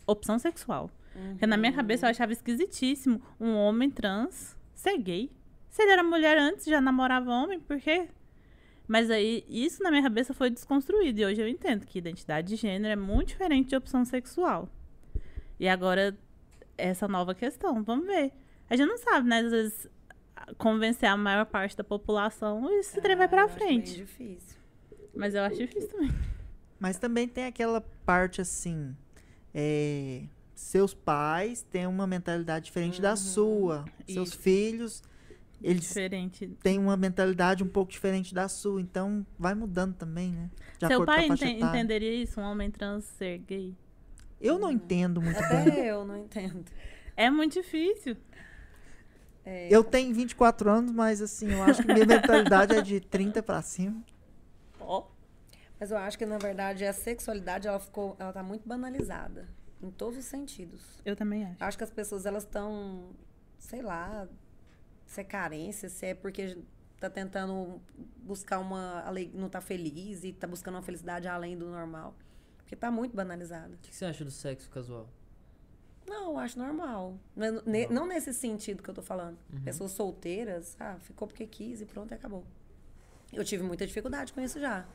Speaker 1: opção sexual. Porque na minha cabeça eu achava esquisitíssimo um homem trans ser gay. Se ele era mulher antes, já namorava homem, por quê? Mas aí, isso na minha cabeça foi desconstruído. E hoje eu entendo que identidade de gênero é muito diferente de opção sexual. E agora, essa nova questão, vamos ver. A gente não sabe, né? Às vezes, a- convencer a maior parte da população, esse trem vai
Speaker 3: Ah,
Speaker 1: pra
Speaker 3: eu acho bem
Speaker 1: frente.
Speaker 3: difícil.
Speaker 1: Mas eu acho difícil também.
Speaker 4: Mas também tem aquela parte assim. é, seus pais têm uma mentalidade diferente
Speaker 1: Uhum.
Speaker 4: da sua. Seus filhos, eles
Speaker 1: Diferente.
Speaker 4: têm uma mentalidade um pouco diferente da sua. Então vai mudando também, né? De
Speaker 1: Seu
Speaker 4: acordo com a
Speaker 1: pai
Speaker 4: faixa
Speaker 1: enten-
Speaker 4: etária.
Speaker 1: entenderia isso, um homem trans ser gay?
Speaker 4: Eu
Speaker 1: hum.
Speaker 4: não entendo
Speaker 3: É.
Speaker 4: muito bem.
Speaker 3: Até eu não entendo.
Speaker 1: É muito difícil.
Speaker 3: É,
Speaker 4: Eu tenho 24 anos, mas assim, eu acho que minha mentalidade é de 30 pra cima.
Speaker 1: Ó.
Speaker 3: Mas eu acho que, na verdade, a sexualidade, ela ficou, ela tá muito banalizada. Em todos os sentidos.
Speaker 1: Eu também acho.
Speaker 3: Acho que as pessoas, elas estão, sei lá, se é carência, se é porque tá tentando buscar uma... ale- Não tá feliz e tá buscando uma felicidade além do normal. Porque tá muito banalizada.
Speaker 2: O que que você acha do sexo casual?
Speaker 3: Não, eu acho normal. Mas ne- Não nesse sentido que eu tô falando. Pessoas solteiras, ah, ficou porque quis e pronto, e acabou. Eu tive muita dificuldade com isso já.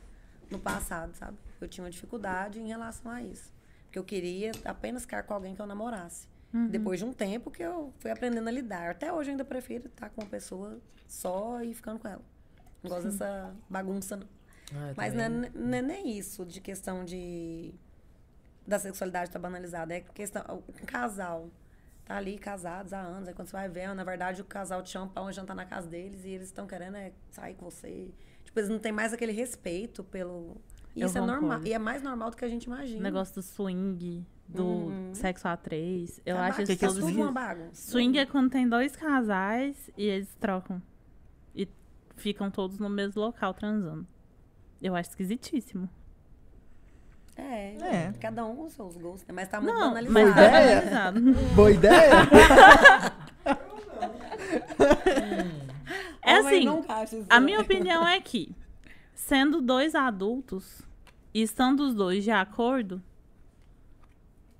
Speaker 3: No passado, sabe? Eu tinha uma dificuldade em relação a isso. Porque eu queria apenas ficar com alguém que eu namorasse. Depois de um tempo que eu fui aprendendo a lidar. Até hoje eu ainda prefiro estar com uma pessoa só e ficando com ela. Não gosto dessa bagunça, não.
Speaker 2: Ah, eu
Speaker 3: Mas não é,
Speaker 2: também-
Speaker 3: não é nem isso de questão de da sexualidade tá banalizada, é questão o casal tá ali casados há anos, aí quando você vai ver, na verdade o casal te chama pra um jantar na casa deles e eles estão querendo é, sair com você. Tipo, eles não têm mais aquele respeito pelo e
Speaker 1: Eu
Speaker 3: isso é normal,
Speaker 1: concordo.
Speaker 3: e é mais normal do que a gente imagina.
Speaker 1: O negócio do swing, do
Speaker 3: Uhum.
Speaker 1: sexo a três. Eu
Speaker 3: Tá
Speaker 1: acho
Speaker 3: bagunça,
Speaker 1: isso
Speaker 4: Que que é
Speaker 1: tudo
Speaker 3: tudo
Speaker 4: swing?
Speaker 3: uma bagunça.
Speaker 1: Swing é quando tem dois casais e eles trocam. E ficam todos no mesmo local transando. Eu acho esquisitíssimo.
Speaker 3: é,
Speaker 4: É.
Speaker 3: cada um com seus gostos, né? mas tá muito
Speaker 1: não,
Speaker 3: banalizado.
Speaker 1: mas tá
Speaker 4: Boa ideia.
Speaker 1: banalizado.
Speaker 4: Boa ideia!
Speaker 1: É
Speaker 3: Homem
Speaker 1: assim,
Speaker 3: nunca acha isso.
Speaker 1: A minha opinião é que, sendo dois adultos e estando os dois de acordo,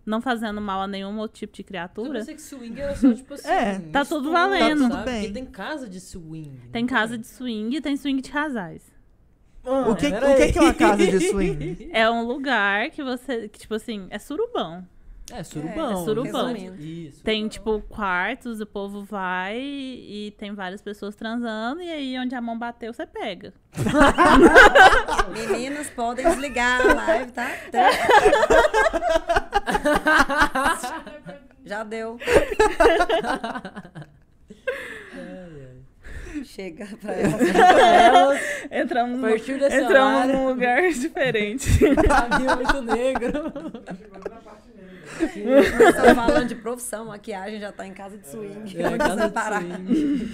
Speaker 1: não fazendo mal a nenhum outro tipo de
Speaker 2: Eu
Speaker 1: criatura,
Speaker 2: pensei que swing era só tipo assim.
Speaker 4: É,
Speaker 2: um
Speaker 1: tá tudo
Speaker 2: estudo,
Speaker 1: valendo.
Speaker 2: sabe?
Speaker 4: Tá tudo bem.
Speaker 2: Porque tem casa de swing.
Speaker 3: assim,
Speaker 2: não
Speaker 3: é.
Speaker 1: tem casa de swing e tem swing de casais.
Speaker 2: Ah,
Speaker 4: O que,
Speaker 2: pera
Speaker 4: o que
Speaker 2: aí.
Speaker 4: que é uma casa de swing?
Speaker 1: É um lugar que você, que, tipo assim, é surubão.
Speaker 2: É, surubão.
Speaker 1: É, surubão.
Speaker 2: exato. Isso.
Speaker 1: Tem, tipo, quartos, o povo vai e tem várias pessoas transando, e aí onde a mão bateu, você pega.
Speaker 3: Meninas podem desligar a live, tá? Já deu. Chega pra ela.
Speaker 2: Elas,
Speaker 1: Entramos,
Speaker 2: a
Speaker 1: no,
Speaker 2: partir dessa
Speaker 1: entramos
Speaker 2: área,
Speaker 1: num lugar diferente.
Speaker 2: caminho muito negro.
Speaker 6: Chegou na parte negra.
Speaker 3: Só falando de profissão, maquiagem já tá em casa de swing.
Speaker 2: É,
Speaker 3: Onde
Speaker 2: casa
Speaker 3: você
Speaker 2: de
Speaker 3: parar?
Speaker 2: swing.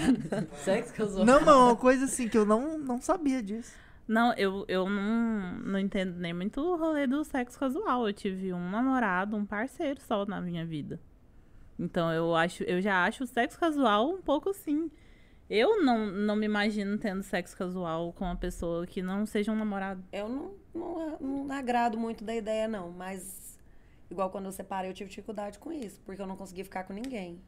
Speaker 2: Sexo casual.
Speaker 4: Não, não, uma coisa assim que eu não, não sabia disso.
Speaker 1: Não, eu, eu não, não entendo nem muito o rolê do sexo casual. Eu tive um namorado, um parceiro só na minha vida. Então eu acho, eu já acho o sexo casual um pouco assim. Eu não, não me imagino tendo sexo casual com uma pessoa que não seja um namorado.
Speaker 3: Eu não, não, não agrado muito da ideia, não. Mas, igual quando eu separei, eu tive dificuldade com isso. Porque eu não consegui ficar com ninguém.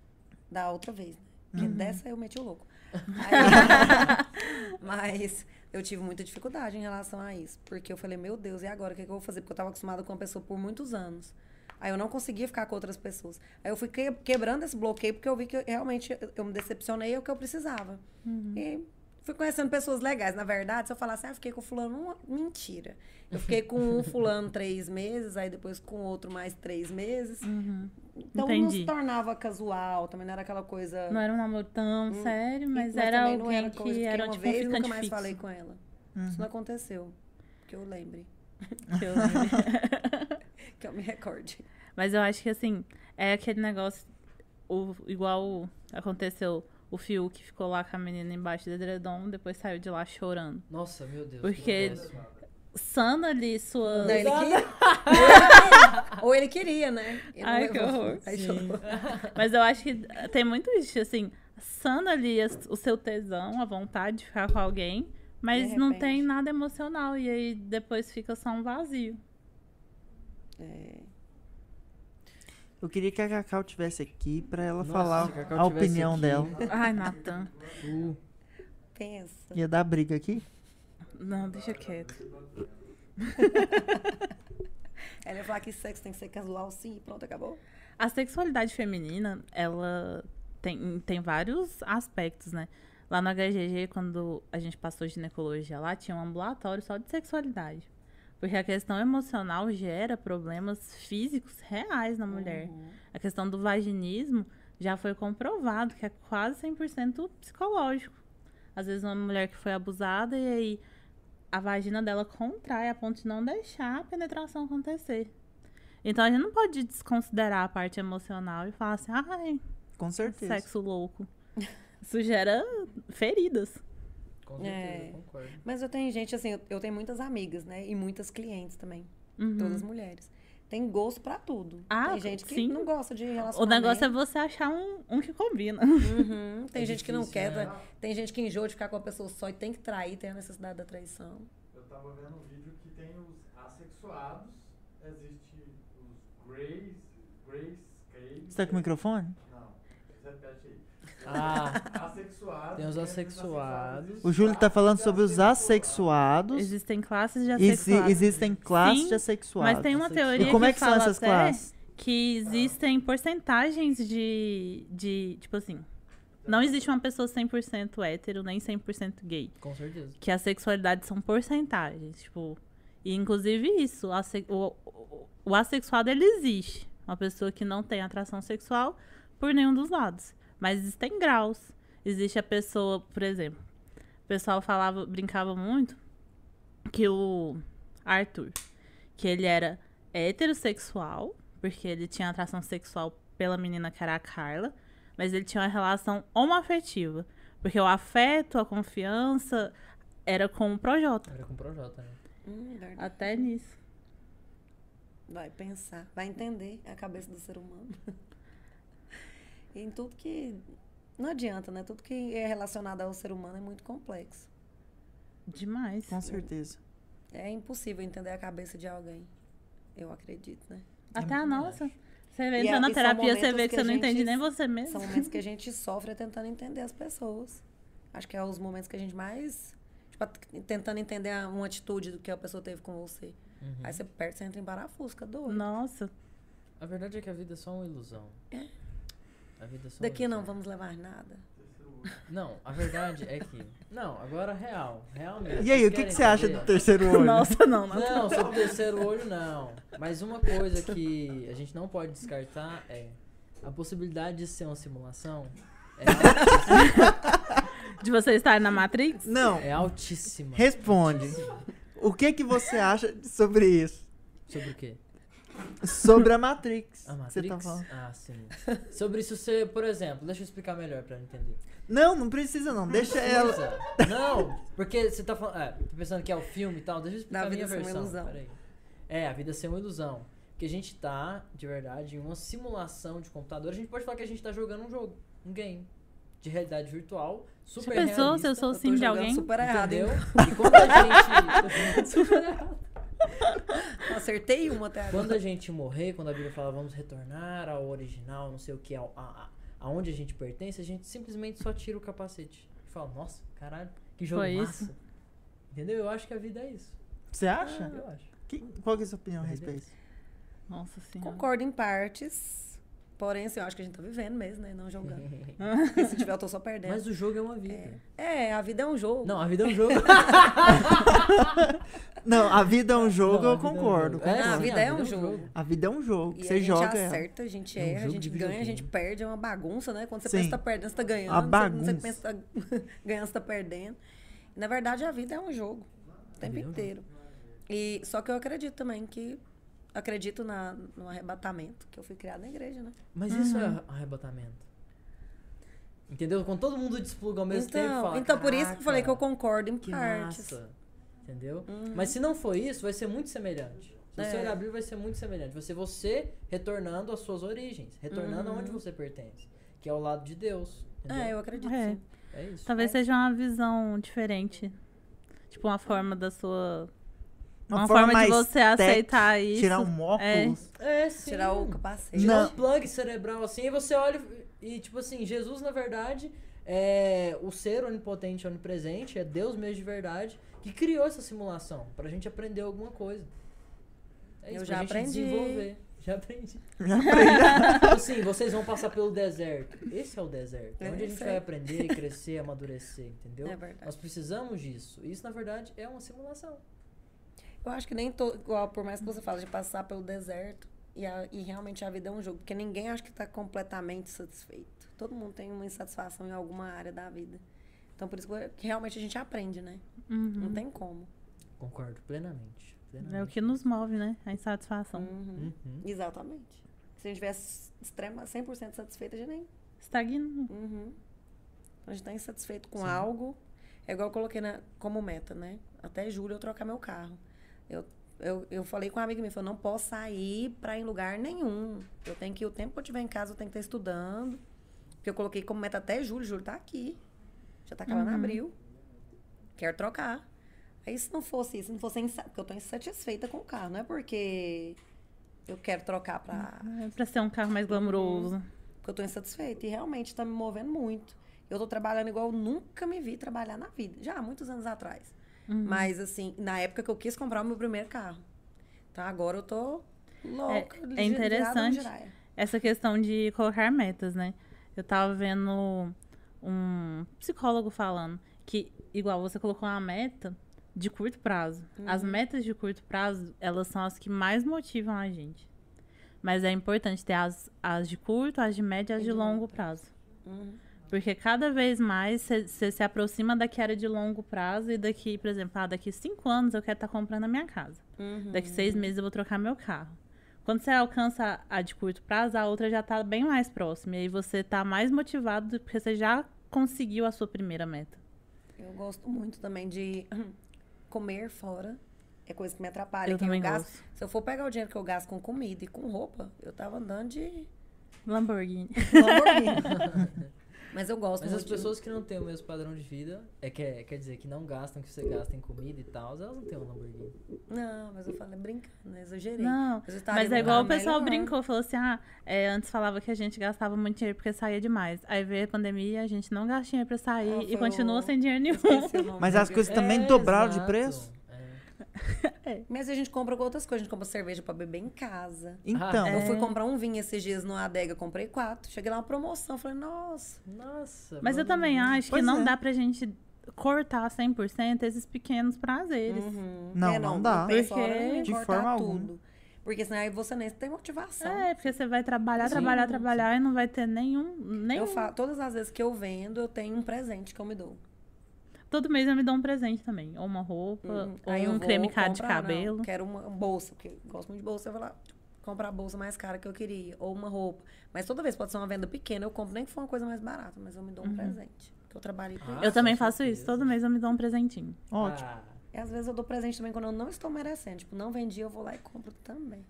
Speaker 3: Da outra vez, né? Porque dessa eu meti o louco. Aí- mas eu tive muita dificuldade em relação a isso. Porque eu falei, meu Deus, e agora? O que, que eu vou fazer? Porque eu tava acostumada com uma pessoa por muitos anos. Aí eu não conseguia ficar com outras pessoas. Aí eu fui que- quebrando esse bloqueio porque eu vi que eu- realmente eu me decepcionei, é o que eu precisava. E fui conhecendo pessoas legais. Na verdade, se eu falasse, ah, fiquei com fulano, uma... mentira. Eu fiquei com um fulano três meses, aí depois com outro mais três meses.
Speaker 1: Uhum.
Speaker 3: Então não
Speaker 1: Entendi.
Speaker 3: se tornava casual, também não era aquela coisa.
Speaker 1: Não era um namoro tão sério, mas, era
Speaker 3: Hum, também não
Speaker 1: alguém
Speaker 3: coisa,
Speaker 1: que era
Speaker 3: uma
Speaker 1: tipo um
Speaker 3: vez e
Speaker 1: ficante
Speaker 3: nunca mais
Speaker 1: fixo. Uhum.
Speaker 3: falei com ela. Isso não aconteceu. Que eu lembre.
Speaker 1: que eu-
Speaker 3: Que eu me recorde.
Speaker 1: né? Mas eu acho que assim, é aquele negócio. O, igual aconteceu o Fiuk que ficou lá com a menina embaixo do edredom, depois saiu de lá chorando.
Speaker 2: Nossa, meu Deus.
Speaker 1: Porque-
Speaker 2: que péssimo.
Speaker 1: Sana ali sua.
Speaker 3: Não, ele que... Ou ele queria, né? Ele
Speaker 1: Ai,
Speaker 3: levou.
Speaker 1: que horror.
Speaker 3: Aí
Speaker 2: Sim.
Speaker 3: chorou. tá
Speaker 1: Mas eu acho que tem muito isso, assim, sana ali as- o seu tesão, a vontade de ficar com alguém, mas
Speaker 3: De
Speaker 1: não
Speaker 3: repente.
Speaker 1: tem nada emocional. E aí depois fica só um vazio.
Speaker 3: É.
Speaker 4: Eu queria que a Cacau tivesse aqui pra ela
Speaker 2: Nossa,
Speaker 4: falar
Speaker 2: se a Cacau
Speaker 4: a
Speaker 2: tivesse
Speaker 4: opinião
Speaker 2: aqui.
Speaker 4: dela.
Speaker 1: Ai, Natan.
Speaker 2: Uh,
Speaker 3: Pensa.
Speaker 4: Ia dar briga aqui?
Speaker 1: Não, deixa quieto.
Speaker 3: Ela ia falar que sexo tem que ser casual, sim, e pronto, acabou.
Speaker 1: A sexualidade feminina, ela tem, tem vários aspectos, né? Lá no HGG, quando a gente passou ginecologia lá, tinha um ambulatório só de sexualidade. Porque a questão emocional gera problemas físicos reais na mulher.
Speaker 3: Uhum.
Speaker 1: A questão do vaginismo já foi comprovado que é quase 100% psicológico. Às vezes uma mulher que foi abusada e aí a vagina dela contrai a ponto de não deixar a penetração acontecer. Então a gente não pode desconsiderar a parte emocional e falar assim, ai,
Speaker 4: Com certeza.
Speaker 1: sexo louco. Isso gera feridas.
Speaker 2: com certeza,
Speaker 3: É.
Speaker 2: concordo.
Speaker 3: Mas eu tenho gente, assim, eu, eu tenho muitas amigas, né? E muitas clientes também.
Speaker 1: Uhum.
Speaker 3: Todas mulheres. Tem gosto pra tudo.
Speaker 1: Ah,
Speaker 3: tem gente que
Speaker 1: sim.
Speaker 3: não gosta de relacionamento.
Speaker 1: O negócio é você achar um, um que combina.
Speaker 3: Uhum, Tem
Speaker 2: É
Speaker 3: gente que não
Speaker 2: difícil,
Speaker 3: quer.
Speaker 2: né?
Speaker 3: tá? Tem gente que enjoa de ficar com uma pessoa só e tem que trair, tem a necessidade da traição.
Speaker 6: Eu tava vendo um vídeo que tem os assexuados, existe os greys, greys, gays.
Speaker 4: Você tá com o microfone?
Speaker 6: Não, repete aí.
Speaker 2: Ah,
Speaker 6: Assexuados.
Speaker 2: Tem os
Speaker 6: tem os
Speaker 2: assexuados.
Speaker 6: assexuados.
Speaker 4: O Júlio tá falando sobre os assexuados.
Speaker 1: Existem classes de
Speaker 4: Exi
Speaker 1: assexuados.
Speaker 4: existem classes
Speaker 1: Sim,
Speaker 4: de assexuados.
Speaker 1: Mas tem uma teoria
Speaker 4: E como
Speaker 1: que,
Speaker 4: é que são
Speaker 1: fala
Speaker 4: essas
Speaker 1: até
Speaker 4: classes?
Speaker 1: que existem porcentagens de, de. Tipo assim. Não existe uma pessoa 100% hétero nem 100% gay.
Speaker 2: com certeza.
Speaker 1: Que a sexualidade são porcentagens. Tipo. E inclusive isso. a se- o, o, o assexuado ele existe. Uma pessoa que não tem atração sexual por nenhum dos lados. Mas existem graus. Existe a pessoa, por exemplo. O pessoal falava, brincava muito que o Arthur, que ele era heterossexual, porque ele tinha atração sexual pela menina que era a Carla, mas ele tinha uma relação homoafetiva, porque o afeto, a confiança era com o Projota.
Speaker 2: Era com o Projota, né?
Speaker 1: é
Speaker 3: Hum, verdade.
Speaker 1: Até nisso.
Speaker 3: Vai pensar, vai entender a cabeça do ser humano. E em tudo que. Não adianta, né? Tudo que é relacionado ao ser humano é muito complexo.
Speaker 1: Demais.
Speaker 4: Com certeza.
Speaker 3: É impossível entender a cabeça de alguém. Eu acredito, né?
Speaker 1: Até a nossa. Você
Speaker 3: E
Speaker 1: entra
Speaker 3: é-
Speaker 1: na
Speaker 3: e são
Speaker 1: terapia, você
Speaker 3: momentos
Speaker 1: vê que,
Speaker 3: que
Speaker 1: você
Speaker 3: a
Speaker 1: não
Speaker 3: gente-
Speaker 1: entende nem você mesmo.
Speaker 3: São momentos que a gente sofre tentando entender as pessoas. Acho que é os momentos que a gente mais. Tipo, at- tentando entender a- uma atitude do que a pessoa teve com você.
Speaker 2: Uhum.
Speaker 3: Aí você perde, você entra em parafuso, fica doido.
Speaker 1: Nossa.
Speaker 2: A verdade é que a vida é só uma ilusão. A vida é só uma
Speaker 3: Daqui não
Speaker 2: ilusão.
Speaker 3: vamos levar nada.
Speaker 2: Não, a verdade é que. Não, agora real. Real mesmo.
Speaker 4: E aí, o
Speaker 2: Vocês
Speaker 4: que, que
Speaker 2: querem
Speaker 4: você acha
Speaker 2: saber?
Speaker 4: do terceiro olho?
Speaker 1: Nossa, não, não.
Speaker 2: Não, sobre o terceiro olho, não. Mas uma coisa que a gente não pode descartar é a possibilidade de ser uma simulação é, al-
Speaker 1: De você estar na Matrix?
Speaker 4: Não,
Speaker 2: é altíssima.
Speaker 4: responde. O que que você acha sobre isso?
Speaker 2: Sobre o quê?
Speaker 4: Sobre a Matrix.
Speaker 2: A Matrix?
Speaker 4: Você tá falando.
Speaker 2: Ah, sim. Sobre isso, você, por exemplo, deixa eu explicar melhor pra eu entender.
Speaker 4: Não, não precisa não. Deixa ela.
Speaker 2: Beleza. Não, porque você tá falando. É, tô pensando que é o filme e tal, deixa eu explicar
Speaker 3: Na
Speaker 2: a minha
Speaker 3: vida ser uma
Speaker 2: versão.
Speaker 3: ilusão.
Speaker 2: peraí. É, a vida ser uma ilusão. Porque a gente tá, de verdade, em uma simulação de computador. A gente pode falar que a gente tá jogando um jogo, um game. De realidade virtual, super
Speaker 1: Já pensou se
Speaker 2: realista.
Speaker 1: eu sou o
Speaker 3: tô
Speaker 1: sim de
Speaker 3: jogando
Speaker 1: alguém?
Speaker 3: super errado, hein?
Speaker 2: Entendeu? E quando a gente.
Speaker 3: Acertei uma até agora.
Speaker 2: Quando a gente morrer, quando a Bíblia fala vamos retornar ao original, não sei o que, ao, a, a- aonde a gente pertence, a gente simplesmente só tira o capacete. E fala, nossa, caralho, que jogo
Speaker 1: Foi
Speaker 2: massa.
Speaker 1: isso?
Speaker 2: Entendeu? Eu acho que a vida é isso.
Speaker 4: Você acha?
Speaker 2: Eu acho.
Speaker 4: Que- qual que é a sua opinião a respeito?
Speaker 1: Nossa senhora.
Speaker 3: Concordo em partes. Porém, assim, eu acho que a gente tá vivendo mesmo, né? Não jogando. Porque se tiver, eu tô só perdendo.
Speaker 2: Uhum. Mas o jogo é uma vida.
Speaker 3: É, a vida é um jogo.
Speaker 2: Não, a vida é um jogo.
Speaker 4: Não, a vida é um jogo,
Speaker 2: Não, a
Speaker 4: eu
Speaker 2: vida é um
Speaker 4: concordo.
Speaker 2: jogo. É,
Speaker 4: concordo.
Speaker 3: Ah, a
Speaker 2: sim,
Speaker 3: vida é um jogo.
Speaker 4: A vida é um jogo.
Speaker 3: E
Speaker 4: você
Speaker 3: a gente
Speaker 4: joga ela.
Speaker 3: acerta, a gente
Speaker 2: É um
Speaker 3: erra, a
Speaker 2: jogo
Speaker 3: gente
Speaker 2: de
Speaker 3: ganha, a gente
Speaker 2: videogame.
Speaker 3: perde, é uma bagunça, né? Quando você
Speaker 4: Sim.
Speaker 3: pensa que tá perdendo, você tá ganhando.
Speaker 4: A
Speaker 3: Quando você
Speaker 4: bagunça.
Speaker 3: pensa que tá ganhando, você tá perdendo. Na verdade, a vida é um jogo. O tempo
Speaker 2: vida é um
Speaker 3: inteiro. E, só que eu acredito também que... Acredito na, no arrebatamento, que eu fui criada na igreja, né?
Speaker 2: Mas isso é
Speaker 4: Uhum.
Speaker 2: arrebatamento. Entendeu? Quando todo mundo despluga ao mesmo tempo,
Speaker 3: então,
Speaker 2: fala,
Speaker 3: então por isso que eu falei que eu
Speaker 2: "Caraca,
Speaker 3: concordo em
Speaker 2: Que
Speaker 3: partes. Uhum.
Speaker 2: massa. Entendeu? Mas se não for isso, vai ser muito semelhante. Se você
Speaker 3: É.
Speaker 2: olhar a Bíblia, vai ser muito semelhante. Vai ser você retornando às suas origens, retornando aonde você pertence, que é o lado de Deus. Entendeu?
Speaker 3: Uhum. É, eu acredito
Speaker 1: É.
Speaker 3: sim.
Speaker 2: É isso.
Speaker 1: Talvez seja uma visão diferente. Tipo, uma forma da sua. Uma, forma, de você
Speaker 4: tech,
Speaker 1: aceitar isso.
Speaker 4: Tirar um óculos.
Speaker 2: É, sim.
Speaker 3: Tirar o capacete.
Speaker 2: Tirar
Speaker 4: Não.
Speaker 2: um plug cerebral assim, e você olha e tipo assim, Jesus na verdade é o ser onipotente, onipresente, é Deus mesmo de verdade que criou essa simulação pra gente aprender alguma coisa. É
Speaker 3: Eu
Speaker 2: isso,
Speaker 3: já
Speaker 2: pra gente
Speaker 3: aprendi.
Speaker 2: desenvolver. Já aprendi.
Speaker 4: Já aprendi.
Speaker 2: Tipo assim, vocês vão passar pelo deserto. Esse é o deserto. É
Speaker 3: É,
Speaker 2: onde a gente
Speaker 3: isso
Speaker 2: vai
Speaker 3: aí.
Speaker 2: aprender, crescer, amadurecer, entendeu?
Speaker 3: É verdade.
Speaker 2: Nós precisamos disso. Isso, na verdade, é uma simulação.
Speaker 3: Eu acho que nem todo. Igual, por mais que você fale de passar pelo deserto e, a- e realmente a vida é um jogo, porque ninguém acha que está completamente satisfeito. Todo mundo tem uma insatisfação em alguma área da vida. Então, por isso que que realmente a gente aprende, né?
Speaker 1: Uhum.
Speaker 3: Não tem como.
Speaker 2: Concordo plenamente. plenamente.
Speaker 1: É o que nos move, né? A insatisfação.
Speaker 3: Uhum.
Speaker 2: Uhum.
Speaker 3: Exatamente. Se a gente tivesse extrema, 100% satisfeito, a gente nem.
Speaker 1: Estagna.
Speaker 3: Uhum. Então, a gente está insatisfeito com
Speaker 2: Sim.
Speaker 3: algo. É igual eu coloquei na- como meta, né? Até julho eu trocar meu carro. Eu, eu, eu falei com uma amiga minha, falou, não posso sair pra ir em lugar nenhum. Eu tenho que, o tempo que eu tiver em casa, eu tenho que estar estudando. Porque eu coloquei como meta até julho, julho tá aqui. Já tá acabando abril. Quero trocar. Aí se não fosse isso, se não fosse insa- porque eu tô insatisfeita com o carro, não é porque eu quero trocar pra
Speaker 1: É pra ser um carro mais glamouroso.
Speaker 3: porque eu tô insatisfeita e realmente tá me movendo muito. Eu tô trabalhando igual eu nunca me vi trabalhar na vida, já há muitos anos atrás.
Speaker 1: Uhum.
Speaker 3: Mas assim, na época que eu quis comprar o meu primeiro carro. Então agora eu tô louca.
Speaker 1: É- é
Speaker 3: de- virada
Speaker 1: interessante.
Speaker 3: no giraia.
Speaker 1: Essa questão de colocar metas, né? Eu tava vendo um psicólogo falando que, igual você colocou uma meta de curto prazo. As metas de curto prazo, elas são as que mais motivam a gente. Mas é importante ter as, as de curto, as de médio e as de longo prazo.
Speaker 3: Uhum,
Speaker 1: Porque cada vez mais você se aproxima da que era de longo prazo e daqui, por exemplo, ah, daqui cinco anos eu quero estar comprando a minha casa.
Speaker 3: uhum.
Speaker 1: Daqui seis meses eu vou trocar meu carro. Quando você alcança a de curto prazo, a outra já está bem mais próxima. E aí você está mais motivado porque você já conseguiu a sua primeira meta.
Speaker 3: Eu gosto muito também de comer fora. É coisa que me atrapalha.
Speaker 1: Eu
Speaker 3: que eu
Speaker 1: também
Speaker 3: gasto.
Speaker 1: gosto.
Speaker 3: Se eu for pegar o dinheiro que eu gasto com comida e com roupa, eu tava andando de
Speaker 1: Lamborghini.
Speaker 3: Lamborghini. Mas eu gosto
Speaker 2: Mas
Speaker 3: muito.
Speaker 2: as pessoas que não têm o mesmo padrão de vida, é, quer, quer dizer, que não gastam, que você gasta em comida e tal, elas não têm um Lamborghini.
Speaker 3: Não, mas eu falei brincando, né? exagerei.
Speaker 1: Não,
Speaker 3: Mas eu estaria
Speaker 1: mas é
Speaker 3: num
Speaker 1: igual o
Speaker 3: lugar
Speaker 1: pessoal
Speaker 3: tá melhor.
Speaker 1: brincou, falou assim, ah, é, antes falava que a gente gastava muito dinheiro porque saía demais. Aí veio a pandemia, a gente não gasta dinheiro pra sair
Speaker 3: Ah,
Speaker 1: e
Speaker 3: foi
Speaker 1: continua
Speaker 3: o-
Speaker 1: sem dinheiro nenhum.
Speaker 3: Esqueci o nome
Speaker 4: Mas
Speaker 3: da
Speaker 4: as coisas
Speaker 3: bebida.
Speaker 4: também
Speaker 2: É,
Speaker 4: dobraram de
Speaker 2: exato.
Speaker 4: preço?
Speaker 2: É.
Speaker 3: Mas a gente compra com outras coisas. A gente compra cerveja pra beber em casa.
Speaker 4: Então,
Speaker 2: Ah,
Speaker 3: Eu
Speaker 1: É.
Speaker 3: fui comprar um vinho esses dias numa adega, comprei quatro. Cheguei lá uma promoção, falei, nossa.
Speaker 2: Nossa.
Speaker 1: Mas eu
Speaker 2: maravilhoso.
Speaker 1: também acho que
Speaker 4: Pois
Speaker 1: não
Speaker 4: é.
Speaker 1: dá pra gente cortar 100% esses pequenos prazeres.
Speaker 4: Não,
Speaker 3: É,
Speaker 4: não dá.
Speaker 3: pensa,
Speaker 1: Porque-
Speaker 3: hora nenhuma,
Speaker 4: De
Speaker 3: cortar
Speaker 4: forma
Speaker 3: tudo.
Speaker 4: alguma.
Speaker 3: Porque senão aí você nem tem motivação.
Speaker 1: É, porque você vai trabalhar,
Speaker 2: Sim.
Speaker 1: trabalhar, trabalhar e não vai ter nenhum. um nenhum.
Speaker 3: Eu falo, todas as vezes que eu vendo, eu tenho um presente que eu me dou.
Speaker 1: Todo mês eu me dou um presente também. Ou uma roupa,
Speaker 3: Uhum.
Speaker 1: ou
Speaker 3: Aí eu
Speaker 1: um
Speaker 3: vou
Speaker 1: creme caro de
Speaker 3: comprar, não,
Speaker 1: cabelo.
Speaker 3: Quero uma bolsa, porque eu gosto muito de bolsa. Eu vou lá, comprar a bolsa mais cara que eu queria, ou uma roupa. Mas toda vez pode ser uma venda pequena, eu compro nem que for uma coisa mais barata, mas eu me
Speaker 1: Uhum.
Speaker 3: dou um presente. Porque eu trabalhei com
Speaker 2: Ah.
Speaker 3: isso.
Speaker 1: eu também
Speaker 2: com
Speaker 1: faço
Speaker 2: certeza.
Speaker 1: isso. Todo mês eu me dou um presentinho.
Speaker 4: Ótimo.
Speaker 2: Ah,
Speaker 3: E às vezes eu dou presente também quando eu não estou merecendo. Tipo, não vendi, eu vou lá e compro também.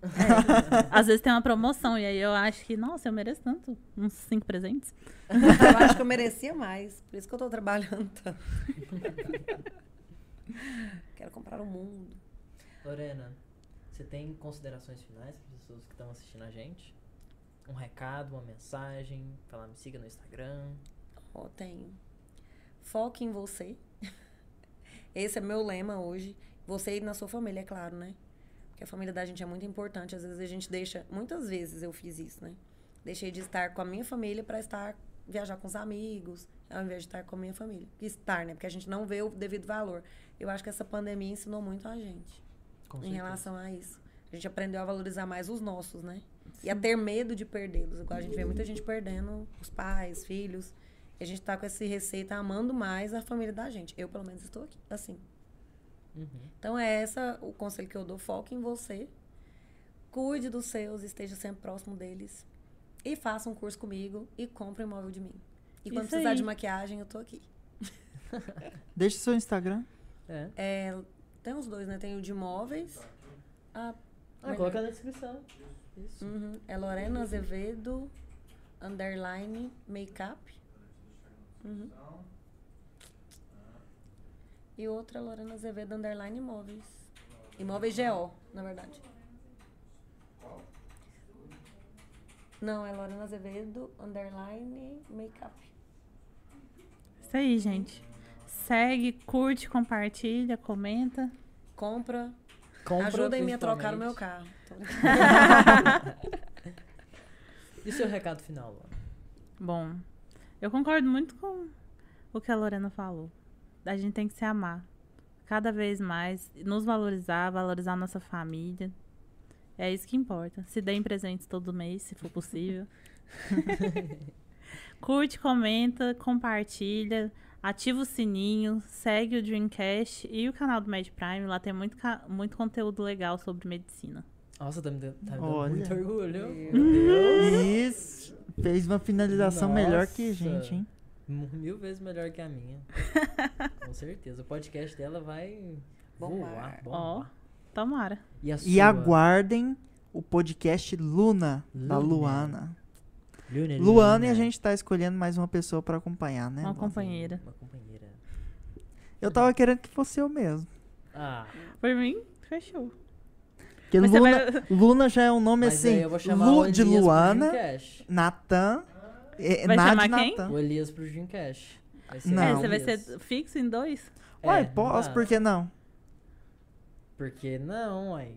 Speaker 1: Às vezes tem uma promoção e aí eu acho que, nossa, eu mereço tanto. Uns cinco presentes.
Speaker 3: eu acho que eu merecia mais. Por isso que eu tô trabalhando tanto. Quero comprar o mundo.
Speaker 2: Lorena, você tem considerações finais para as pessoas que estão assistindo a gente? Um recado, uma mensagem, falar me siga no Instagram.
Speaker 3: Ó, tenho. Foque em você. Esse é meu lema hoje. Você e na sua família, é claro, né? Porque a família da gente é muito importante. Às vezes a gente deixa. Muitas vezes eu fiz isso, né? Deixei de estar com a minha família para estar viajar com os amigos, ao invés de estar com a minha família. Estar, né? Porque a gente não vê o devido valor. Eu acho que essa pandemia ensinou muito a gente.
Speaker 2: Com
Speaker 3: em
Speaker 2: certeza.
Speaker 3: relação a isso. A gente aprendeu a valorizar mais os nossos, né? E a ter medo de perdê-los. Igual a gente
Speaker 2: Uhum.
Speaker 3: vê muita gente perdendo os pais, filhos. E a gente tá com esse receio, tá amando mais a família da gente. Eu, pelo menos, estou aqui, assim.
Speaker 2: Uhum.
Speaker 3: Então, é essa o conselho que eu dou. Foque em você. Cuide dos seus, esteja sempre próximo deles. E faça um curso comigo e compre um imóvel de mim. E quando
Speaker 1: Isso
Speaker 3: precisar
Speaker 1: aí.
Speaker 3: de maquiagem, eu tô aqui.
Speaker 4: Deixa seu Instagram.
Speaker 2: É.
Speaker 3: É, tem os dois, né? Tem o de imóveis. Ah,
Speaker 2: Ah, coloca na descrição. Isso.
Speaker 3: Uhum. É Lorena Azevedo, underline, makeup. Uhum. E outra é Lorena Azevedo, underline, imóveis. Imóveis GO, na verdade. Não, é Lorena Azevedo, underline, makeup.
Speaker 1: Isso aí, gente. Segue, curte, compartilha, comenta.
Speaker 3: Compra.
Speaker 2: Compra,
Speaker 3: Ajudem-me a trocar o
Speaker 2: principalmente.
Speaker 3: meu carro. Tô brincando.
Speaker 2: E seu recado final, Lorena?
Speaker 1: Bom, eu concordo muito com o que a Lorena falou. A gente tem que se amar. Cada vez mais, nos valorizar, valorizar nossa família. É isso que importa. Se deem presentes todo mês, se for possível. Curte, comenta, compartilha, ativa o sininho, segue o Dreamcast e o canal do Med Prime. Lá tem muito, ca- muito conteúdo legal sobre medicina.
Speaker 2: Nossa, tá me dando, tá me dando
Speaker 4: Olha.
Speaker 2: muito orgulho.
Speaker 4: Isso. Fez uma finalização
Speaker 2: Nossa.
Speaker 4: melhor que a gente, hein?
Speaker 2: Mu- Mil vezes melhor que a minha. Com certeza. O podcast dela vai voar.
Speaker 3: Bombar.
Speaker 1: Ó,
Speaker 2: bombar.
Speaker 1: tomara.
Speaker 2: E, a
Speaker 4: E
Speaker 2: sua?
Speaker 4: aguardem o podcast Luna, da
Speaker 2: Luna.
Speaker 4: Luana.
Speaker 2: Luna,
Speaker 4: Luana e a gente tá escolhendo mais uma pessoa pra acompanhar, né?
Speaker 1: Uma
Speaker 4: Luana?
Speaker 1: acompanha- Companheira.
Speaker 2: Uma companheira.
Speaker 4: Eu tava querendo que fosse eu mesmo.
Speaker 2: Ah,
Speaker 1: Por mim, fechou.
Speaker 4: Porque
Speaker 1: Mas você
Speaker 4: Luna,
Speaker 1: vai-
Speaker 4: Luna já é um nome
Speaker 2: mas
Speaker 4: assim.
Speaker 2: aí eu vou chamar o
Speaker 4: Lu
Speaker 2: Elias
Speaker 4: de
Speaker 2: pro
Speaker 4: Luana,
Speaker 2: Dreamcast.
Speaker 4: Natan. É,
Speaker 1: Vai
Speaker 4: Nad
Speaker 1: chamar quem?
Speaker 4: Natan.
Speaker 2: O Elias pro Dreamcast. Vai ser
Speaker 4: Não.
Speaker 1: É,
Speaker 2: o
Speaker 1: você vai ser
Speaker 2: Elias.
Speaker 1: fixo em dois?
Speaker 4: Ué,
Speaker 2: É,
Speaker 4: posso,
Speaker 2: dá.
Speaker 4: por que não?
Speaker 2: Porque não, aí.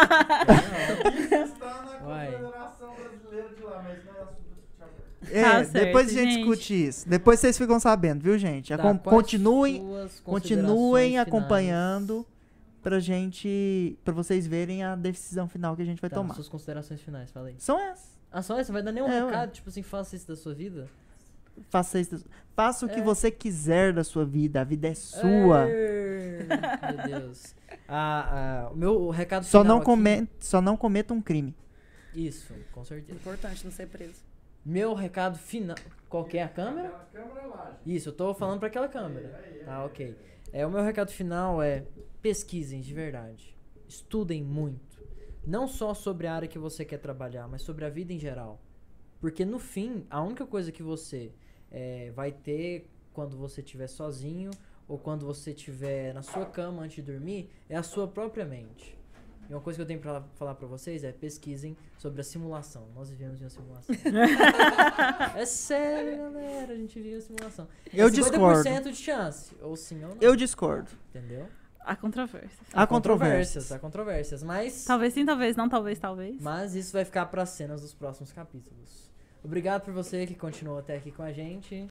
Speaker 6: Está tá na
Speaker 2: Uai.
Speaker 6: Confederação Brasileira de lá, mas não é assunto do Thiago.
Speaker 4: É,
Speaker 1: Tá certo,
Speaker 4: depois a gente,
Speaker 1: gente.
Speaker 4: discute isso. Depois vocês ficam sabendo, viu, gente? Acom- continuem continuem acompanhando pra gente. pra vocês verem a decisão final que a gente vai
Speaker 2: Vai
Speaker 4: tomar.
Speaker 2: Tá, Suas considerações finais, falei.
Speaker 4: São essas.
Speaker 2: Ah, só essa? Vai dar nenhum
Speaker 4: É, ué.
Speaker 2: recado? Tipo assim, faça isso da sua vida?
Speaker 4: Faça, isso- faça o que
Speaker 2: É.
Speaker 4: você quiser da sua vida, a vida é sua.
Speaker 2: Ei, Meu Deus. Ah, ah, o meu recado
Speaker 4: Só
Speaker 2: final
Speaker 4: não,
Speaker 2: aqui-
Speaker 4: come, só não cometa um crime.
Speaker 2: Isso, com certeza.
Speaker 3: Importante não ser preso.
Speaker 2: Meu recado final. Qual que é a câmera?
Speaker 6: Aquela câmera lá, gente.
Speaker 2: Isso, eu tô falando pra aquela câmera. Tá, ok. É, o meu recado final é: pesquisem de verdade. Estudem muito. Não só sobre a área que você quer trabalhar, mas sobre a vida em geral. Porque no fim, a única coisa que você eh, vai ter quando você estiver sozinho ou quando você estiver na sua cama antes de dormir é a sua própria mente. E uma coisa que eu tenho pra falar pra vocês é pesquisem sobre a simulação. Nós vivemos em uma simulação. é sério, galera. A gente vive em uma simulação.
Speaker 4: Eu
Speaker 2: É
Speaker 4: discordo.
Speaker 2: 50% de chance. Ou sim ou não.
Speaker 4: Eu discordo.
Speaker 2: Entendeu?
Speaker 1: Há controvérsias.
Speaker 4: Há controvérsias.
Speaker 2: Há controvérsias. Mas,
Speaker 1: Talvez sim, talvez não, talvez, talvez.
Speaker 2: mas isso vai ficar para cenas dos próximos capítulos. Obrigado por você que continuou até aqui com a gente.